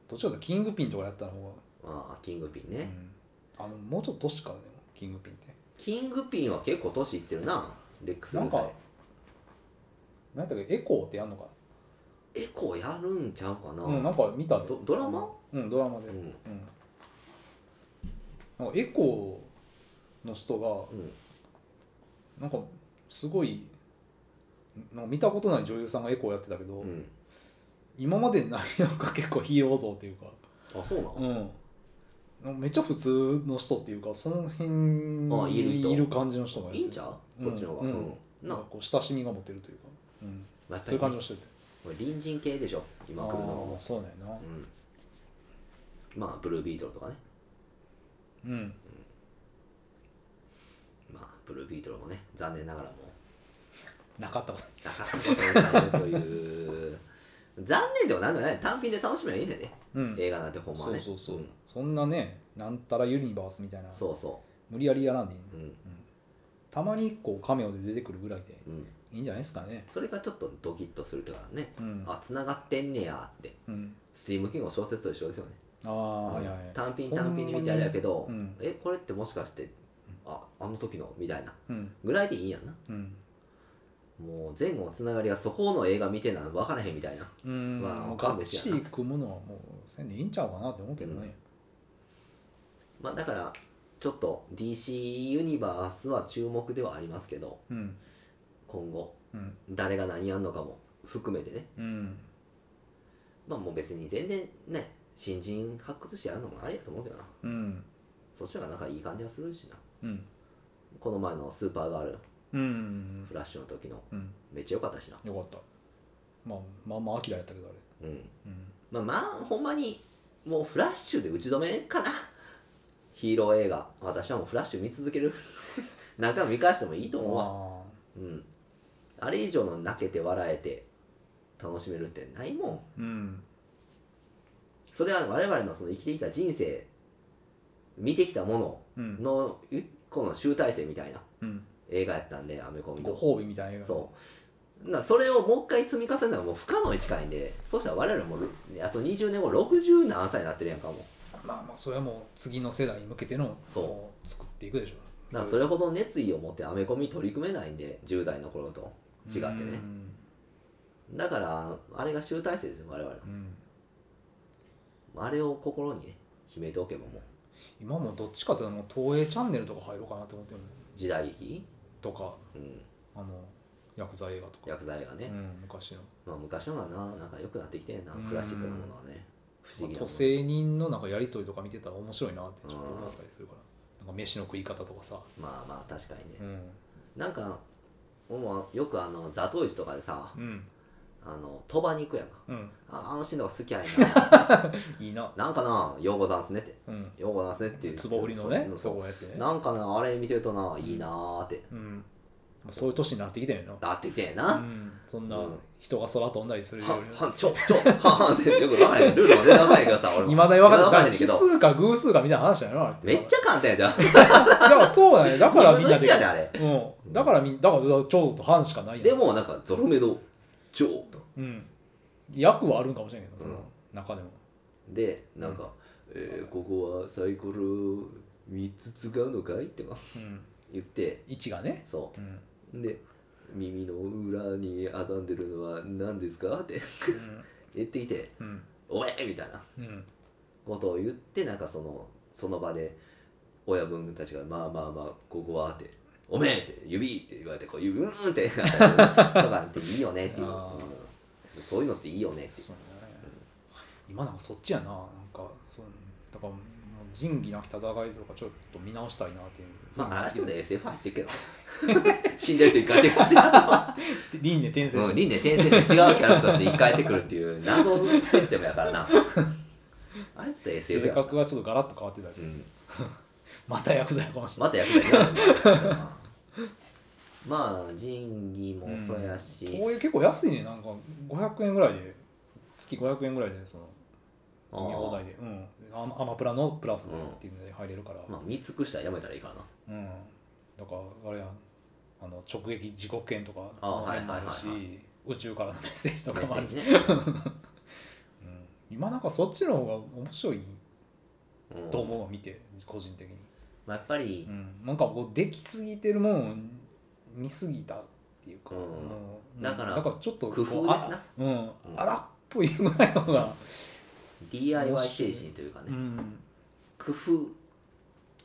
Speaker 1: どっちかというとキングピンとかやった方が、
Speaker 2: あキングピン
Speaker 1: う
Speaker 2: ね、
Speaker 1: ん、あのもうちょっと年からでもキングピンって
Speaker 2: キングピンは結構年いってるなレックス・ルーサ
Speaker 1: なん
Speaker 2: ー
Speaker 1: か何やったっけエコーってやんのか
Speaker 2: エコーやるんちゃうかな、
Speaker 1: なうんなんか見たで
Speaker 2: ドドラマ
Speaker 1: うんドラマで
Speaker 2: う
Speaker 1: うん、
Speaker 2: ん
Speaker 1: なんかエコーの人が
Speaker 2: うん
Speaker 1: なんかすごいなんか見たことない女優さんがエコーやってたけど、
Speaker 2: うん
Speaker 1: 今までにないなんか結構ヒーロー像っていうか
Speaker 2: あそうなの、
Speaker 1: うんなんかめっちゃ普通の人っていうかその辺
Speaker 2: あいる人
Speaker 1: にいる感じの人がやって
Speaker 2: いいんちゃうそっちの方が、
Speaker 1: う
Speaker 2: うんん
Speaker 1: な
Speaker 2: なん
Speaker 1: かこう親しみが持てるというか、うん、
Speaker 2: やっぱ
Speaker 1: そういう
Speaker 2: りね
Speaker 1: 感じがしてて
Speaker 2: これ隣人系でしょ今来るの
Speaker 1: あーそうだよな
Speaker 2: は、うん、まあブルービートルとかね
Speaker 1: うん
Speaker 2: まあブルービートルもね残念ながらも
Speaker 1: なかったこ
Speaker 2: うなかなかそうなるという残念ではなんでもない単品で楽しめばいいんだよね、
Speaker 1: うん
Speaker 2: 映画なんてほんまは
Speaker 1: そう
Speaker 2: ね
Speaker 1: そうそう、
Speaker 2: ん
Speaker 1: そんなねなんたらユニバースみたいな
Speaker 2: そうそ
Speaker 1: 無理やりやらんでいい、
Speaker 2: ううん
Speaker 1: たまにこうカメオで出てくるぐらいで
Speaker 2: うん
Speaker 1: いいんじゃないですかね
Speaker 2: それがちょっとドキッとするとかね、
Speaker 1: うん
Speaker 2: あ繋がってんねやって
Speaker 1: うん
Speaker 2: スティームキングの小説と一緒ですよね、
Speaker 1: ああ、はいはいはい
Speaker 2: 単品単品に見てあれやけど、
Speaker 1: ほんまにね
Speaker 2: えこれってもしかしてああの時のみたいな
Speaker 1: うん
Speaker 2: ぐらいでいいやんな
Speaker 1: うん
Speaker 2: もう前後のつながりがそこの映画見てなん分からへんみたいな
Speaker 1: うん、
Speaker 2: まあ
Speaker 1: もう
Speaker 2: 勘
Speaker 1: がっ
Speaker 2: 弁し
Speaker 1: ち
Speaker 2: やな
Speaker 1: り組むのはもうせんでいいんちゃうかなって思うけどね、
Speaker 2: まあだからちょっと DC ユニバースは注目ではありますけど
Speaker 1: うん
Speaker 2: 今後
Speaker 1: うん
Speaker 2: 誰が何やんのかも含めてね
Speaker 1: うん
Speaker 2: まあもう別に全然ね新人発掘してやるのもありやと思うけどな
Speaker 1: うん
Speaker 2: そっちの方がなんかいい感じがするしな
Speaker 1: うん
Speaker 2: この前のスーパーガール
Speaker 1: うん
Speaker 2: フラッシュの時の
Speaker 1: うん
Speaker 2: めっちゃ良かったしな
Speaker 1: よかったまあまあまあアキラやったけどあれ
Speaker 2: うん
Speaker 1: うん
Speaker 2: まあまあほんまにもうフラッシュで打ち止めかなヒーロー映画私はもうフラッシュ見続ける 何回も見返してもいいと思うわ
Speaker 1: あ
Speaker 2: うんあれ以上の泣けて笑えて楽しめるってないもん
Speaker 1: ーうん
Speaker 2: それは我々のその生きてきた人生見てきたも
Speaker 1: う
Speaker 2: の
Speaker 1: ん
Speaker 2: の一個の集大成みたいな
Speaker 1: うん
Speaker 2: 映画やったんでアメコミ
Speaker 1: ご
Speaker 2: と
Speaker 1: 褒美みたいな映画
Speaker 2: そうなそれをもう一回積み重ねるのはもう不可能に近いんでそうしたら我々もあと20年後60何歳になってるやんかも
Speaker 1: まあまあそれはもう次の世代に向けての
Speaker 2: そう
Speaker 1: こう作っていくでしょ
Speaker 2: だからそれほど熱意を持ってアメコミ取り組めないんで10代の頃と違ってね
Speaker 1: うん
Speaker 2: だからあれが集大成ですよ我々の
Speaker 1: うん
Speaker 2: あれを心にね秘めておけばもう
Speaker 1: 今もうどっちかというともう東映チャンネルとか入ろうかなと思ってるの
Speaker 2: 時代劇、
Speaker 1: とか
Speaker 2: うん、
Speaker 1: あのヤクザ映画とか、
Speaker 2: 薬剤がね、
Speaker 1: うん、昔の、
Speaker 2: まあ、昔のがななんか良くなってきてんな
Speaker 1: うん
Speaker 2: クラシックのものはね不
Speaker 1: ま
Speaker 2: 思議
Speaker 1: あ、都
Speaker 2: なもの
Speaker 1: 政人のなんかやりとりとか見てたら面白いなってちょっと思ったりするからなんか飯の食い方とかさ、
Speaker 2: まあまあ確かに
Speaker 1: う
Speaker 2: ね
Speaker 1: ん
Speaker 2: なんかもうよくあのザトウイチとかでさ
Speaker 1: うん
Speaker 2: あの鳥羽に行くやんか
Speaker 1: うん、
Speaker 2: ああのシーンとか好きやねんな
Speaker 1: いいな、
Speaker 2: なんかなようござんすねって
Speaker 1: うん、
Speaker 2: ようござんすねっていう
Speaker 1: つぼ振りのね
Speaker 2: そう
Speaker 1: そ
Speaker 2: そう
Speaker 1: こやってね
Speaker 2: なんかなあれ見てるとないいなーって
Speaker 1: うん、まあそういう年になってきたよな、
Speaker 2: なってきてんや
Speaker 1: う
Speaker 2: な、
Speaker 1: ん、そんな
Speaker 2: うん
Speaker 1: 人が空飛んだりする
Speaker 2: は
Speaker 1: よ
Speaker 2: ん
Speaker 1: り
Speaker 2: はんちょちょはんはんってよく分からへんルールも全然分からへんけどさ俺も
Speaker 1: いまだに分か
Speaker 2: 分
Speaker 1: って
Speaker 2: から
Speaker 1: な
Speaker 2: へ
Speaker 1: い
Speaker 2: んねん
Speaker 1: 奇
Speaker 2: けど
Speaker 1: 数か偶数かみたいな話だよなあれ
Speaker 2: めっちゃ簡単やじゃん
Speaker 1: だからそうだねだからみんな
Speaker 2: 自分の位置やであれ
Speaker 1: うん、だからみんだから蝶と半しかないやん
Speaker 2: でもなんかゾロ目の蝶と
Speaker 1: うん、役はあるんかもしれないけどそ
Speaker 2: うん
Speaker 1: の中でも、
Speaker 2: でなんか、えーここはサイコロ3つ使うのかい?」とか
Speaker 1: うん、
Speaker 2: 言って
Speaker 1: 位置がね、
Speaker 2: そ
Speaker 1: うん
Speaker 2: うで耳の裏に挟んでるのは何ですかって言ってきて
Speaker 1: うん
Speaker 2: 「おえ!」みたいな
Speaker 1: うん
Speaker 2: ことを言ってなんかそのその場で親分たちが「まあまあまあここは」って「おめえ!」って「指!」って言われてこう「うーん!」ってとかっていいよねっていう
Speaker 1: あ
Speaker 2: うんそういうのっていいよねっていう
Speaker 1: そうね今なんかそっちやななんかそうだからもう仁義なき戦いとかちょっと見直したいなっていう
Speaker 2: まああれちょっと SF 入って るけど死んでる人一回手かしら
Speaker 1: 輪廻 転生
Speaker 2: うん、
Speaker 1: して
Speaker 2: 輪廻転生して違うキャラとして生き返ってくるっていう謎のシステムやからな あれちょっと SF
Speaker 1: 性
Speaker 2: やな
Speaker 1: 格がちょっとガラッと変わってたり
Speaker 2: う
Speaker 1: する、
Speaker 2: ん、
Speaker 1: また役だよかもしれな
Speaker 2: ま
Speaker 1: い
Speaker 2: たやってたよなまあ仁義もそうやし、
Speaker 1: こういう結構安いねなんか500円ぐらいで月500円ぐらいでその
Speaker 2: あ
Speaker 1: 見放題
Speaker 2: ー
Speaker 1: で、うん、アマアマプラのプラスっていうので入れるから、
Speaker 2: まあ見尽くしたらやめたらいいから
Speaker 1: う
Speaker 2: な
Speaker 1: ん、だからあれやんあの直撃時刻券とか
Speaker 2: あ
Speaker 1: も
Speaker 2: はいはいはいはい
Speaker 1: あるし宇宙からのメッセージと
Speaker 2: メ
Speaker 1: かもあ
Speaker 2: ッ
Speaker 1: るし、
Speaker 2: セージね、
Speaker 1: うん、今なんかそっちの方が面白い
Speaker 2: うん
Speaker 1: と思うわ見て個人的に、
Speaker 2: まあ、やっぱり
Speaker 1: うん、なんかこうできすぎてるもん見すぎたっていうか、
Speaker 2: うん
Speaker 1: もう
Speaker 2: だから
Speaker 1: だからちょっと
Speaker 2: 工
Speaker 1: こ
Speaker 2: 夫
Speaker 1: う
Speaker 2: ですな
Speaker 1: あうん、荒っぽいぐらいのが、
Speaker 2: DIY 精神というかね、
Speaker 1: うん、
Speaker 2: 工夫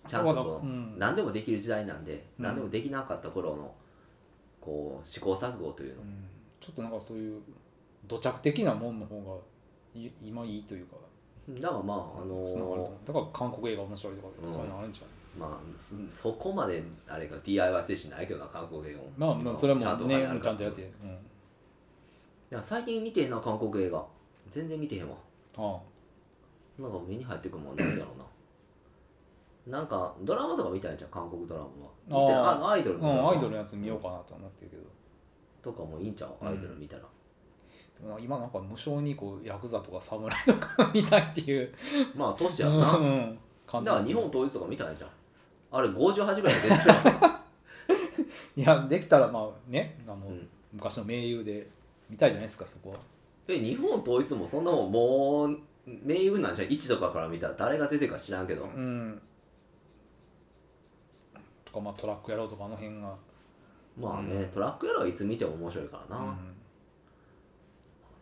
Speaker 2: ちゃんとこう、
Speaker 1: うん
Speaker 2: 何でもできる時代なんで、
Speaker 1: うん
Speaker 2: 何でもできなかった頃のこう試行錯誤というの
Speaker 1: うんちょっとなんかそういう土着的なもんの方がい今いいというか
Speaker 2: だからまああの
Speaker 1: そんなのあると
Speaker 2: ー
Speaker 1: 思うだから韓国映画面白いとか、
Speaker 2: うん
Speaker 1: そういうのあるんちゃう
Speaker 2: まあそそこまであれが DIY 精神ないけどな韓国映画
Speaker 1: まあ
Speaker 2: も
Speaker 1: まあそれは
Speaker 2: ちゃ
Speaker 1: も
Speaker 2: んと
Speaker 1: う
Speaker 2: お金
Speaker 1: ね
Speaker 2: ある
Speaker 1: ちゃ
Speaker 2: から
Speaker 1: んとやって、うん、
Speaker 2: だから最近見てへんな韓国映画全然見てへんわ
Speaker 1: あ
Speaker 2: なんか目に入ってくるもんないだろうななんかドラマとか見たんじゃん韓国ドラマは見て
Speaker 1: あー
Speaker 2: あアイド
Speaker 1: あ
Speaker 2: ル
Speaker 1: う
Speaker 2: のドラ
Speaker 1: ん
Speaker 2: マ
Speaker 1: アイドルのやつ見ようかなと思ってるけど
Speaker 2: とかもいいんちゃうアイドル見たら、
Speaker 1: でもな今なんか無償にこうヤクザとか侍とか見たいっていう
Speaker 2: まあ都市やんな、
Speaker 1: うん うん感じ
Speaker 2: だから日本統一とか見たいじゃんあれ58ぐらいで出てる わ
Speaker 1: いやできたらまあねあの、
Speaker 2: うん
Speaker 1: 昔の盟友で見たいじゃないですかそこは
Speaker 2: え日本統一もそんなもんもう盟友なんじゃん1とかから見たら誰が出てるか知らんけど
Speaker 1: うんとかまあトラックやろうとかあの辺が
Speaker 2: まあね、
Speaker 1: うん
Speaker 2: トラックやろはいつ見ても面白いからな、
Speaker 1: う、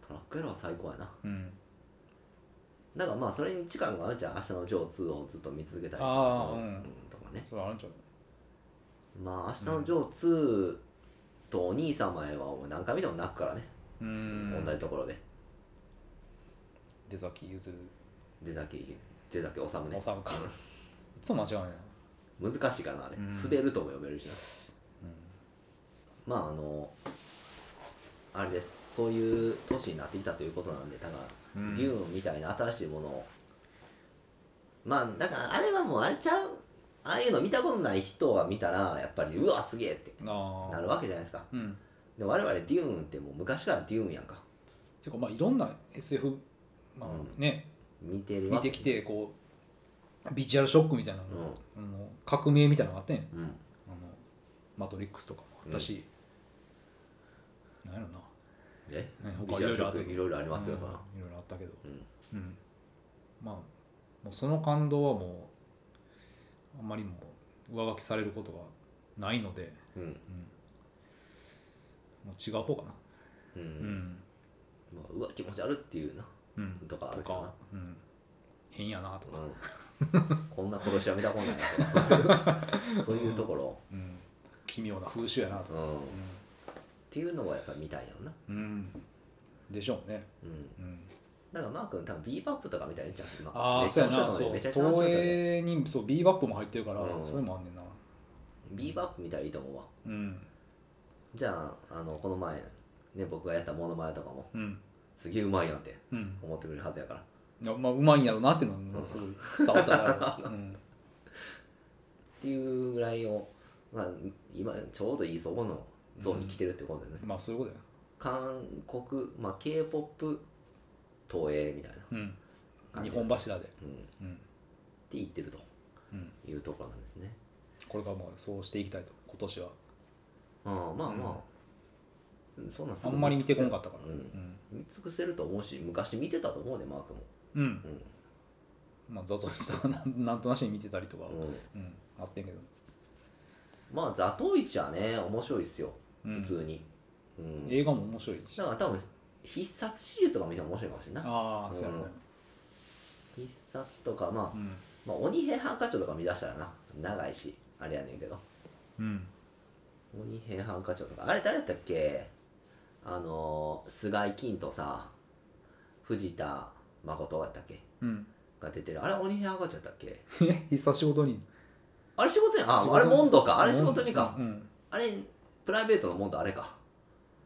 Speaker 2: トラックやろは最高やなん
Speaker 1: うん、
Speaker 2: だからまあそれに近いのがあるじゃん明日のジョー2をずっと見続けたりする
Speaker 1: あーうん
Speaker 2: とかね
Speaker 1: それあるんちゃう
Speaker 2: まあ明日のジョー2とお兄様へはもう何回見ても泣くからね、
Speaker 1: うん
Speaker 2: 問題ところで
Speaker 1: 出先譲る
Speaker 2: 出崎出崎治ね
Speaker 1: 治かいつも間違わないな
Speaker 2: 難しいかなあれ、
Speaker 1: うん
Speaker 2: 滑るとも呼べるしな、まああのあれですそういう年になってきたということなんでだから、
Speaker 1: うん
Speaker 2: デューンみたいな新しいものをまあだからあれはもうあれちゃうああいうの見たことない人が見たらやっぱりうわすげえって
Speaker 1: ああ
Speaker 2: なるわけじゃないですか
Speaker 1: うん
Speaker 2: で我々デューンってもう昔からデューンやんか
Speaker 1: ていうかまあいろんな SF まあ
Speaker 2: うん
Speaker 1: ね、
Speaker 2: 見てる
Speaker 1: 見
Speaker 2: わ
Speaker 1: てきてこうビジュアルショックみたいなのが、あの革命みたいなのがあってん
Speaker 2: うん
Speaker 1: あのマトリックスとかもあったし、なんやろな
Speaker 2: え
Speaker 1: ね
Speaker 2: ビ
Speaker 1: 他
Speaker 2: ジ
Speaker 1: い
Speaker 2: ュ
Speaker 1: ろ
Speaker 2: アル
Speaker 1: いろあったけ
Speaker 2: ショック
Speaker 1: ど
Speaker 2: いろいろありますよ、そら
Speaker 1: うんいろいろあったけど
Speaker 2: うん
Speaker 1: うんまあもうその感動はもうあんまりもう上書きされることはないので、
Speaker 2: うん
Speaker 1: うん、もう違う方かな
Speaker 2: う
Speaker 1: うんん
Speaker 2: まあうわ気持ち悪っていうな
Speaker 1: うん
Speaker 2: とかあ
Speaker 1: と
Speaker 2: るか
Speaker 1: か、うん、変やなとか、
Speaker 2: な、うん、こんな殺しは見たことないなとか そういうそういうところ、
Speaker 1: うん、奇妙な風習やなと
Speaker 2: う
Speaker 1: か、
Speaker 2: ん、っ
Speaker 1: う
Speaker 2: ていうのがやっぱ見たいんやろな、
Speaker 1: んうん、でしょうね、
Speaker 2: うん、
Speaker 1: うん、
Speaker 2: だからマー君多分ビーバップとかみたいにじゃん今
Speaker 1: ああ
Speaker 2: めっち
Speaker 1: そう
Speaker 2: ゃ
Speaker 1: やな
Speaker 2: 面白かった
Speaker 1: そ
Speaker 2: ね
Speaker 1: う
Speaker 2: めちゃくちゃ
Speaker 1: 東
Speaker 2: 面白かったね
Speaker 1: 映にそうビーバップも入ってるから、
Speaker 2: うん
Speaker 1: それもあんねんな
Speaker 2: ビーバップ見たらいいと思うわ
Speaker 1: うん
Speaker 2: じゃああのこの前ね僕がやったモノマネとかも
Speaker 1: うん
Speaker 2: すげえうまいなって
Speaker 1: うん
Speaker 2: 思ってくれるはずやから
Speaker 1: いやまあうまいんやろうなっていうのはすごい伝わったから、うん
Speaker 2: っていうぐらいを、まあ、今ちょうどいいそこのゾーンに来てるってことだよね、
Speaker 1: まあそういうことや
Speaker 2: 韓国、まあ、k p o p 東映みたいな、
Speaker 1: うん、日本柱で、
Speaker 2: うん、って
Speaker 1: うん
Speaker 2: 言ってると
Speaker 1: うん、
Speaker 2: いうところなんですね、
Speaker 1: これからもうそうしていきたいと今年は
Speaker 2: うん、まあまあ、うん、そんなんす
Speaker 1: あ
Speaker 2: ぐ
Speaker 1: んまり見てこんかったから
Speaker 2: う
Speaker 1: うんん、
Speaker 2: 見尽くせると思うし昔見てたと思うねマークも、
Speaker 1: うん
Speaker 2: うん
Speaker 1: まあザトウさんは なんなんとなしに見てたりとか、うん
Speaker 2: うん、
Speaker 1: あってんけど
Speaker 2: まあ座頭市はね面白いっすよ
Speaker 1: うん
Speaker 2: 普通に、うん
Speaker 1: 映画も面白いし
Speaker 2: だから多分必殺シリーズとか見ても面白いかもしれんない
Speaker 1: ああそうやね、
Speaker 2: 必殺とか、まあ
Speaker 1: うん
Speaker 2: まあ鬼平犯科帳とか見出したらな長いしあれやねんけど
Speaker 1: うん、
Speaker 2: 鬼平犯科帳とかあれ誰やったっけあのー菅井金とさ藤田誠やったっけ
Speaker 1: うん、
Speaker 2: が出てるあれ鬼平犯科帳やったっけ
Speaker 1: え必殺仕事に
Speaker 2: あれ仕事にあ
Speaker 1: 仕事に
Speaker 2: あれモンドかあれ仕事にか
Speaker 1: うん、
Speaker 2: あれプライベートのモンドあれか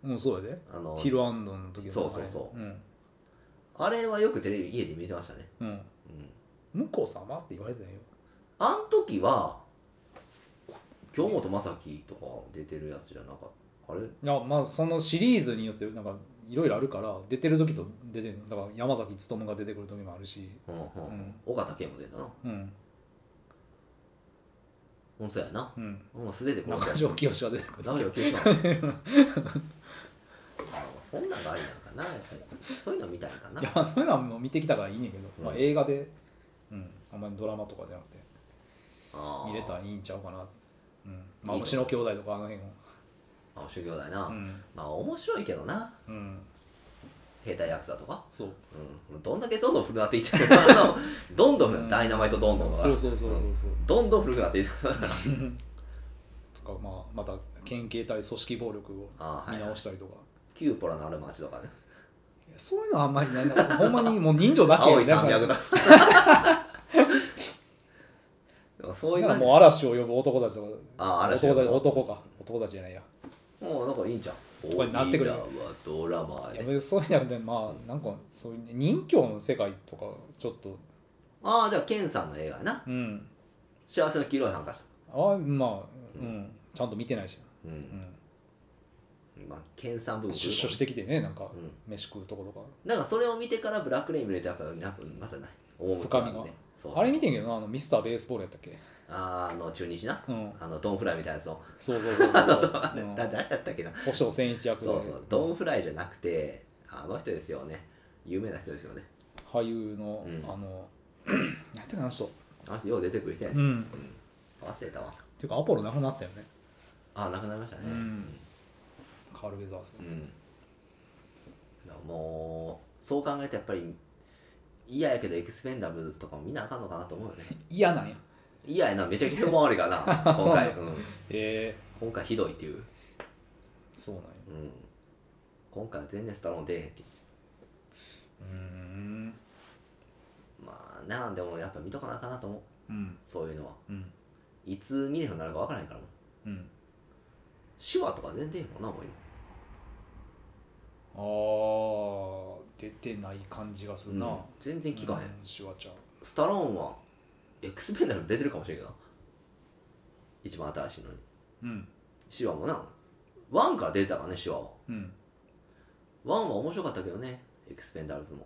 Speaker 1: うん、そうやで
Speaker 2: あの
Speaker 1: ヒルアンドの時の
Speaker 2: そうそうそう
Speaker 1: うん、
Speaker 2: あれはよくテレビ家で見てましたね
Speaker 1: うん、
Speaker 2: うん
Speaker 1: 向こう様って言われてないよ
Speaker 2: あん時は京本政樹とか出てるやつじゃなかったあれ
Speaker 1: いやまあそのシリーズによってなんかいろいろあるから出てる時と出てるだから山崎努が出てくる時もあるし
Speaker 2: うんうん
Speaker 1: うん
Speaker 2: 岡田健も出たな
Speaker 1: うん
Speaker 2: ほんそうやな
Speaker 1: うん
Speaker 2: もう素手で
Speaker 1: 中
Speaker 2: 殺し
Speaker 1: 条
Speaker 2: た
Speaker 1: きよしが出てくる
Speaker 2: 中条清さんそんなんがありなんかなやっぱりそういうの見たいかない
Speaker 1: やそういうのはもう見てきたからいいねんけど、
Speaker 2: うん
Speaker 1: まあ、映画で、うん、あんまりドラマとかじゃなくて
Speaker 2: あー
Speaker 1: 見れたらいいんちゃうかなうんまあ
Speaker 2: いいね
Speaker 1: 星の兄弟とかあの辺を
Speaker 2: あ修行だな、
Speaker 1: うん、
Speaker 2: まあ面白いけどな
Speaker 1: うん、
Speaker 2: 兵隊ヤクザとか
Speaker 1: そう
Speaker 2: うんどんだけどんどん古くなっていっ てるあのどんどん古くなダイナマイトどんどんが
Speaker 1: そうそうそうそうそう、
Speaker 2: どんどん古くなっていってる
Speaker 1: とか、まあ、また県警対組織暴力を
Speaker 2: あー
Speaker 1: 見
Speaker 2: はいはい
Speaker 1: 直したりとか、
Speaker 2: キューポラのある町とかね
Speaker 1: そういうのはあんまりないなほんまにもう人情だけ
Speaker 2: 青い
Speaker 1: だから
Speaker 2: 300だ でもそういう
Speaker 1: なんか
Speaker 2: 感じ
Speaker 1: もう嵐を呼ぶ男たちとか
Speaker 2: あ嵐を
Speaker 1: 男
Speaker 2: 呼ぶ
Speaker 1: たち男か男たちじゃないや
Speaker 2: もうなんかいいんじゃん
Speaker 1: とかになってくる
Speaker 2: オリラはドラマー
Speaker 1: いや
Speaker 2: で
Speaker 1: 別にそういうんじゃなくてまあなんかそういう任侠の世界とかちょっと
Speaker 2: ああじゃあケンさんの映画やな
Speaker 1: うん
Speaker 2: 幸せの黄色いハンカチ
Speaker 1: あまあうんちゃんと見てないし
Speaker 2: う
Speaker 1: うんん
Speaker 2: まあ研鑽部分
Speaker 1: 出所してきてねなんか
Speaker 2: うん
Speaker 1: 飯食うとことか、
Speaker 2: なんかそれを見てからブラックレイン見れてやっぱやっぱまたない思うことがあるね
Speaker 1: 深みが
Speaker 2: そうそう
Speaker 1: あれ見てんけどなあのミスターベースボールやったっけ
Speaker 2: あーあの中日な
Speaker 1: うん
Speaker 2: あのドンフライみたいなやつの
Speaker 1: そうそうそうそう
Speaker 2: あれ
Speaker 1: うん
Speaker 2: だ 誰だったっけな
Speaker 1: 保証千一役で
Speaker 2: そうそうドンフライじゃなくてあの人ですよね有名な人ですよね
Speaker 1: 俳優の、
Speaker 2: うん
Speaker 1: あの なんていうのあの人
Speaker 2: あの人よう出てくる人や
Speaker 1: う
Speaker 2: ね、
Speaker 1: ん
Speaker 2: 忘れたわ
Speaker 1: ていうかアポロなくなったよね
Speaker 2: あ亡くなりましたね
Speaker 1: う
Speaker 2: うんん、
Speaker 1: カール・ウェザース
Speaker 2: だからもうそう考えるとやっぱり嫌やけどエクスペンダブルズとかも見なあかんのかなと思うよね
Speaker 1: 嫌なんや
Speaker 2: 嫌やなめちゃくちゃ評判悪いからな今回、うん、
Speaker 1: え
Speaker 2: 今回ひどいっていう
Speaker 1: ー、そうなんや
Speaker 2: うん、今回は全然スタローン出えへんって
Speaker 1: うーん
Speaker 2: まあなでもやっぱ見とかなあかんなと思
Speaker 1: う
Speaker 2: う
Speaker 1: ん
Speaker 2: そういうのは
Speaker 1: うん
Speaker 2: いつ見れるようになるか分からへんからもう
Speaker 1: うん
Speaker 2: 手話とか全然出えへんもんなもう
Speaker 1: あー出てない感じがする
Speaker 2: 今
Speaker 1: な、
Speaker 2: うん全然聞かへん、
Speaker 1: うんシュワちゃん
Speaker 2: スタローンはエクスペンダル出てるかもしれんけどな一番新しいのに
Speaker 1: うん
Speaker 2: 手話もな1から出てたからね手話は
Speaker 1: うん
Speaker 2: 1は面白かったけどねエクスペンダルズも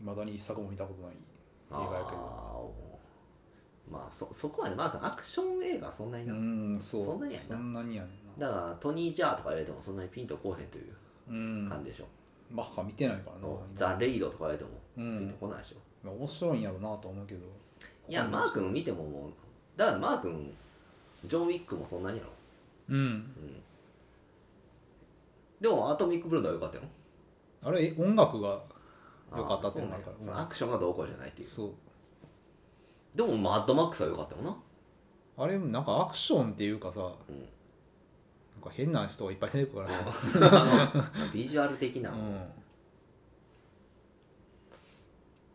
Speaker 1: いまだに一作も見たことない映
Speaker 2: あ
Speaker 1: 画やけど
Speaker 2: あまあそそこまでまあアクション映画はそんなにな、
Speaker 1: うんそう
Speaker 2: そんなにやん
Speaker 1: そ
Speaker 2: な
Speaker 1: んなにやねんな
Speaker 2: だからトニー・ジャーとか入れてもそんなにピンとこうへんという
Speaker 1: うん
Speaker 2: 感じでしょ、
Speaker 1: マッハ見てないからな
Speaker 2: のザ・レイドとか言われても
Speaker 1: う
Speaker 2: ピン
Speaker 1: ん
Speaker 2: とこないでしょ、
Speaker 1: 面白いんやろうなと思うけど
Speaker 2: いや
Speaker 1: うん
Speaker 2: マー君見てももうだからマー君ジョン・ウィックもそんなにやろ
Speaker 1: うん
Speaker 2: でもアトミック・ブルーンドは良かったよ
Speaker 1: あれえ音楽が良かった
Speaker 2: あー
Speaker 1: って
Speaker 2: そうなん
Speaker 1: な
Speaker 2: や
Speaker 1: るから
Speaker 2: そのアクションがどうこうじゃないっていう
Speaker 1: そう
Speaker 2: でもマッドマックスは良かった よな
Speaker 1: あれなんかアクションっていうかさ、
Speaker 2: うん
Speaker 1: なんか変な人がいっぱい出てくるからね、
Speaker 2: ビジュアル的な、
Speaker 1: うん、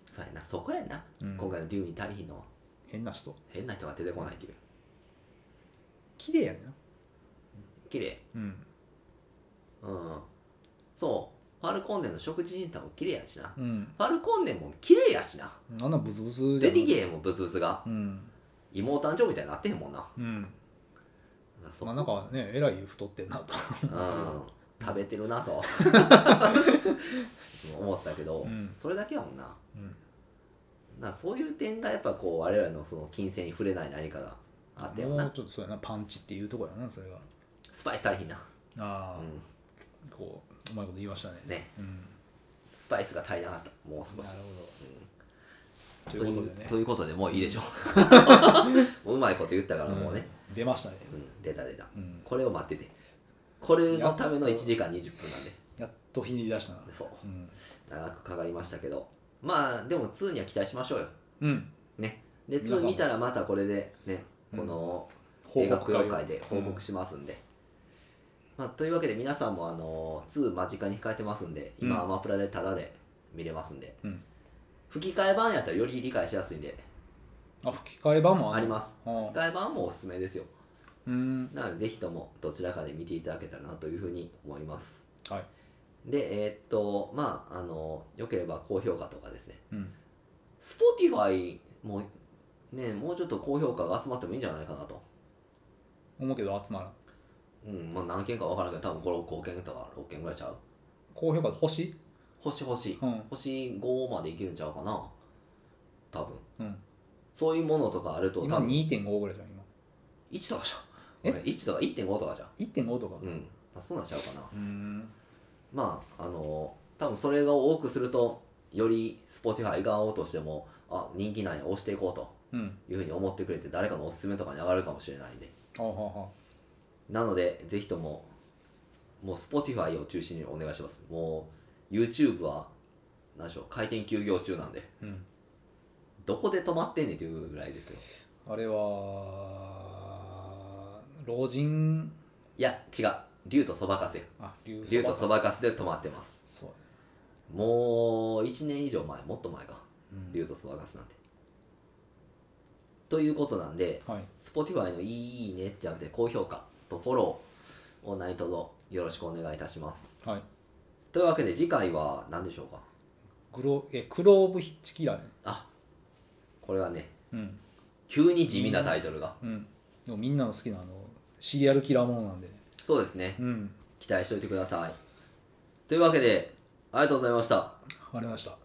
Speaker 2: そうやなそこやな、
Speaker 1: うん
Speaker 2: 今回のデューに足りひんのは
Speaker 1: 変な人
Speaker 2: 変な人が出てこないっていう
Speaker 1: 綺麗やね
Speaker 2: 綺麗
Speaker 1: うん
Speaker 2: うんそうファルコンネの食事人体も綺麗やしな
Speaker 1: うん
Speaker 2: ファルコンネも綺麗やしな
Speaker 1: あんなブツブツじゃ
Speaker 2: 出
Speaker 1: な
Speaker 2: て
Speaker 1: い
Speaker 2: けえへんもんブツブツが
Speaker 1: うん
Speaker 2: 妹誕生みたいになってへんもんな
Speaker 1: うん
Speaker 2: そ
Speaker 1: ま
Speaker 2: こ
Speaker 1: あなんかねえらい太ってんなと
Speaker 2: うん、食べてる なと思ったけど、
Speaker 1: うん
Speaker 2: それだけやもんな
Speaker 1: うん
Speaker 2: なそういう点がやっぱこう我々のその金銭に触れない何かがあって
Speaker 1: もう
Speaker 2: な
Speaker 1: ちょっとそうやなパンチっていうところやなそれが
Speaker 2: スパイス足りひんな、
Speaker 1: ああ、
Speaker 2: う
Speaker 1: こううまいこと言いましたね
Speaker 2: ん、ね
Speaker 1: うん
Speaker 2: スパイスが足りなかったもう
Speaker 1: な
Speaker 2: 少
Speaker 1: る
Speaker 2: し
Speaker 1: ほどということでね
Speaker 2: ということでもういいでしょ うまいこと言ったからもうね、
Speaker 1: 出ましたね
Speaker 2: うん出た出た、
Speaker 1: うん
Speaker 2: これを待っててこれのための1時間20分なんで
Speaker 1: やっとひねり出したな
Speaker 2: そう
Speaker 1: うん、
Speaker 2: 長くかかりましたけどまあでも2には期待しましょうよ
Speaker 1: うん、
Speaker 2: ねで
Speaker 1: 皆さん
Speaker 2: 2
Speaker 1: も
Speaker 2: 見たらまたこれでねこの映画協会で報告しますんで、まあ、というわけで皆さんもあの2間近に控えてますんで今アマプラでタダで見れますんで、
Speaker 1: うん
Speaker 2: 吹き替え版やったらより理解しやすいんで
Speaker 1: あ吹き替え版も
Speaker 2: あり
Speaker 1: る
Speaker 2: ます
Speaker 1: あ
Speaker 2: 吹き替え版もおすすめですよ
Speaker 1: うん
Speaker 2: なのでぜひともどちらかで見ていただけたらなというふうに思います
Speaker 1: はい
Speaker 2: でえーっとまああのよければ高評価とかですね
Speaker 1: うん
Speaker 2: Spotify もねもうちょっと高評価が集まってもいいんじゃないかなと
Speaker 1: 思うけど集まらん
Speaker 2: うんまあ何件か分からんけど多分5件とか6件ぐらいちゃう
Speaker 1: 高評価で星
Speaker 2: 星星
Speaker 1: うん
Speaker 2: 星5までいけるんちゃうかな多
Speaker 1: う
Speaker 2: 分
Speaker 1: ん
Speaker 2: そういうものとかあると
Speaker 1: 今
Speaker 2: 多分
Speaker 1: 2.5ぐらいじゃん今
Speaker 2: 1とかじ
Speaker 1: え
Speaker 2: ゃん1とか1.5とかじゃん
Speaker 1: 1.5とか
Speaker 2: うんあそうなんちゃうかな
Speaker 1: うん
Speaker 2: まああの多分それを多くするとより Spotify 側としてもあ人気なんや押していこうと
Speaker 1: うん
Speaker 2: いうふうに思ってくれて誰かのおすすめとかに上がるかもしれないんで
Speaker 1: あはは
Speaker 2: なのでぜひとももう Spotify を中心にお願いしますもう YouTube は何でしょう開店休業中なんで
Speaker 1: うん
Speaker 2: どこで止まってんねんっていうぐらいですよ
Speaker 1: あれは老人
Speaker 2: いや違う竜とそばかすよ
Speaker 1: あ竜
Speaker 2: 竜とそ
Speaker 1: そば
Speaker 2: ばかすで止まってます
Speaker 1: そう
Speaker 2: もう1年以上前もっと前か
Speaker 1: うん
Speaker 2: 竜とそばかすなんてということなんで
Speaker 1: はい
Speaker 2: Spotify の「いいね」じゃなくて高評価とフォローを何卒よろしくお願いいたします
Speaker 1: はい
Speaker 2: というわけで次回は何でしょうか
Speaker 1: グロえクローブヒッチキラーね
Speaker 2: あこれはね
Speaker 1: うん
Speaker 2: 急に地味なタイトルが、
Speaker 1: うんでもみんなの好きなあのシリアルキラーものなんで
Speaker 2: そうですね
Speaker 1: うん
Speaker 2: 期待しておいてくださいというわけでありがとうございました
Speaker 1: わかりました